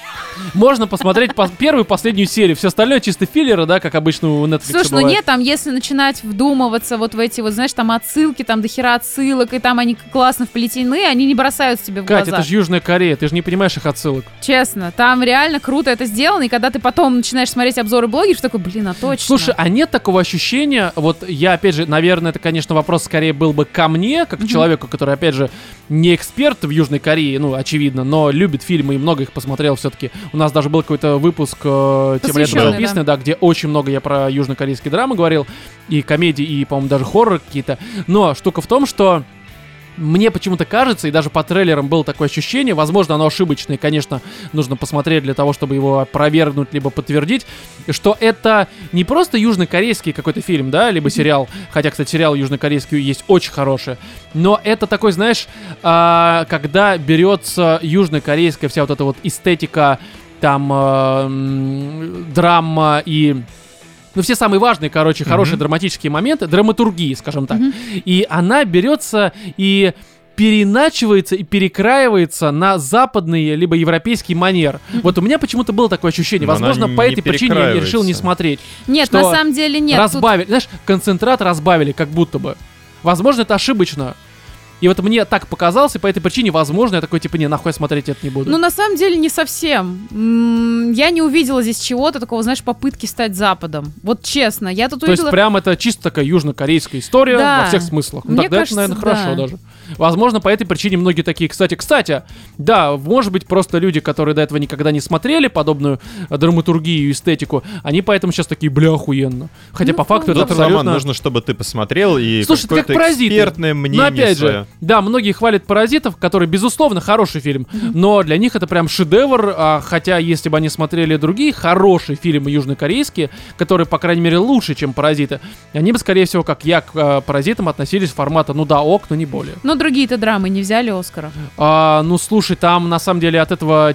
A: Можно посмотреть по- первую и последнюю серию. Все остальное чисто филлеры, да, как обычно у Netflix
C: Слушай, ну
A: бывает.
C: нет, там если начинать вдумываться вот в эти вот, знаешь, там отсылки, там дохера отсылок, и там они классно вплетены, они не бросают тебе в
A: Кать,
C: глаза.
A: это же Южная Корея, ты же не понимаешь их отсылок.
C: Честно, там реально круто это сделано, и когда ты потом начинаешь смотреть обзоры блогеров, такой, блин, а точно.
A: Слушай, а нет такого ощущения, вот я, опять же, наверное, это, конечно, вопрос скорее был бы ко мне, как
C: Мгм.
A: человеку, который, опять же, не эксперт в Южной Корее, ну, очевидно, но любит фильмы и много их посмотрел все-таки. У нас даже был какой-то выпуск э, тем летом
C: Посвященный,
A: записанный, да, где очень много я про южнокорейские драмы говорил, и комедии, и, по-моему, даже хорроры какие-то. Но штука в том, что мне почему-то кажется, и даже по трейлерам было такое ощущение, возможно, оно ошибочное, конечно, нужно посмотреть для того, чтобы его опровергнуть, либо подтвердить, что это не просто южнокорейский какой-то фильм, да, либо сериал, хотя, кстати, сериал южнокорейский есть очень хороший, но это такой, знаешь, а, когда берется южнокорейская вся вот эта вот эстетика, там, а, м, драма и... Ну, все самые важные, короче, хорошие
B: Мгм.
A: драматические моменты, драматургии, скажем так.
C: Мгм.
A: И она берется и переиначивается и перекраивается на западные либо европейский манер. Вот у меня почему-то было такое ощущение.
B: Но
A: Возможно,
B: она
A: по
B: не
A: этой причине я и решил не
B: перекраивается.
A: смотреть.
C: Нет,
A: Что
C: на самом деле нет. Тут-
A: разбавили, знаешь, концентрат разбавили, как будто бы. Возможно, это ошибочно. И вот мне так показалось, и по этой причине, возможно, я такой, типа, не, нахуй я смотреть это не буду.
C: Ну, на самом деле, не совсем. М, Я не увидела здесь чего-то такого, знаешь, попытки стать Западом. Вот честно, я ну, тут
A: То есть
C: увидела...
A: прям это чисто такая южнокорейская история
C: Да.
A: во всех смыслах. Ну
C: Мне
A: тогда
C: кажется,
A: это, наверное, хорошо
C: да.
A: даже. Возможно, по этой причине многие такие, кстати, кстати, да, может быть, просто люди, которые до этого никогда не смотрели подобную э, драматургию и эстетику, они поэтому сейчас такие, бля, охуенно. Хотя
C: Ну,
A: по факту это
B: Тут, Роман,
A: абсолютно...
B: нужно, чтобы ты посмотрел и
A: Слушай, это как
B: какое-то
A: «Паразиты».
B: экспертное мнение
A: Но опять
B: свое.
A: же, да, многие хвалят «Паразитов», который, безусловно, хороший фильм, но для них это прям шедевр, а, хотя, если бы они смотрели другие хорошие фильмы южнокорейские, которые, по крайней мере, лучше, чем «Паразиты», они бы, скорее всего, как я, к э, «Паразитам» относились формата «ну да, ок, но не более».
C: Но другие-то драмы не взяли Оскара.
A: А, ну, слушай, там, на самом деле, от этого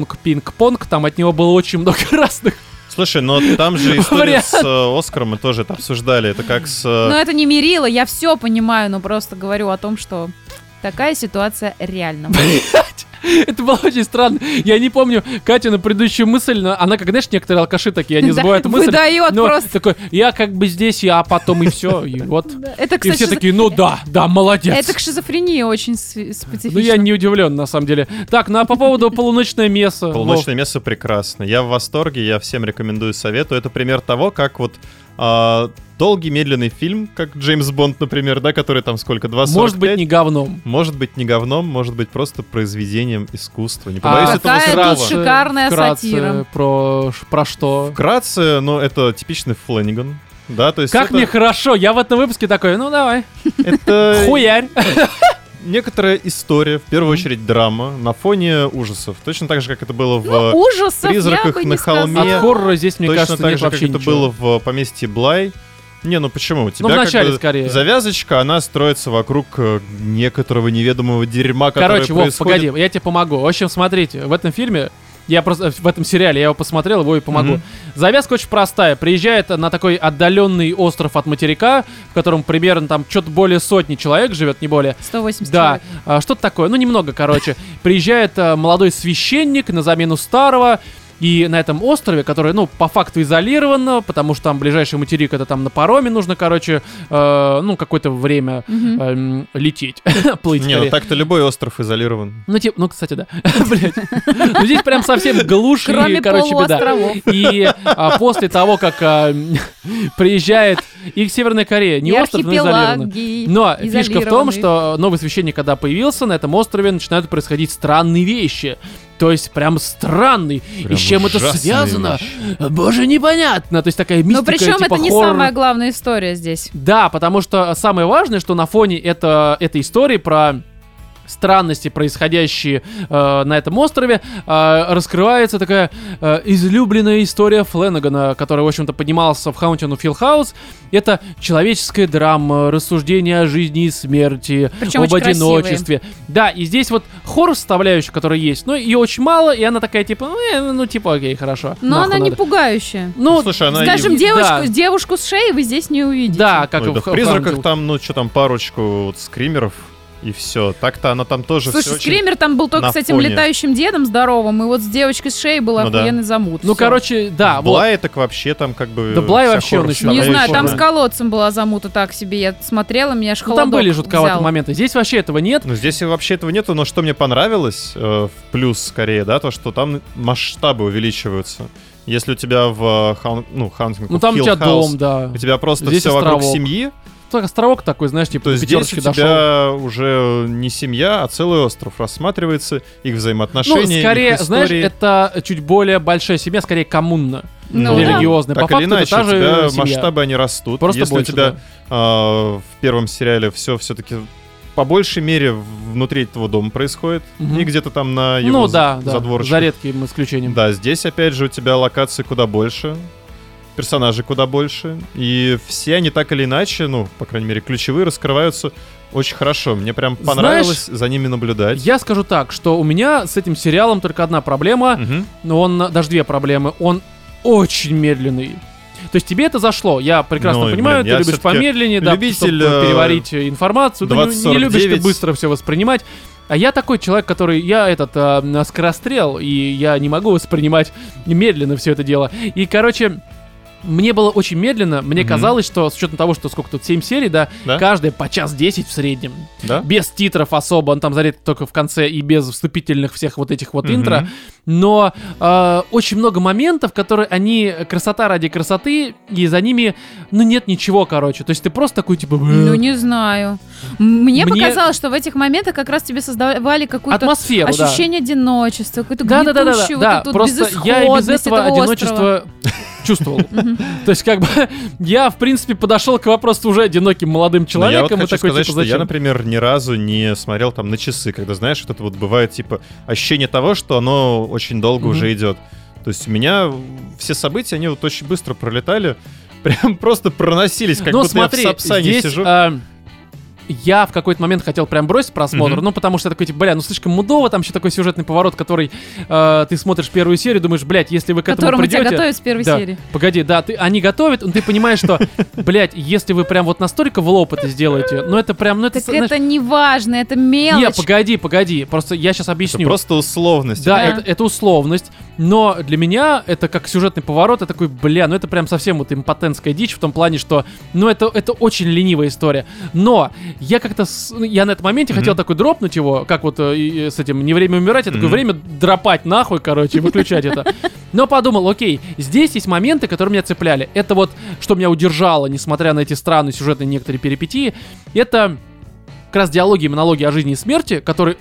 A: «Чанг-понг-пинг-понг», там от него было очень много разных.
B: Слушай, но там же история
A: Вариант. Ну,
B: с э, Оскаром, мы тоже это обсуждали. Это как с... э,
C: Но это не мерило, я все понимаю, но просто говорю о том, что такая ситуация реально.
A: Это было очень странно. Я не помню Катину предыдущую мысль, но она, как, знаешь, некоторые алкаши такие, они забывают мысль.
C: Выдает
A: Ну,
C: просто.
A: такой, я как бы здесь, я, а потом и все, и вот.
C: Это,
A: И
C: кстати,
A: все
C: шизо-
A: такие, ну да, да,
C: это
A: молодец.
C: к шизофрении очень с-
A: Ну я
C: специфично.
A: не удивлен, на самом деле. Так, ну а по поводу полуночное место.
B: Полуночное место прекрасно. Я в восторге, я всем рекомендую, советую. Это пример того, как вот а, долгий, медленный фильм, как Джеймс Бонд, например, да, который там сколько, 2
A: Вов, Может быть, не говном.
B: Может быть, не говном, может быть, просто произведением искусства. Не
A: А
B: побоюсь этого
C: какая
B: слова.
C: тут ши- шикарная
A: вкратце
C: сатира.
A: Про, ш- про что?
B: Вкратце, ну, это типичный Флэниган. Да, то есть
A: Как
B: это,
A: мне хорошо, я в этом выпуске такой, ну давай,
B: это
A: хуярь.
B: некоторая история, в первую очередь драма, на фоне ужасов. Точно так же, как это было в
C: Ну, ужасов я
B: «Призраках
C: бы
B: на
C: не
B: холме»
A: От
B: Мне-
C: сказала.
A: хоррора здесь, мне
B: Точно
A: кажется,
B: так
A: нет
B: же, как
A: вообще
B: это
A: ничего.
B: было в э, поместье Блай. Не, ну почему? У тебя как
A: вначале
B: бы
A: скорее.
B: завязочка, она строится вокруг э, некоторого неведомого дерьма, которое
A: Короче, Вов,
B: происходит.
A: погоди, я тебе помогу. В общем, смотрите, в этом фильме, я просто э, в этом сериале я его посмотрел, его и помогу.
B: Мгм.
A: Завязка очень простая. Приезжает на такой отдаленный остров от материка, в котором примерно там что-то более сотни человек живет, не более.
C: 180
A: Да,
C: человек.
A: а, что-то такое, ну немного, короче. Приезжает а, молодой священник на замену старого, и на этом острове, который, ну, по факту изолирован, потому что там ближайший материк, это там на пароме нужно, короче, э, ну, какое-то время
C: Мгм.
A: эм, лететь, плыть.
B: Не, ну
A: скорее.
B: так-то любой остров изолирован.
A: Ну, типа, ну, кстати, да. Блядь. Ну, здесь прям совсем глушь и,
C: Кроме
A: короче, беда.
C: полуостровов.
A: И а, после того, как а, приезжает их Северная Корея, не
C: И
A: остров, но изолированный.
C: архипелаги,
A: Но фишка в том,
C: изолированные.
A: что новый священник, когда появился, на этом острове начинают происходить странные вещи. То есть прям странный. и
B: Прям
A: с чем это
B: ужасные
A: связано?
B: вещи.
A: Боже, непонятно. То есть такая мистика,
C: Но причем
A: типа
C: это не
A: хоррор.
C: самая главная история здесь.
A: Да, потому что самое важное, что на фоне это, этой истории про странности, происходящие э, на этом острове, э, раскрывается такая э, излюбленная история Фленагана, которая, в общем-то, поднимался в Хаунтину Филхаус. Это человеческая драма, рассуждение о жизни и смерти,
C: Причем
A: об
C: очень красивые.
A: одиночестве. Да, и здесь вот хор вставляющий, который есть, но ее очень мало, и она такая, типа, «Э, ну, типа, окей, хорошо.
C: Но
A: нахуй
C: она не
A: надо».
C: пугающая.
A: Ну,
B: Слушай, она и-
C: Скажем,
A: да.
C: девочку, девушку с шеей вы здесь не увидите.
A: Да, как
B: Ну,
A: и
B: да
A: в
B: в
A: Ха-
B: «Призраках»
A: Хаунтин-
B: там, ну, что там, парочку вот скримеров и все. Так-то она там тоже
C: Слушай,
B: всё очень-
C: скример там был только
B: на
C: с этим
B: фоне.
C: летающим дедом здоровым, и вот с девочкой с шеей был
B: Ну да.
C: охуенный замут.
A: Ну,
C: Всё.
A: короче, да,
B: В
A: вот.
B: Блае так вообще там как бы...
A: Да Блай
B: вся
A: вообще он
B: хоррор
A: еще
C: Не
A: Там
C: знаю,
A: очень
C: там
A: много.
C: с колодцем была замута так себе. Я смотрела, меня аж
A: Ну, там
C: холодок
A: были жутковатые
C: взял.
A: моменты. Здесь вообще этого нет.
B: Ну, здесь и вообще этого нету, но что мне понравилось, э, в плюс скорее, да, то, что там масштабы увеличиваются. Если у тебя в э, хаун, ну, Haunting
A: Ну
B: of
A: там у
B: Hill
A: тебя
B: House
A: дом, да.
B: У тебя просто
A: Здесь
B: все вокруг
A: островок.
B: семьи,
A: Так, островок такой, знаешь, типа
B: то
A: до
B: есть здесь у
A: пятерочки
B: тебя
A: дошел.
B: уже не семья, а целый остров рассматривается, их
A: Ну,
B: взаимоотношения,
A: скорее,
B: их
A: знаешь,
B: истории.
A: это чуть более большая семья, скорее коммунно,
C: Ну, да.
A: религиозная.
B: Так
A: По
B: или
A: факту
B: иначе,
A: это та
B: у тебя
A: же семья.
B: масштабы, они растут.
A: Просто
B: Если
A: больше,
B: у тебя
A: да.
B: а, в первом сериале все все-таки по большей мере внутри этого дома происходит,
A: Мгм.
B: не где-то там на его
A: Ну
B: з-
A: да, да,
B: задворочках.
A: за редким исключением.
B: Да, здесь, опять же, у тебя локации куда больше, персонажей куда больше, и все они так или иначе, ну, по крайней мере, ключевые раскрываются очень хорошо. Мне прям понравилось за ними наблюдать.
A: Я скажу так, что у меня с этим сериалом только одна проблема,
B: Мгм.
A: но он, даже две проблемы. Он очень медленный. То есть тебе это зашло, я прекрасно
B: Ну, и,
A: понимаю,
B: блин,
A: ты
B: я
A: любишь
B: всё-таки
A: помедленнее, да,
B: любитель,
A: чтоб,
B: э,
A: переварить информацию, ты не- не
B: 2049.
A: любишь ты быстро все воспринимать. А я такой человек, который, я этот, а, скорострел, и я не могу воспринимать медленно все это дело. И, короче, мне было очень медленно, мне
B: Мгм.
A: казалось, что с учетом того, что сколько тут, 7 серий, да,
B: Да?
A: каждая по час 10 в среднем.
B: Да?
A: Без титров особо, он там зарядка только в конце и без вступительных всех вот этих вот
B: Мгм.
A: интро. Но э, очень много моментов, которые они красота ради красоты, и за ними, ну нет ничего, короче. То есть ты просто такой типа... «Э,
C: Ну, не знаю. М- Мне,
A: Мне-
C: показалось, что в этих моментах как раз тебе создавали какую-то
A: атмосферу, да.
C: ощущение одиночества, какую-то
A: Да, да, да, да,
C: гнетущую
A: да,
C: вот эту
A: просто я и без
C: безысходность
A: этого
C: этого острова.
A: одиночество чувствовал.
C: Мгм.
A: То есть, как бы, я, в принципе, подошел к вопросу уже одиноким молодым
B: Но я вот
A: человеком и
B: хочу
A: такой,
B: сказать,
A: типа,
B: что я,
A: зачем?
B: например, ни разу не смотрел там на часы, когда, знаешь, вот это вот бывает, типа, ощущение того, что оно очень долго
A: Мгм.
B: уже идет. То есть у меня все события, они вот очень быстро пролетали, прям просто проносились, как
A: Ну,
B: будто
A: смотри,
B: я в Сапсане
A: здесь,
B: сижу.
A: а, я в какой-то момент хотел прям бросить просмотр,
B: Мгм.
A: ну потому что такой, типа, бля, ну слишком мудово, там еще такой сюжетный поворот, который э, ты смотришь первую серию, думаешь, блядь, если вы к
C: К которому
A: этому
C: тебя
A: придете...
C: готовят с первой
A: Да.
C: серии.
A: Погоди, да, ты, они готовят, но ты понимаешь, что, блядь, если вы прям вот настолько в лоб это сделаете, ну это прям, ну это...
C: Так
A: знаешь,
C: это не важно, это
A: не,
C: мелочь.
A: погоди, погоди, просто я сейчас
B: Это
A: объясню.
B: просто условность.
A: Да,
C: Да.
A: Это, это условность, но для меня это как сюжетный поворот, я такой, бля, ну это прям совсем вот импотентская дичь в том плане, что, ну это, это очень ленивая история. Но я как-то, с- ну, я на этом моменте
B: Мгм.
A: хотел такой дропнуть его, как вот э, и, э, с этим «Не время умирать», я такое
B: Мгм.
A: время дропать нахуй, короче, и выключать это. Но подумал, окей, здесь есть моменты, которые меня цепляли. Это вот, что меня удержало, несмотря на эти странные сюжетные некоторые перипетии, это как раз диалоги и монологи о жизни и смерти, которые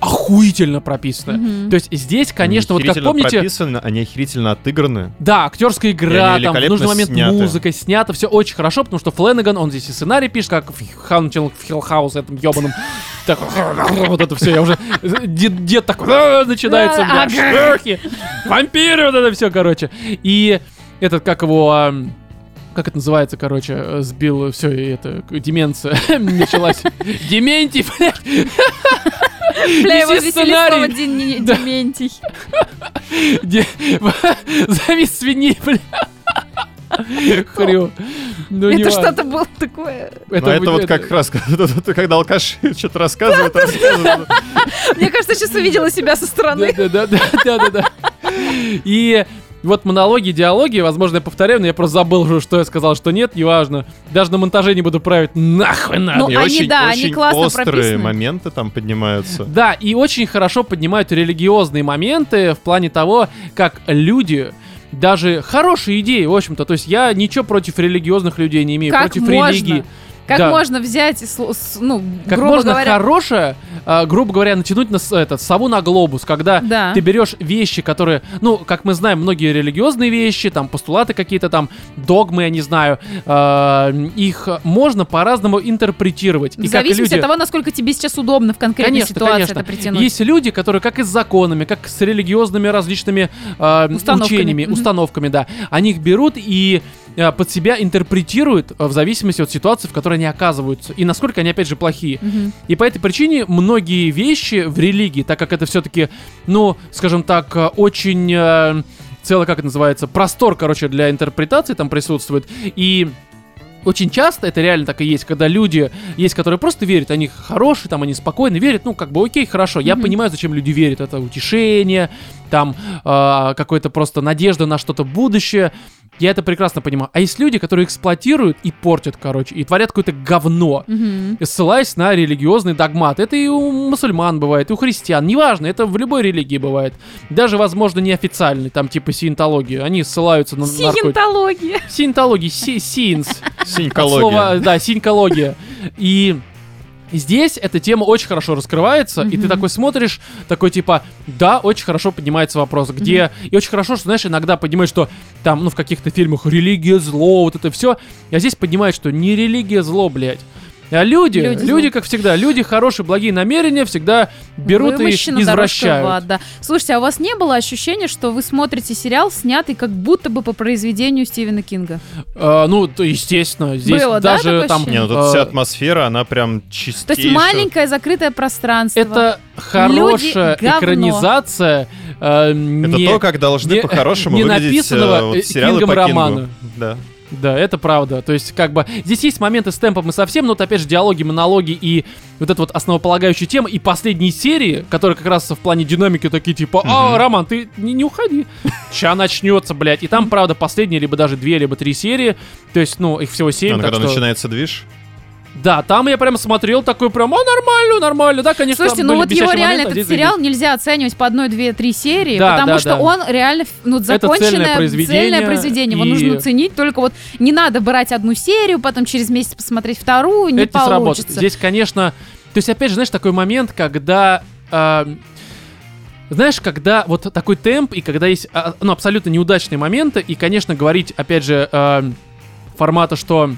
A: охуительно прописаны.
C: Мгм.
A: То есть здесь, конечно,
B: Они
A: вот как
B: охерительно
A: помните,
B: прописаны, они охерительно отыграны.
A: да, актерская игра,
B: они
A: там в
B: великолепно
A: нужный момент
B: сняты.
A: музыка снята, все очень хорошо, потому что Фленнеган, он здесь и сценарий пишет, как в Ханчел в Хиллхаус этом ебаном. Так, вот это все, я уже... Дед, дед такой «А, начинается,
C: Да,
A: бля, шерхи, вампиры, вот это все, короче. И этот, как его... ам, Как это называется, короче, э, сбил все это, к- деменция началась. Дементий, блядь,
C: Бля, его
A: неси
C: веселит
A: сценарий.
C: слово Дин- не-
A: Да.
C: Дементий.
A: Де- Зови свиньи, бля. Хрю. Ну,
C: Это
A: неважно.
C: что-то было такое.
B: Это, это
A: вы-
B: вот как раз, когда, когда алкаши что-то рассказывают, рассказывают.
C: Мне кажется, сейчас увидела себя со стороны.
A: Да-да-да-да-да-да. И вот монологи, диалоги, возможно, я повторяю, но я просто забыл уже, что я сказал, что нет, неважно. Даже на монтаже не буду править. Нахуй надо.
C: Ну,
B: И
C: они,
B: очень,
C: да, они
B: очень
C: классно
B: острые
C: прописаны.
B: моменты там поднимаются.
A: Да, и очень хорошо поднимают религиозные моменты в плане того, как люди даже хорошие идеи, в общем-то. То есть я ничего против религиозных людей не имею,
C: Как
A: против
C: можно?
A: религии.
C: Как
A: Да.
C: можно взять, и сло- с- ну,
A: Как
C: грубо
A: можно
C: говоря...
A: хорошее, э, грубо говоря, натянуть на с- этот, сову на глобус, когда
C: Да.
A: ты берешь вещи, которые, ну, как мы знаем, многие религиозные вещи, там, постулаты какие-то, там, догмы, я не знаю, э, их можно по-разному интерпретировать.
C: В
A: И как
C: зависимости
A: люди...
C: от того, насколько тебе сейчас удобно в конкретной
A: Конечно,
C: ситуации
A: конечно.
C: это притянуть.
A: Есть люди, которые как и с законами, как с религиозными различными э,
C: Установками.
A: учениями,
C: Мгм.
A: установками, да, они их берут и э, под себя интерпретируют э, в зависимости от ситуации, в которой они оказываются, и насколько они, опять же, плохие.
C: Мгм.
A: И по этой причине многие вещи в религии, так как это все-таки, ну, скажем так, э, очень э, целый, как это называется, простор, короче, для интерпретации там присутствует. И очень часто это реально так и есть, когда люди есть, которые просто верят, они хорошие, там они спокойно верят, ну как бы окей, хорошо, я
C: Мгм.
A: понимаю, зачем люди верят, это утешение, там э, какое-то просто надежда на что-то будущее, я это прекрасно понимаю. А есть люди, которые эксплуатируют и портят, короче, и творят какое-то говно
C: Мгм.
A: ссылаясь на религиозный догмат. Это и у мусульман бывает, и у христиан, неважно, это в любой религии бывает. Даже, возможно, неофициальный, там типа сиентология. Они ссылаются на Ну, наркотики.
C: Сиентология.
A: Сиентология, си- сиинс. От
B: Синькология.
A: слова, э, да, синькология. И здесь эта тема очень хорошо раскрывается, и ты
C: Мгм.
A: такой смотришь, такой типа, да, очень хорошо поднимается вопрос, где... И очень хорошо, что, знаешь, иногда поднимаешь, что там, ну, в каких-то фильмах религия зло, вот это все. А здесь поднимаешь, что не религия зло, блядь. А люди,
C: Люди
A: люди,
C: злые.
A: как всегда, люди хорошие, благие намерения всегда берут
C: Вымощено
A: и
C: дорожка в
A: извращают.
C: ад, да. Слушайте, а у вас не было ощущения, что вы смотрите сериал, снятый как будто бы по произведению Стивена Кинга?
A: А, ну, то, естественно, здесь
C: Было, да,
A: даже
C: такое
A: там...
B: Не, ну
A: а,
B: тут вся атмосфера, она прям
C: То
B: чистейшая.
C: есть маленькое закрытое пространство.
A: это хорошая
C: говно.
A: экранизация э,
B: Это
A: не-
B: то, как должны
A: не-
B: по-хорошему
A: не
B: выглядеть э,
A: написанного, э,
B: вот, сериалы
A: Кингом
B: по Кингу.
A: романа.
B: Да.
A: Да, это правда. То есть, как бы, здесь есть моменты с темпом и совсем, но вот, опять же, диалоги, монологи и вот эта вот основополагающая тема, и последние серии, которые как раз в плане динамики такие, типа, а,
B: Мгм.
A: Роман, ты не, не уходи, ща начнется, блядь. И там, правда, последние либо даже две, либо три серии, то есть, ну, их всего семь,
B: Ну,
A: так
B: когда
A: что-
B: начинается движ.
A: Да, там я прям смотрел такой прям, а, нормально, нормально, да, конечно,
C: Слушайте,
A: там
C: ну
A: были
C: вот его
A: бесящие
C: реально
A: моменты, а
C: этот
A: здесь
C: сериал нельзя оценивать по одной, две, три серии,
A: Да,
C: потому
A: да,
C: что
A: да.
C: он реально ну, законченное
A: цельное произведение,
C: цельное произведение. Его
A: и-
C: нужно оценить, только вот не надо брать одну серию, потом через месяц посмотреть вторую, не
A: это не сработает.
C: получится.
A: Здесь, конечно, то есть, опять же, знаешь, такой момент, когда а, знаешь, когда вот такой темп и когда есть, а, ну, абсолютно неудачные моменты и, конечно, говорить, опять же, а, формата, что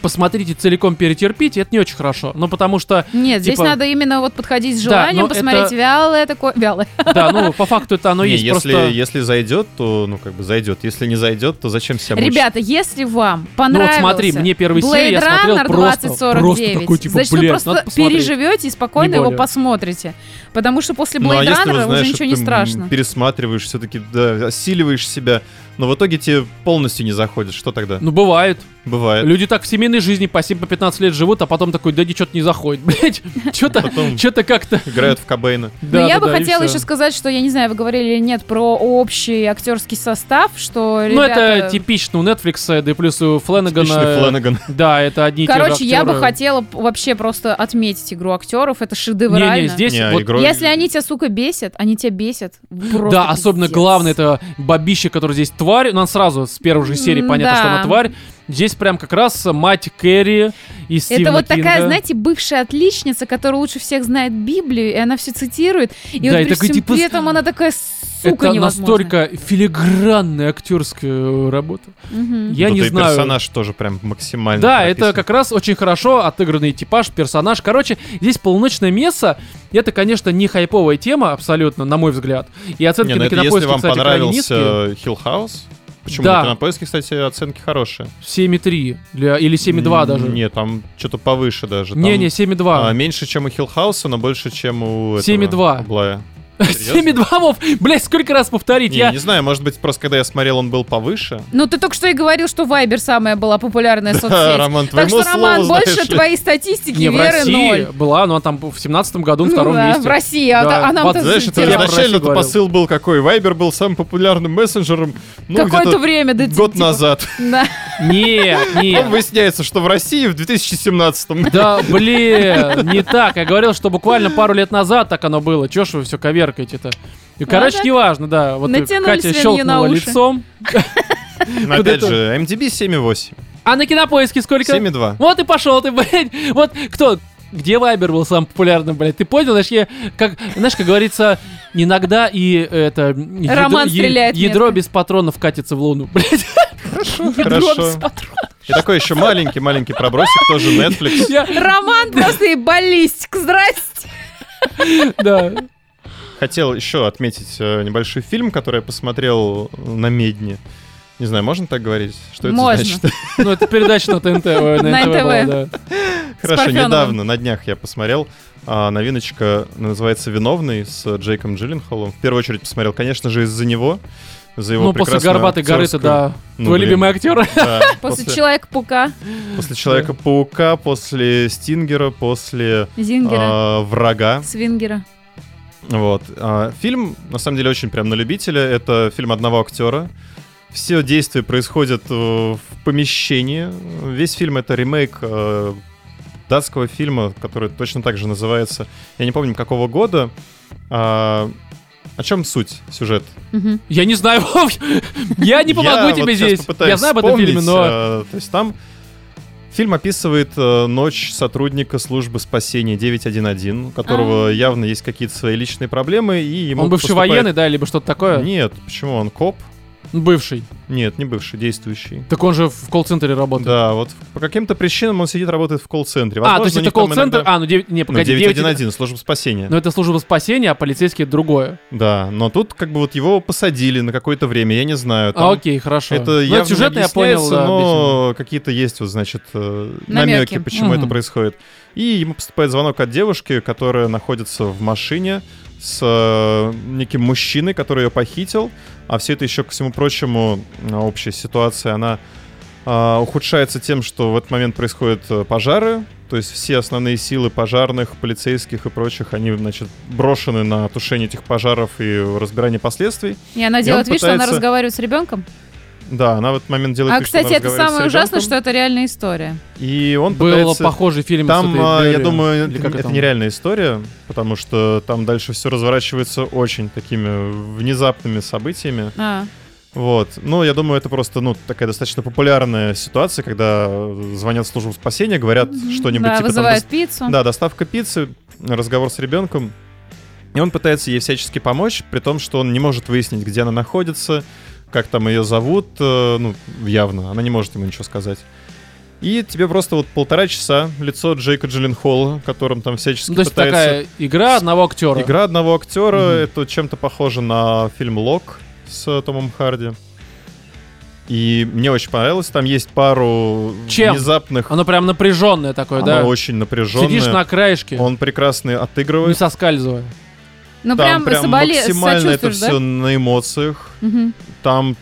A: посмотрите целиком, перетерпите, это не очень хорошо, ну, потому что,
C: Нет, здесь
A: типа-
C: надо именно вот подходить с
A: Да,
C: желанием,
A: но
C: посмотреть
A: это-
C: вялое такое, вялое.
A: да, ну, по факту это оно
B: Не,
A: есть,
B: если,
A: просто...
B: если зайдет, то, ну, как бы зайдет. Если не зайдет, то зачем себя мучить?
C: Ребята, если вам
A: Ну вот
C: понравился
A: смотри, мне первый
C: Blade
A: серия, я смотрел
C: Runner
A: просто,
C: 2049,
A: просто такой, типа,
C: значит, вы
A: «Блядь,
C: просто
A: надо посмотреть».
C: переживете и спокойно
A: Не
C: его
A: более.
C: посмотрите. Потому что после
B: Ну, а
C: Blade
B: если вот
C: Runner
B: знаешь,
C: уже
B: что
C: ничего не
B: ты, м,
C: страшно.
B: пересматриваешь все-таки, да, осиливаешь себя, но в итоге тебе полностью не заходит. Что тогда?
A: Ну, бывает.
B: Бывает.
A: Люди так в семейной жизни по 7 по 15 лет живут, а потом такой, да ничего-то не заходит, блядь, что-то
B: Потом
A: что-то как-то...
B: играют в Кобейна.
A: Да,
C: Но Ну, я
A: да,
C: бы
A: да, и
C: хотела
A: всё.
C: еще сказать, что я не знаю, вы говорили или нет про общий актерский состав, что
A: Ну, это
C: ребята-
A: типично у Netflix, э, да и плюс у Фленагана.
B: Типичный Флэнаган.
A: Да, это одни и те же
C: Короче, я бы
A: актеры.
C: хотела п- вообще просто отметить игру актеров, это шедеврально.
A: Не-не, здесь
B: Не,
A: вот-
B: игрой-
C: Если они тебя, сука, бесят, они тебя бесят. Просто
A: да, особенно
C: пиздец.
A: главное, это бабище, который здесь тварь. Нам сразу с первой же серии понятно, что она
C: Да.
A: тварь. Здесь прям как раз мать Кэрри и Стивена
C: Это вот такая,
A: Кинга.
C: знаете, бывшая отличница, которая лучше всех знает Библию, и она все цитирует. И
A: Да,
C: вот
A: и
C: при
A: такой,
C: всем
A: типа,
C: при этом она такая сука
A: это
C: невозможная.
A: настолько филигранная актерская работа.
C: Мгм.
A: Я
B: Ну, Тут
A: не
B: и
A: знаю.
B: персонаж тоже прям максимально
A: Да,
B: прописан.
A: это как раз очень хорошо отыгранный типаж, персонаж. Короче, здесь полуночное мясо. Это, конечно, не хайповая тема абсолютно, на мой взгляд. И оценки
B: Не, ну
A: на
B: это если
A: кинопоиске,
B: вам
A: кстати, крайне низкие.
B: понравился Hill House, почему
A: Да.
B: на кинопоиске, кстати, оценки хорошие.
A: 7,3 для, или 7,2 даже.
B: Нет, там что-то повыше даже. Там,
A: Не-не,
B: а,
A: 7,2.
B: меньше, чем у Hill House, но больше, чем у этого,
A: 7,2.
B: Блая. серьёзно?
A: 7,2, Вов! Блять, сколько раз повторить?
B: Не,
A: я...
B: не знаю, может быть, просто когда я смотрел, он был повыше.
C: Ну, ты только что и говорил, что Вайбер самая была популярная соцсеть.
B: Роман,
C: так
B: твоему
C: что, Роман,
B: слову,
C: больше
B: знаешь ли.
C: твоей статистики
A: Не, в
C: веры
A: России
C: ноль.
A: была, но она там в семнадцатом году на
C: Ну
A: втором
C: да,
A: месте.
C: в России, а,
A: Да.
C: та- а нам-то
A: Вот,
B: Знаешь, это
A: Я про
C: залетело.
A: Россию
B: изначально это
A: говорил.
B: посыл был какой? Вайбер был самым популярным мессенджером, ну,
C: Какое-то
B: где-то
C: время, да,
B: год
C: типа,
B: назад.
C: да.
A: Нет,
B: Потом
A: нет.
B: выясняется, что в России в 2017
A: Да, блин, не так. Я говорил, что буквально пару лет назад так оно было. Чё ж вы все коверкаете-то? И, короче,
C: Ладно.
A: неважно, да. Вот
C: Ну Натянули
A: Катя
C: свиньи
A: щелкнула
C: на уши.
A: лицом. Вот
B: Опять
A: это-
B: же, MDB 7,8.
A: А на кинопоиске сколько?
B: 7,2.
A: Вот и пошел ты, блядь. Вот кто? Где Вайбер был самым популярным, блядь? Ты понял, знаешь, я, как, знаешь, как говорится, иногда и это... ядро-
C: Роман
A: е-
C: стреляет
A: Ядро
C: метко.
A: без патронов катится в луну, блядь.
B: Хорошо,
A: без
B: хорошо.
A: патронов.
B: И такой еще маленький-маленький пробросик, тоже Netflix.
A: Я-
C: Роман просто и баллистик, здрасте.
A: Да.
B: Хотел еще отметить э, небольшой фильм, который я посмотрел на Медне. Не знаю, можно так говорить? Что это
C: Можно.
B: значит?
A: Ну, это передача на ТНТ. ой,
C: На
A: На НТВ была,
C: НТВ.
A: да.
B: Хорошо,
C: Парфеновым.
B: недавно, на днях я посмотрел. а, новиночка называется «Виновный» с Джейком Джилленхоллом. В первую очередь посмотрел, конечно же, из-за него. За его
A: Ну, после
B: прекрасную
A: «Горбатой горы»-то,
B: актерскую-
A: да.
B: Ну,
A: Твой
B: блин.
A: любимый актер.
B: Да,
C: После
B: после-
C: Человека-паука
B: После Человека-паука, после Стингера, после
C: Зингера.
B: а, Врага.
C: Свингера.
B: Вот. А, Фильм, на самом деле, очень прям на любителя. Это фильм одного актера. Все действия происходят э, в помещении. Весь фильм это ремейк э, датского фильма, который точно так же называется. Я не помню, какого года. А, О чем суть, сюжет?
C: Мгм.
A: Я не знаю, Вов, я не помогу
B: Я вот
A: тебе
B: сейчас
A: здесь.
B: попытаюсь
A: Я знаю об этом фильме,
B: вспомнить,
A: но...
B: э, То есть там фильм описывает э, ночь сотрудника службы спасения 911, у которого
C: А.
B: явно есть какие-то свои личные проблемы, и ему
A: Он бывший
B: поступает
A: военный, да, либо что-то такое? Ну,
B: Нет, почему он коп?
A: Бывший.
B: Нет, не бывший, действующий.
A: Так он же в колл-центре работает.
B: Да, вот по каким-то причинам он сидит, работает в колл-центре.
A: а, то есть это колл-центр... А, ну 9... Не, погоди, 911.
B: 911, служба спасения.
A: Но это служба спасения, а полицейские это другое.
B: Да, но тут как бы вот его посадили на какое-то время, я не знаю.
A: А,
B: там
A: окей, хорошо.
B: Это
A: Ну,
B: явно не
A: сюжет я понял,
B: объясняется,
A: да,
B: но какие-то есть, вот, значит, э, намеки,
C: Намёки.
B: почему это
A: Мгм.
B: происходит. И ему поступает звонок от девушки, которая находится в машине с э, неким мужчиной, который ее похитил. А все это еще, ко всему прочему, э, общая ситуация, она а, ухудшается тем, что в этот момент происходят э, пожары. То есть все основные силы пожарных, полицейских и прочих, они, значит, брошены на тушение этих пожаров и разбирание последствий.
C: И она
B: И он
C: делает вид, что она
B: пытается-
C: разговаривает с ребенком.
B: Да, она в этот момент делает
C: А,
B: вид, что она
C: кстати, это
B: разговаривает с
C: самое ужасное, что
B: ребенком,
C: это реальная история.
B: И он
A: Был
B: пытается...
A: похожий фильм с
B: Там,
A: этой
B: а, я
A: Берри.
B: думаю,
A: Или
B: это,
A: как
B: это
A: там?
B: нереальная история, потому что там дальше все разворачивается очень такими внезапными событиями.
C: А.
B: Вот. Ну, я думаю, это просто, ну, такая достаточно популярная ситуация, когда э, звонят в службу спасения, говорят что-нибудь
C: да,
B: типа там,
C: вызывает пиццу.
B: да, доставка пиццы, разговор с ребенком. И он пытается ей всячески помочь, при том, что он не может выяснить, где она находится, как там ее зовут, э, ну, явно, она не может ему ничего сказать. И тебе просто вот полтора часа лицо Джейка Джилленхола, которым там всячески
A: Ну, то есть
B: пытается...
A: такая игра одного актера.
B: Игра одного актера,
A: Мгм.
B: это чем-то похоже на фильм Лок с э, Томом Харди. И мне очень понравилось, там есть пару
A: Чем?
B: внезапных...
A: Оно прям напряженное такое,
B: Оно
A: да?
B: очень напряженное.
A: Сидишь на краешке,
B: Он прекрасно
A: не
B: отыгрывает.
A: соскальзывая.
C: Ну
B: Там
C: прям,
B: прям
C: соболе...
B: максимально это
C: сочувствуешь,
B: все
C: да?
B: на эмоциях.
C: Мгм.
B: Там,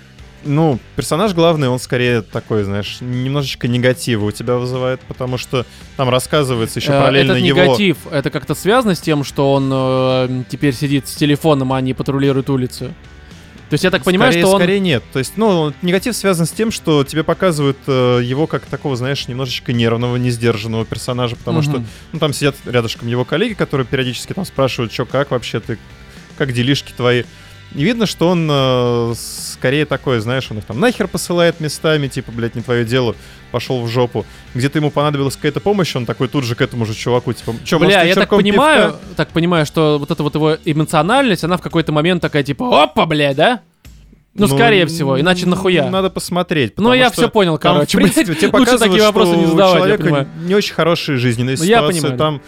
B: ну, персонаж главный, он скорее такой, знаешь, немножечко негатива у тебя вызывает, потому что там рассказывается еще
A: Э,
B: параллельно
A: Этот
B: его...
A: негатив, это как-то связано с тем, что он э, теперь сидит с телефоном, а не патрулирует улицы? То есть я так понимаю,
B: скорее,
A: что он...
B: скорее нет. То есть, ну, он- негатив связан с тем, что тебе показывают э, его как такого, знаешь, немножечко нервного, несдержанного персонажа, потому что
A: Мгм.
B: ну, там сидят рядышком его коллеги, которые периодически там спрашивают, что как вообще ты, как делишки твои. И видно, что он э, скорее такой, знаешь, он их там нахер посылает местами, типа, блядь, не твое дело, пошел в жопу. Где-то ему понадобилась какая-то помощь, он такой тут же к этому же чуваку, типа, что,
A: Бля, я так понимаю, так понимаю, что вот эта вот его эмоциональность, она в какой-то момент такая типа, опа, бля, да? Ну, скорее всего, иначе нахуя?
B: Надо посмотреть.
A: Ну,
B: потому
A: я
B: что
A: все понял,
B: там,
A: короче.
B: в принципе,
A: блядь.
B: тебе
A: Лучше
B: показывают,
A: такие вопросы
B: что
A: не
B: у
A: задавать, я
B: человека
A: понимаю.
B: не очень хорошие жизненные
A: Ну, я
B: ситуации.
A: понимаю, да.
B: там,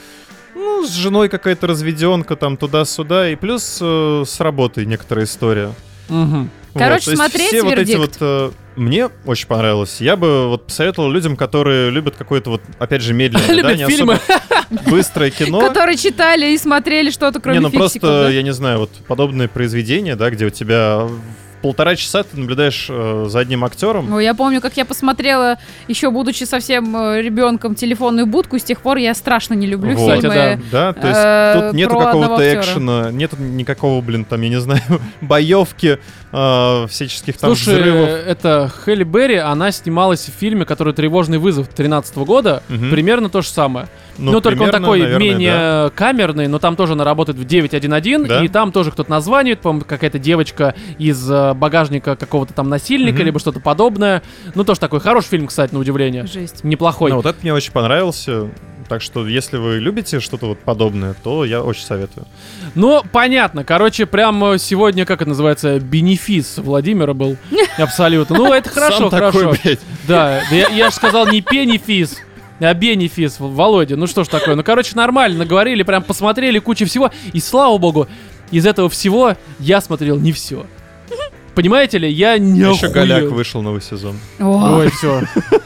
B: ну, с женой какая-то разведенка, там, туда-сюда, и плюс э, с работой некоторая история.
A: Мгм.
C: Короче,
B: то есть
C: смотреть
B: все вот эти вот...
C: вердикт.
B: э, мне очень понравилось. Я бы вот посоветовал людям, которые любят какое-то вот, опять же, медленное, да,
A: Любят
B: не
A: фильмы.
B: особо быстрое кино.
C: Которые читали и смотрели что-то, кроме
B: Ну, Не, ну
C: фиксиков,
B: просто,
C: да?
B: я не знаю, вот подобные произведения, да, где у тебя в полтора часа ты наблюдаешь э, за одним актером.
C: Ну, я помню, как я посмотрела, еще будучи совсем э, ребенком, телефонную будку, и с тех пор я страшно не люблю
B: Вот.
C: фильмы.
A: Кстати,
B: Да, то есть
C: Э,
B: тут нету
C: про одного
B: какого-то
C: актера.
B: экшена, нету никакого, блин, там, я не знаю, боевки, э, всяческих там
A: Слушай,
B: взрывов.
A: это Хелли Берри, она снималась в фильме, который «Тревожный вызов» 13 года.
B: Мгм.
A: Примерно то же самое. Ну, только он
B: примерно,
A: такой
B: наверное,
A: менее
B: да.
A: камерный, но там тоже она работает в 9.1.1,
B: Да?
A: и там тоже кто-то названивает, по-моему, какая-то девочка из э, багажника какого-то там насильника,
B: Мгм.
A: либо что-то подобное. Ну, тоже такой хороший фильм, кстати, на удивление.
C: Жесть.
A: Неплохой.
B: Ну, вот это мне очень понравился. Так что, если вы любите что-то вот подобное, то я очень советую.
A: Ну, понятно. Короче, прям э, сегодня, как это называется, бенефис Владимира был. Абсолютно. Ну, это хорошо,
B: Сам
A: хорошо.
B: такой, блядь.
A: Да, да я, же сказал не пенифис, а бенефис, В- Володя. Ну что ж такое. Ну, короче, нормально, наговорили, прям посмотрели кучу всего. И слава богу, из этого всего я смотрел не все. Понимаете ли, я не
B: Еще Голяк
A: охуел.
B: вышел новый сезон.
C: О,
A: Ой, все.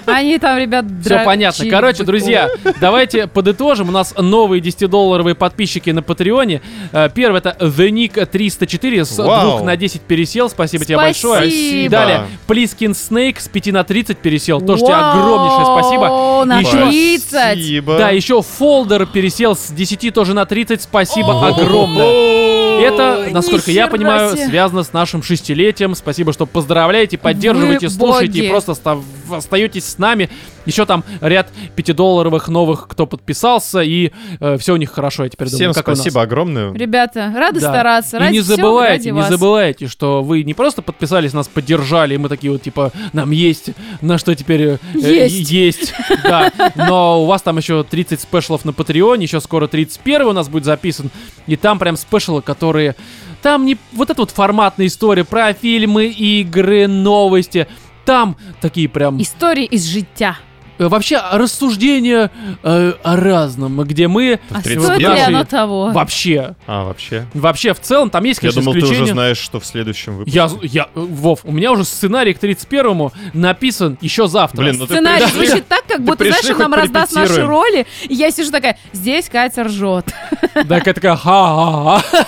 C: Они там, ребят,
A: Все понятно. Короче, друзья, давайте подытожим. У нас новые 10-долларовые подписчики на Патреоне. Э, Первый это The Nick 304 с
B: Вау.
A: 2 на 10 пересел. Спасибо тебе
C: Спасибо.
A: большое. И
B: Спасибо.
A: далее Плискин Snake с 5 на 30 пересел. Тоже тебе огромнейшее спасибо.
C: на
A: Еще-
C: 30!
B: Спасибо.
A: Да, еще Фолдер пересел с 10 тоже на 30. Спасибо
C: О.
A: огромное. Это, насколько я
C: нихера
A: понимаю,
C: себе.
A: связано с нашим шестилетием. Спасибо, что поздравляете, поддерживаете,
C: Вы
A: слушаете и
C: боги.
A: просто став- остаетесь с нами. Еще там ряд 5-долларовых новых, кто подписался, и все у них хорошо, я теперь
B: Всем
A: думаю, как у нас.
B: спасибо огромное.
C: Ребята, рады
A: Да.
C: стараться.
A: И
C: Ради
A: не
C: всего,
A: забывайте,
C: ради
A: не
C: вас.
A: забывайте, что вы не просто подписались, нас поддержали, и мы такие вот, типа, нам есть, на что теперь... э, э,
C: Есть.
A: есть, да. Но у вас там еще 30 спешлов на Патреоне, еще скоро 31 у нас будет записан, и там прям спешлы, которые... Там не вот эта вот форматная история про фильмы, игры, новости. Там такие прям...
C: Истории из життя.
A: э, Вообще рассуждения э, о разном, где мы...
C: А
B: тридцать
C: стоит ли
A: первый?
C: оно того?
A: Вообще,
B: А, вообще?
A: вообще в целом там есть,
B: Я
A: конечно,
B: думал, ты
A: исключения.
B: уже знаешь, что в следующем выпуске.
A: Я, я, э, Вов, у меня уже сценарий к 31-му написан еще завтра.
B: Блин, ну ты
C: Сценарий
B: пришли-
C: звучит так, как будто,
B: пришли,
C: знаешь, он
B: хоть
C: нам раздаст наши
B: порепетируем.
C: роли, и я сижу такая, здесь Катя ржет.
A: Так я такая, ха-ха-ха.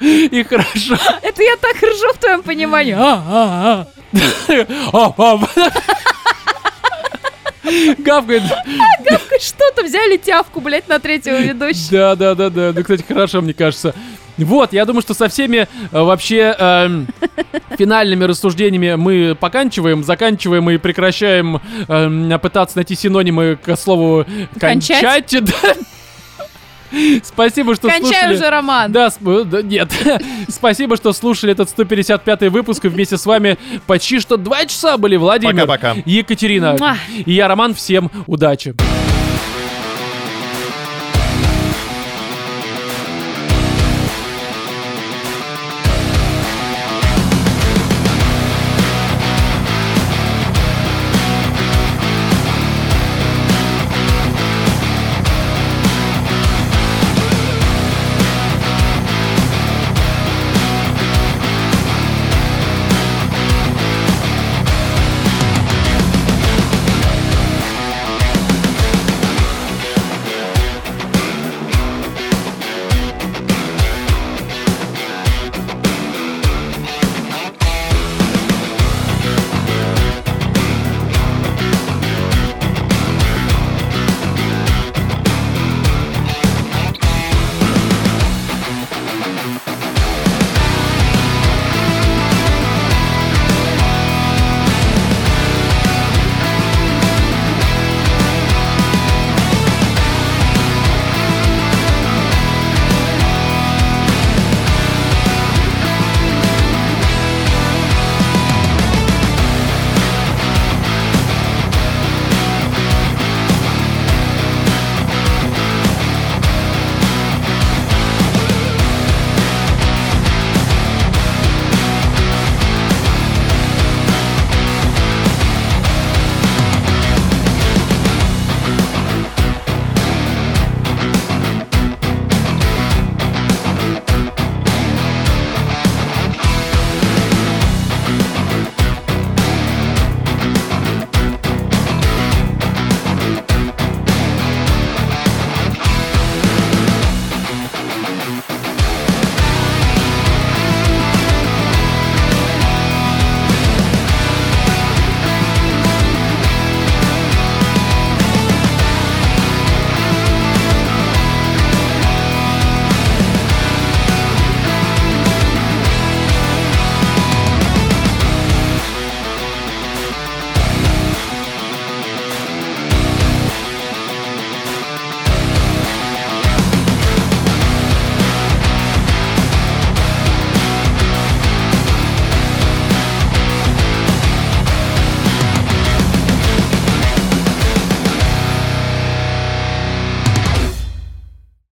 A: И хорошо.
C: Это я так ржу в твоем понимании.
A: А-а-а.
C: А,
A: А-а-а. Гавкает.
C: какое Что-то взяли тявку, блядь, на третьего
A: Да,
C: ведущего.
A: да, да, да. Ну, кстати, хорошо, мне кажется. Вот, я думаю, что со всеми э, вообще эм, финальными рассуждениями мы поканчиваем, заканчиваем и прекращаем эм, пытаться найти синонимы к слову
C: Кончать?
A: кончать. да. Спасибо, что
C: Кончай
A: слушали.
C: уже роман.
A: Да, сп- э, да, нет. Спасибо, что слушали этот 155 выпуск. И Вместе с вами почти что два часа были Владимир
B: Пока-пока.
A: и Екатерина.
C: Муа.
A: И я, Роман. Всем удачи.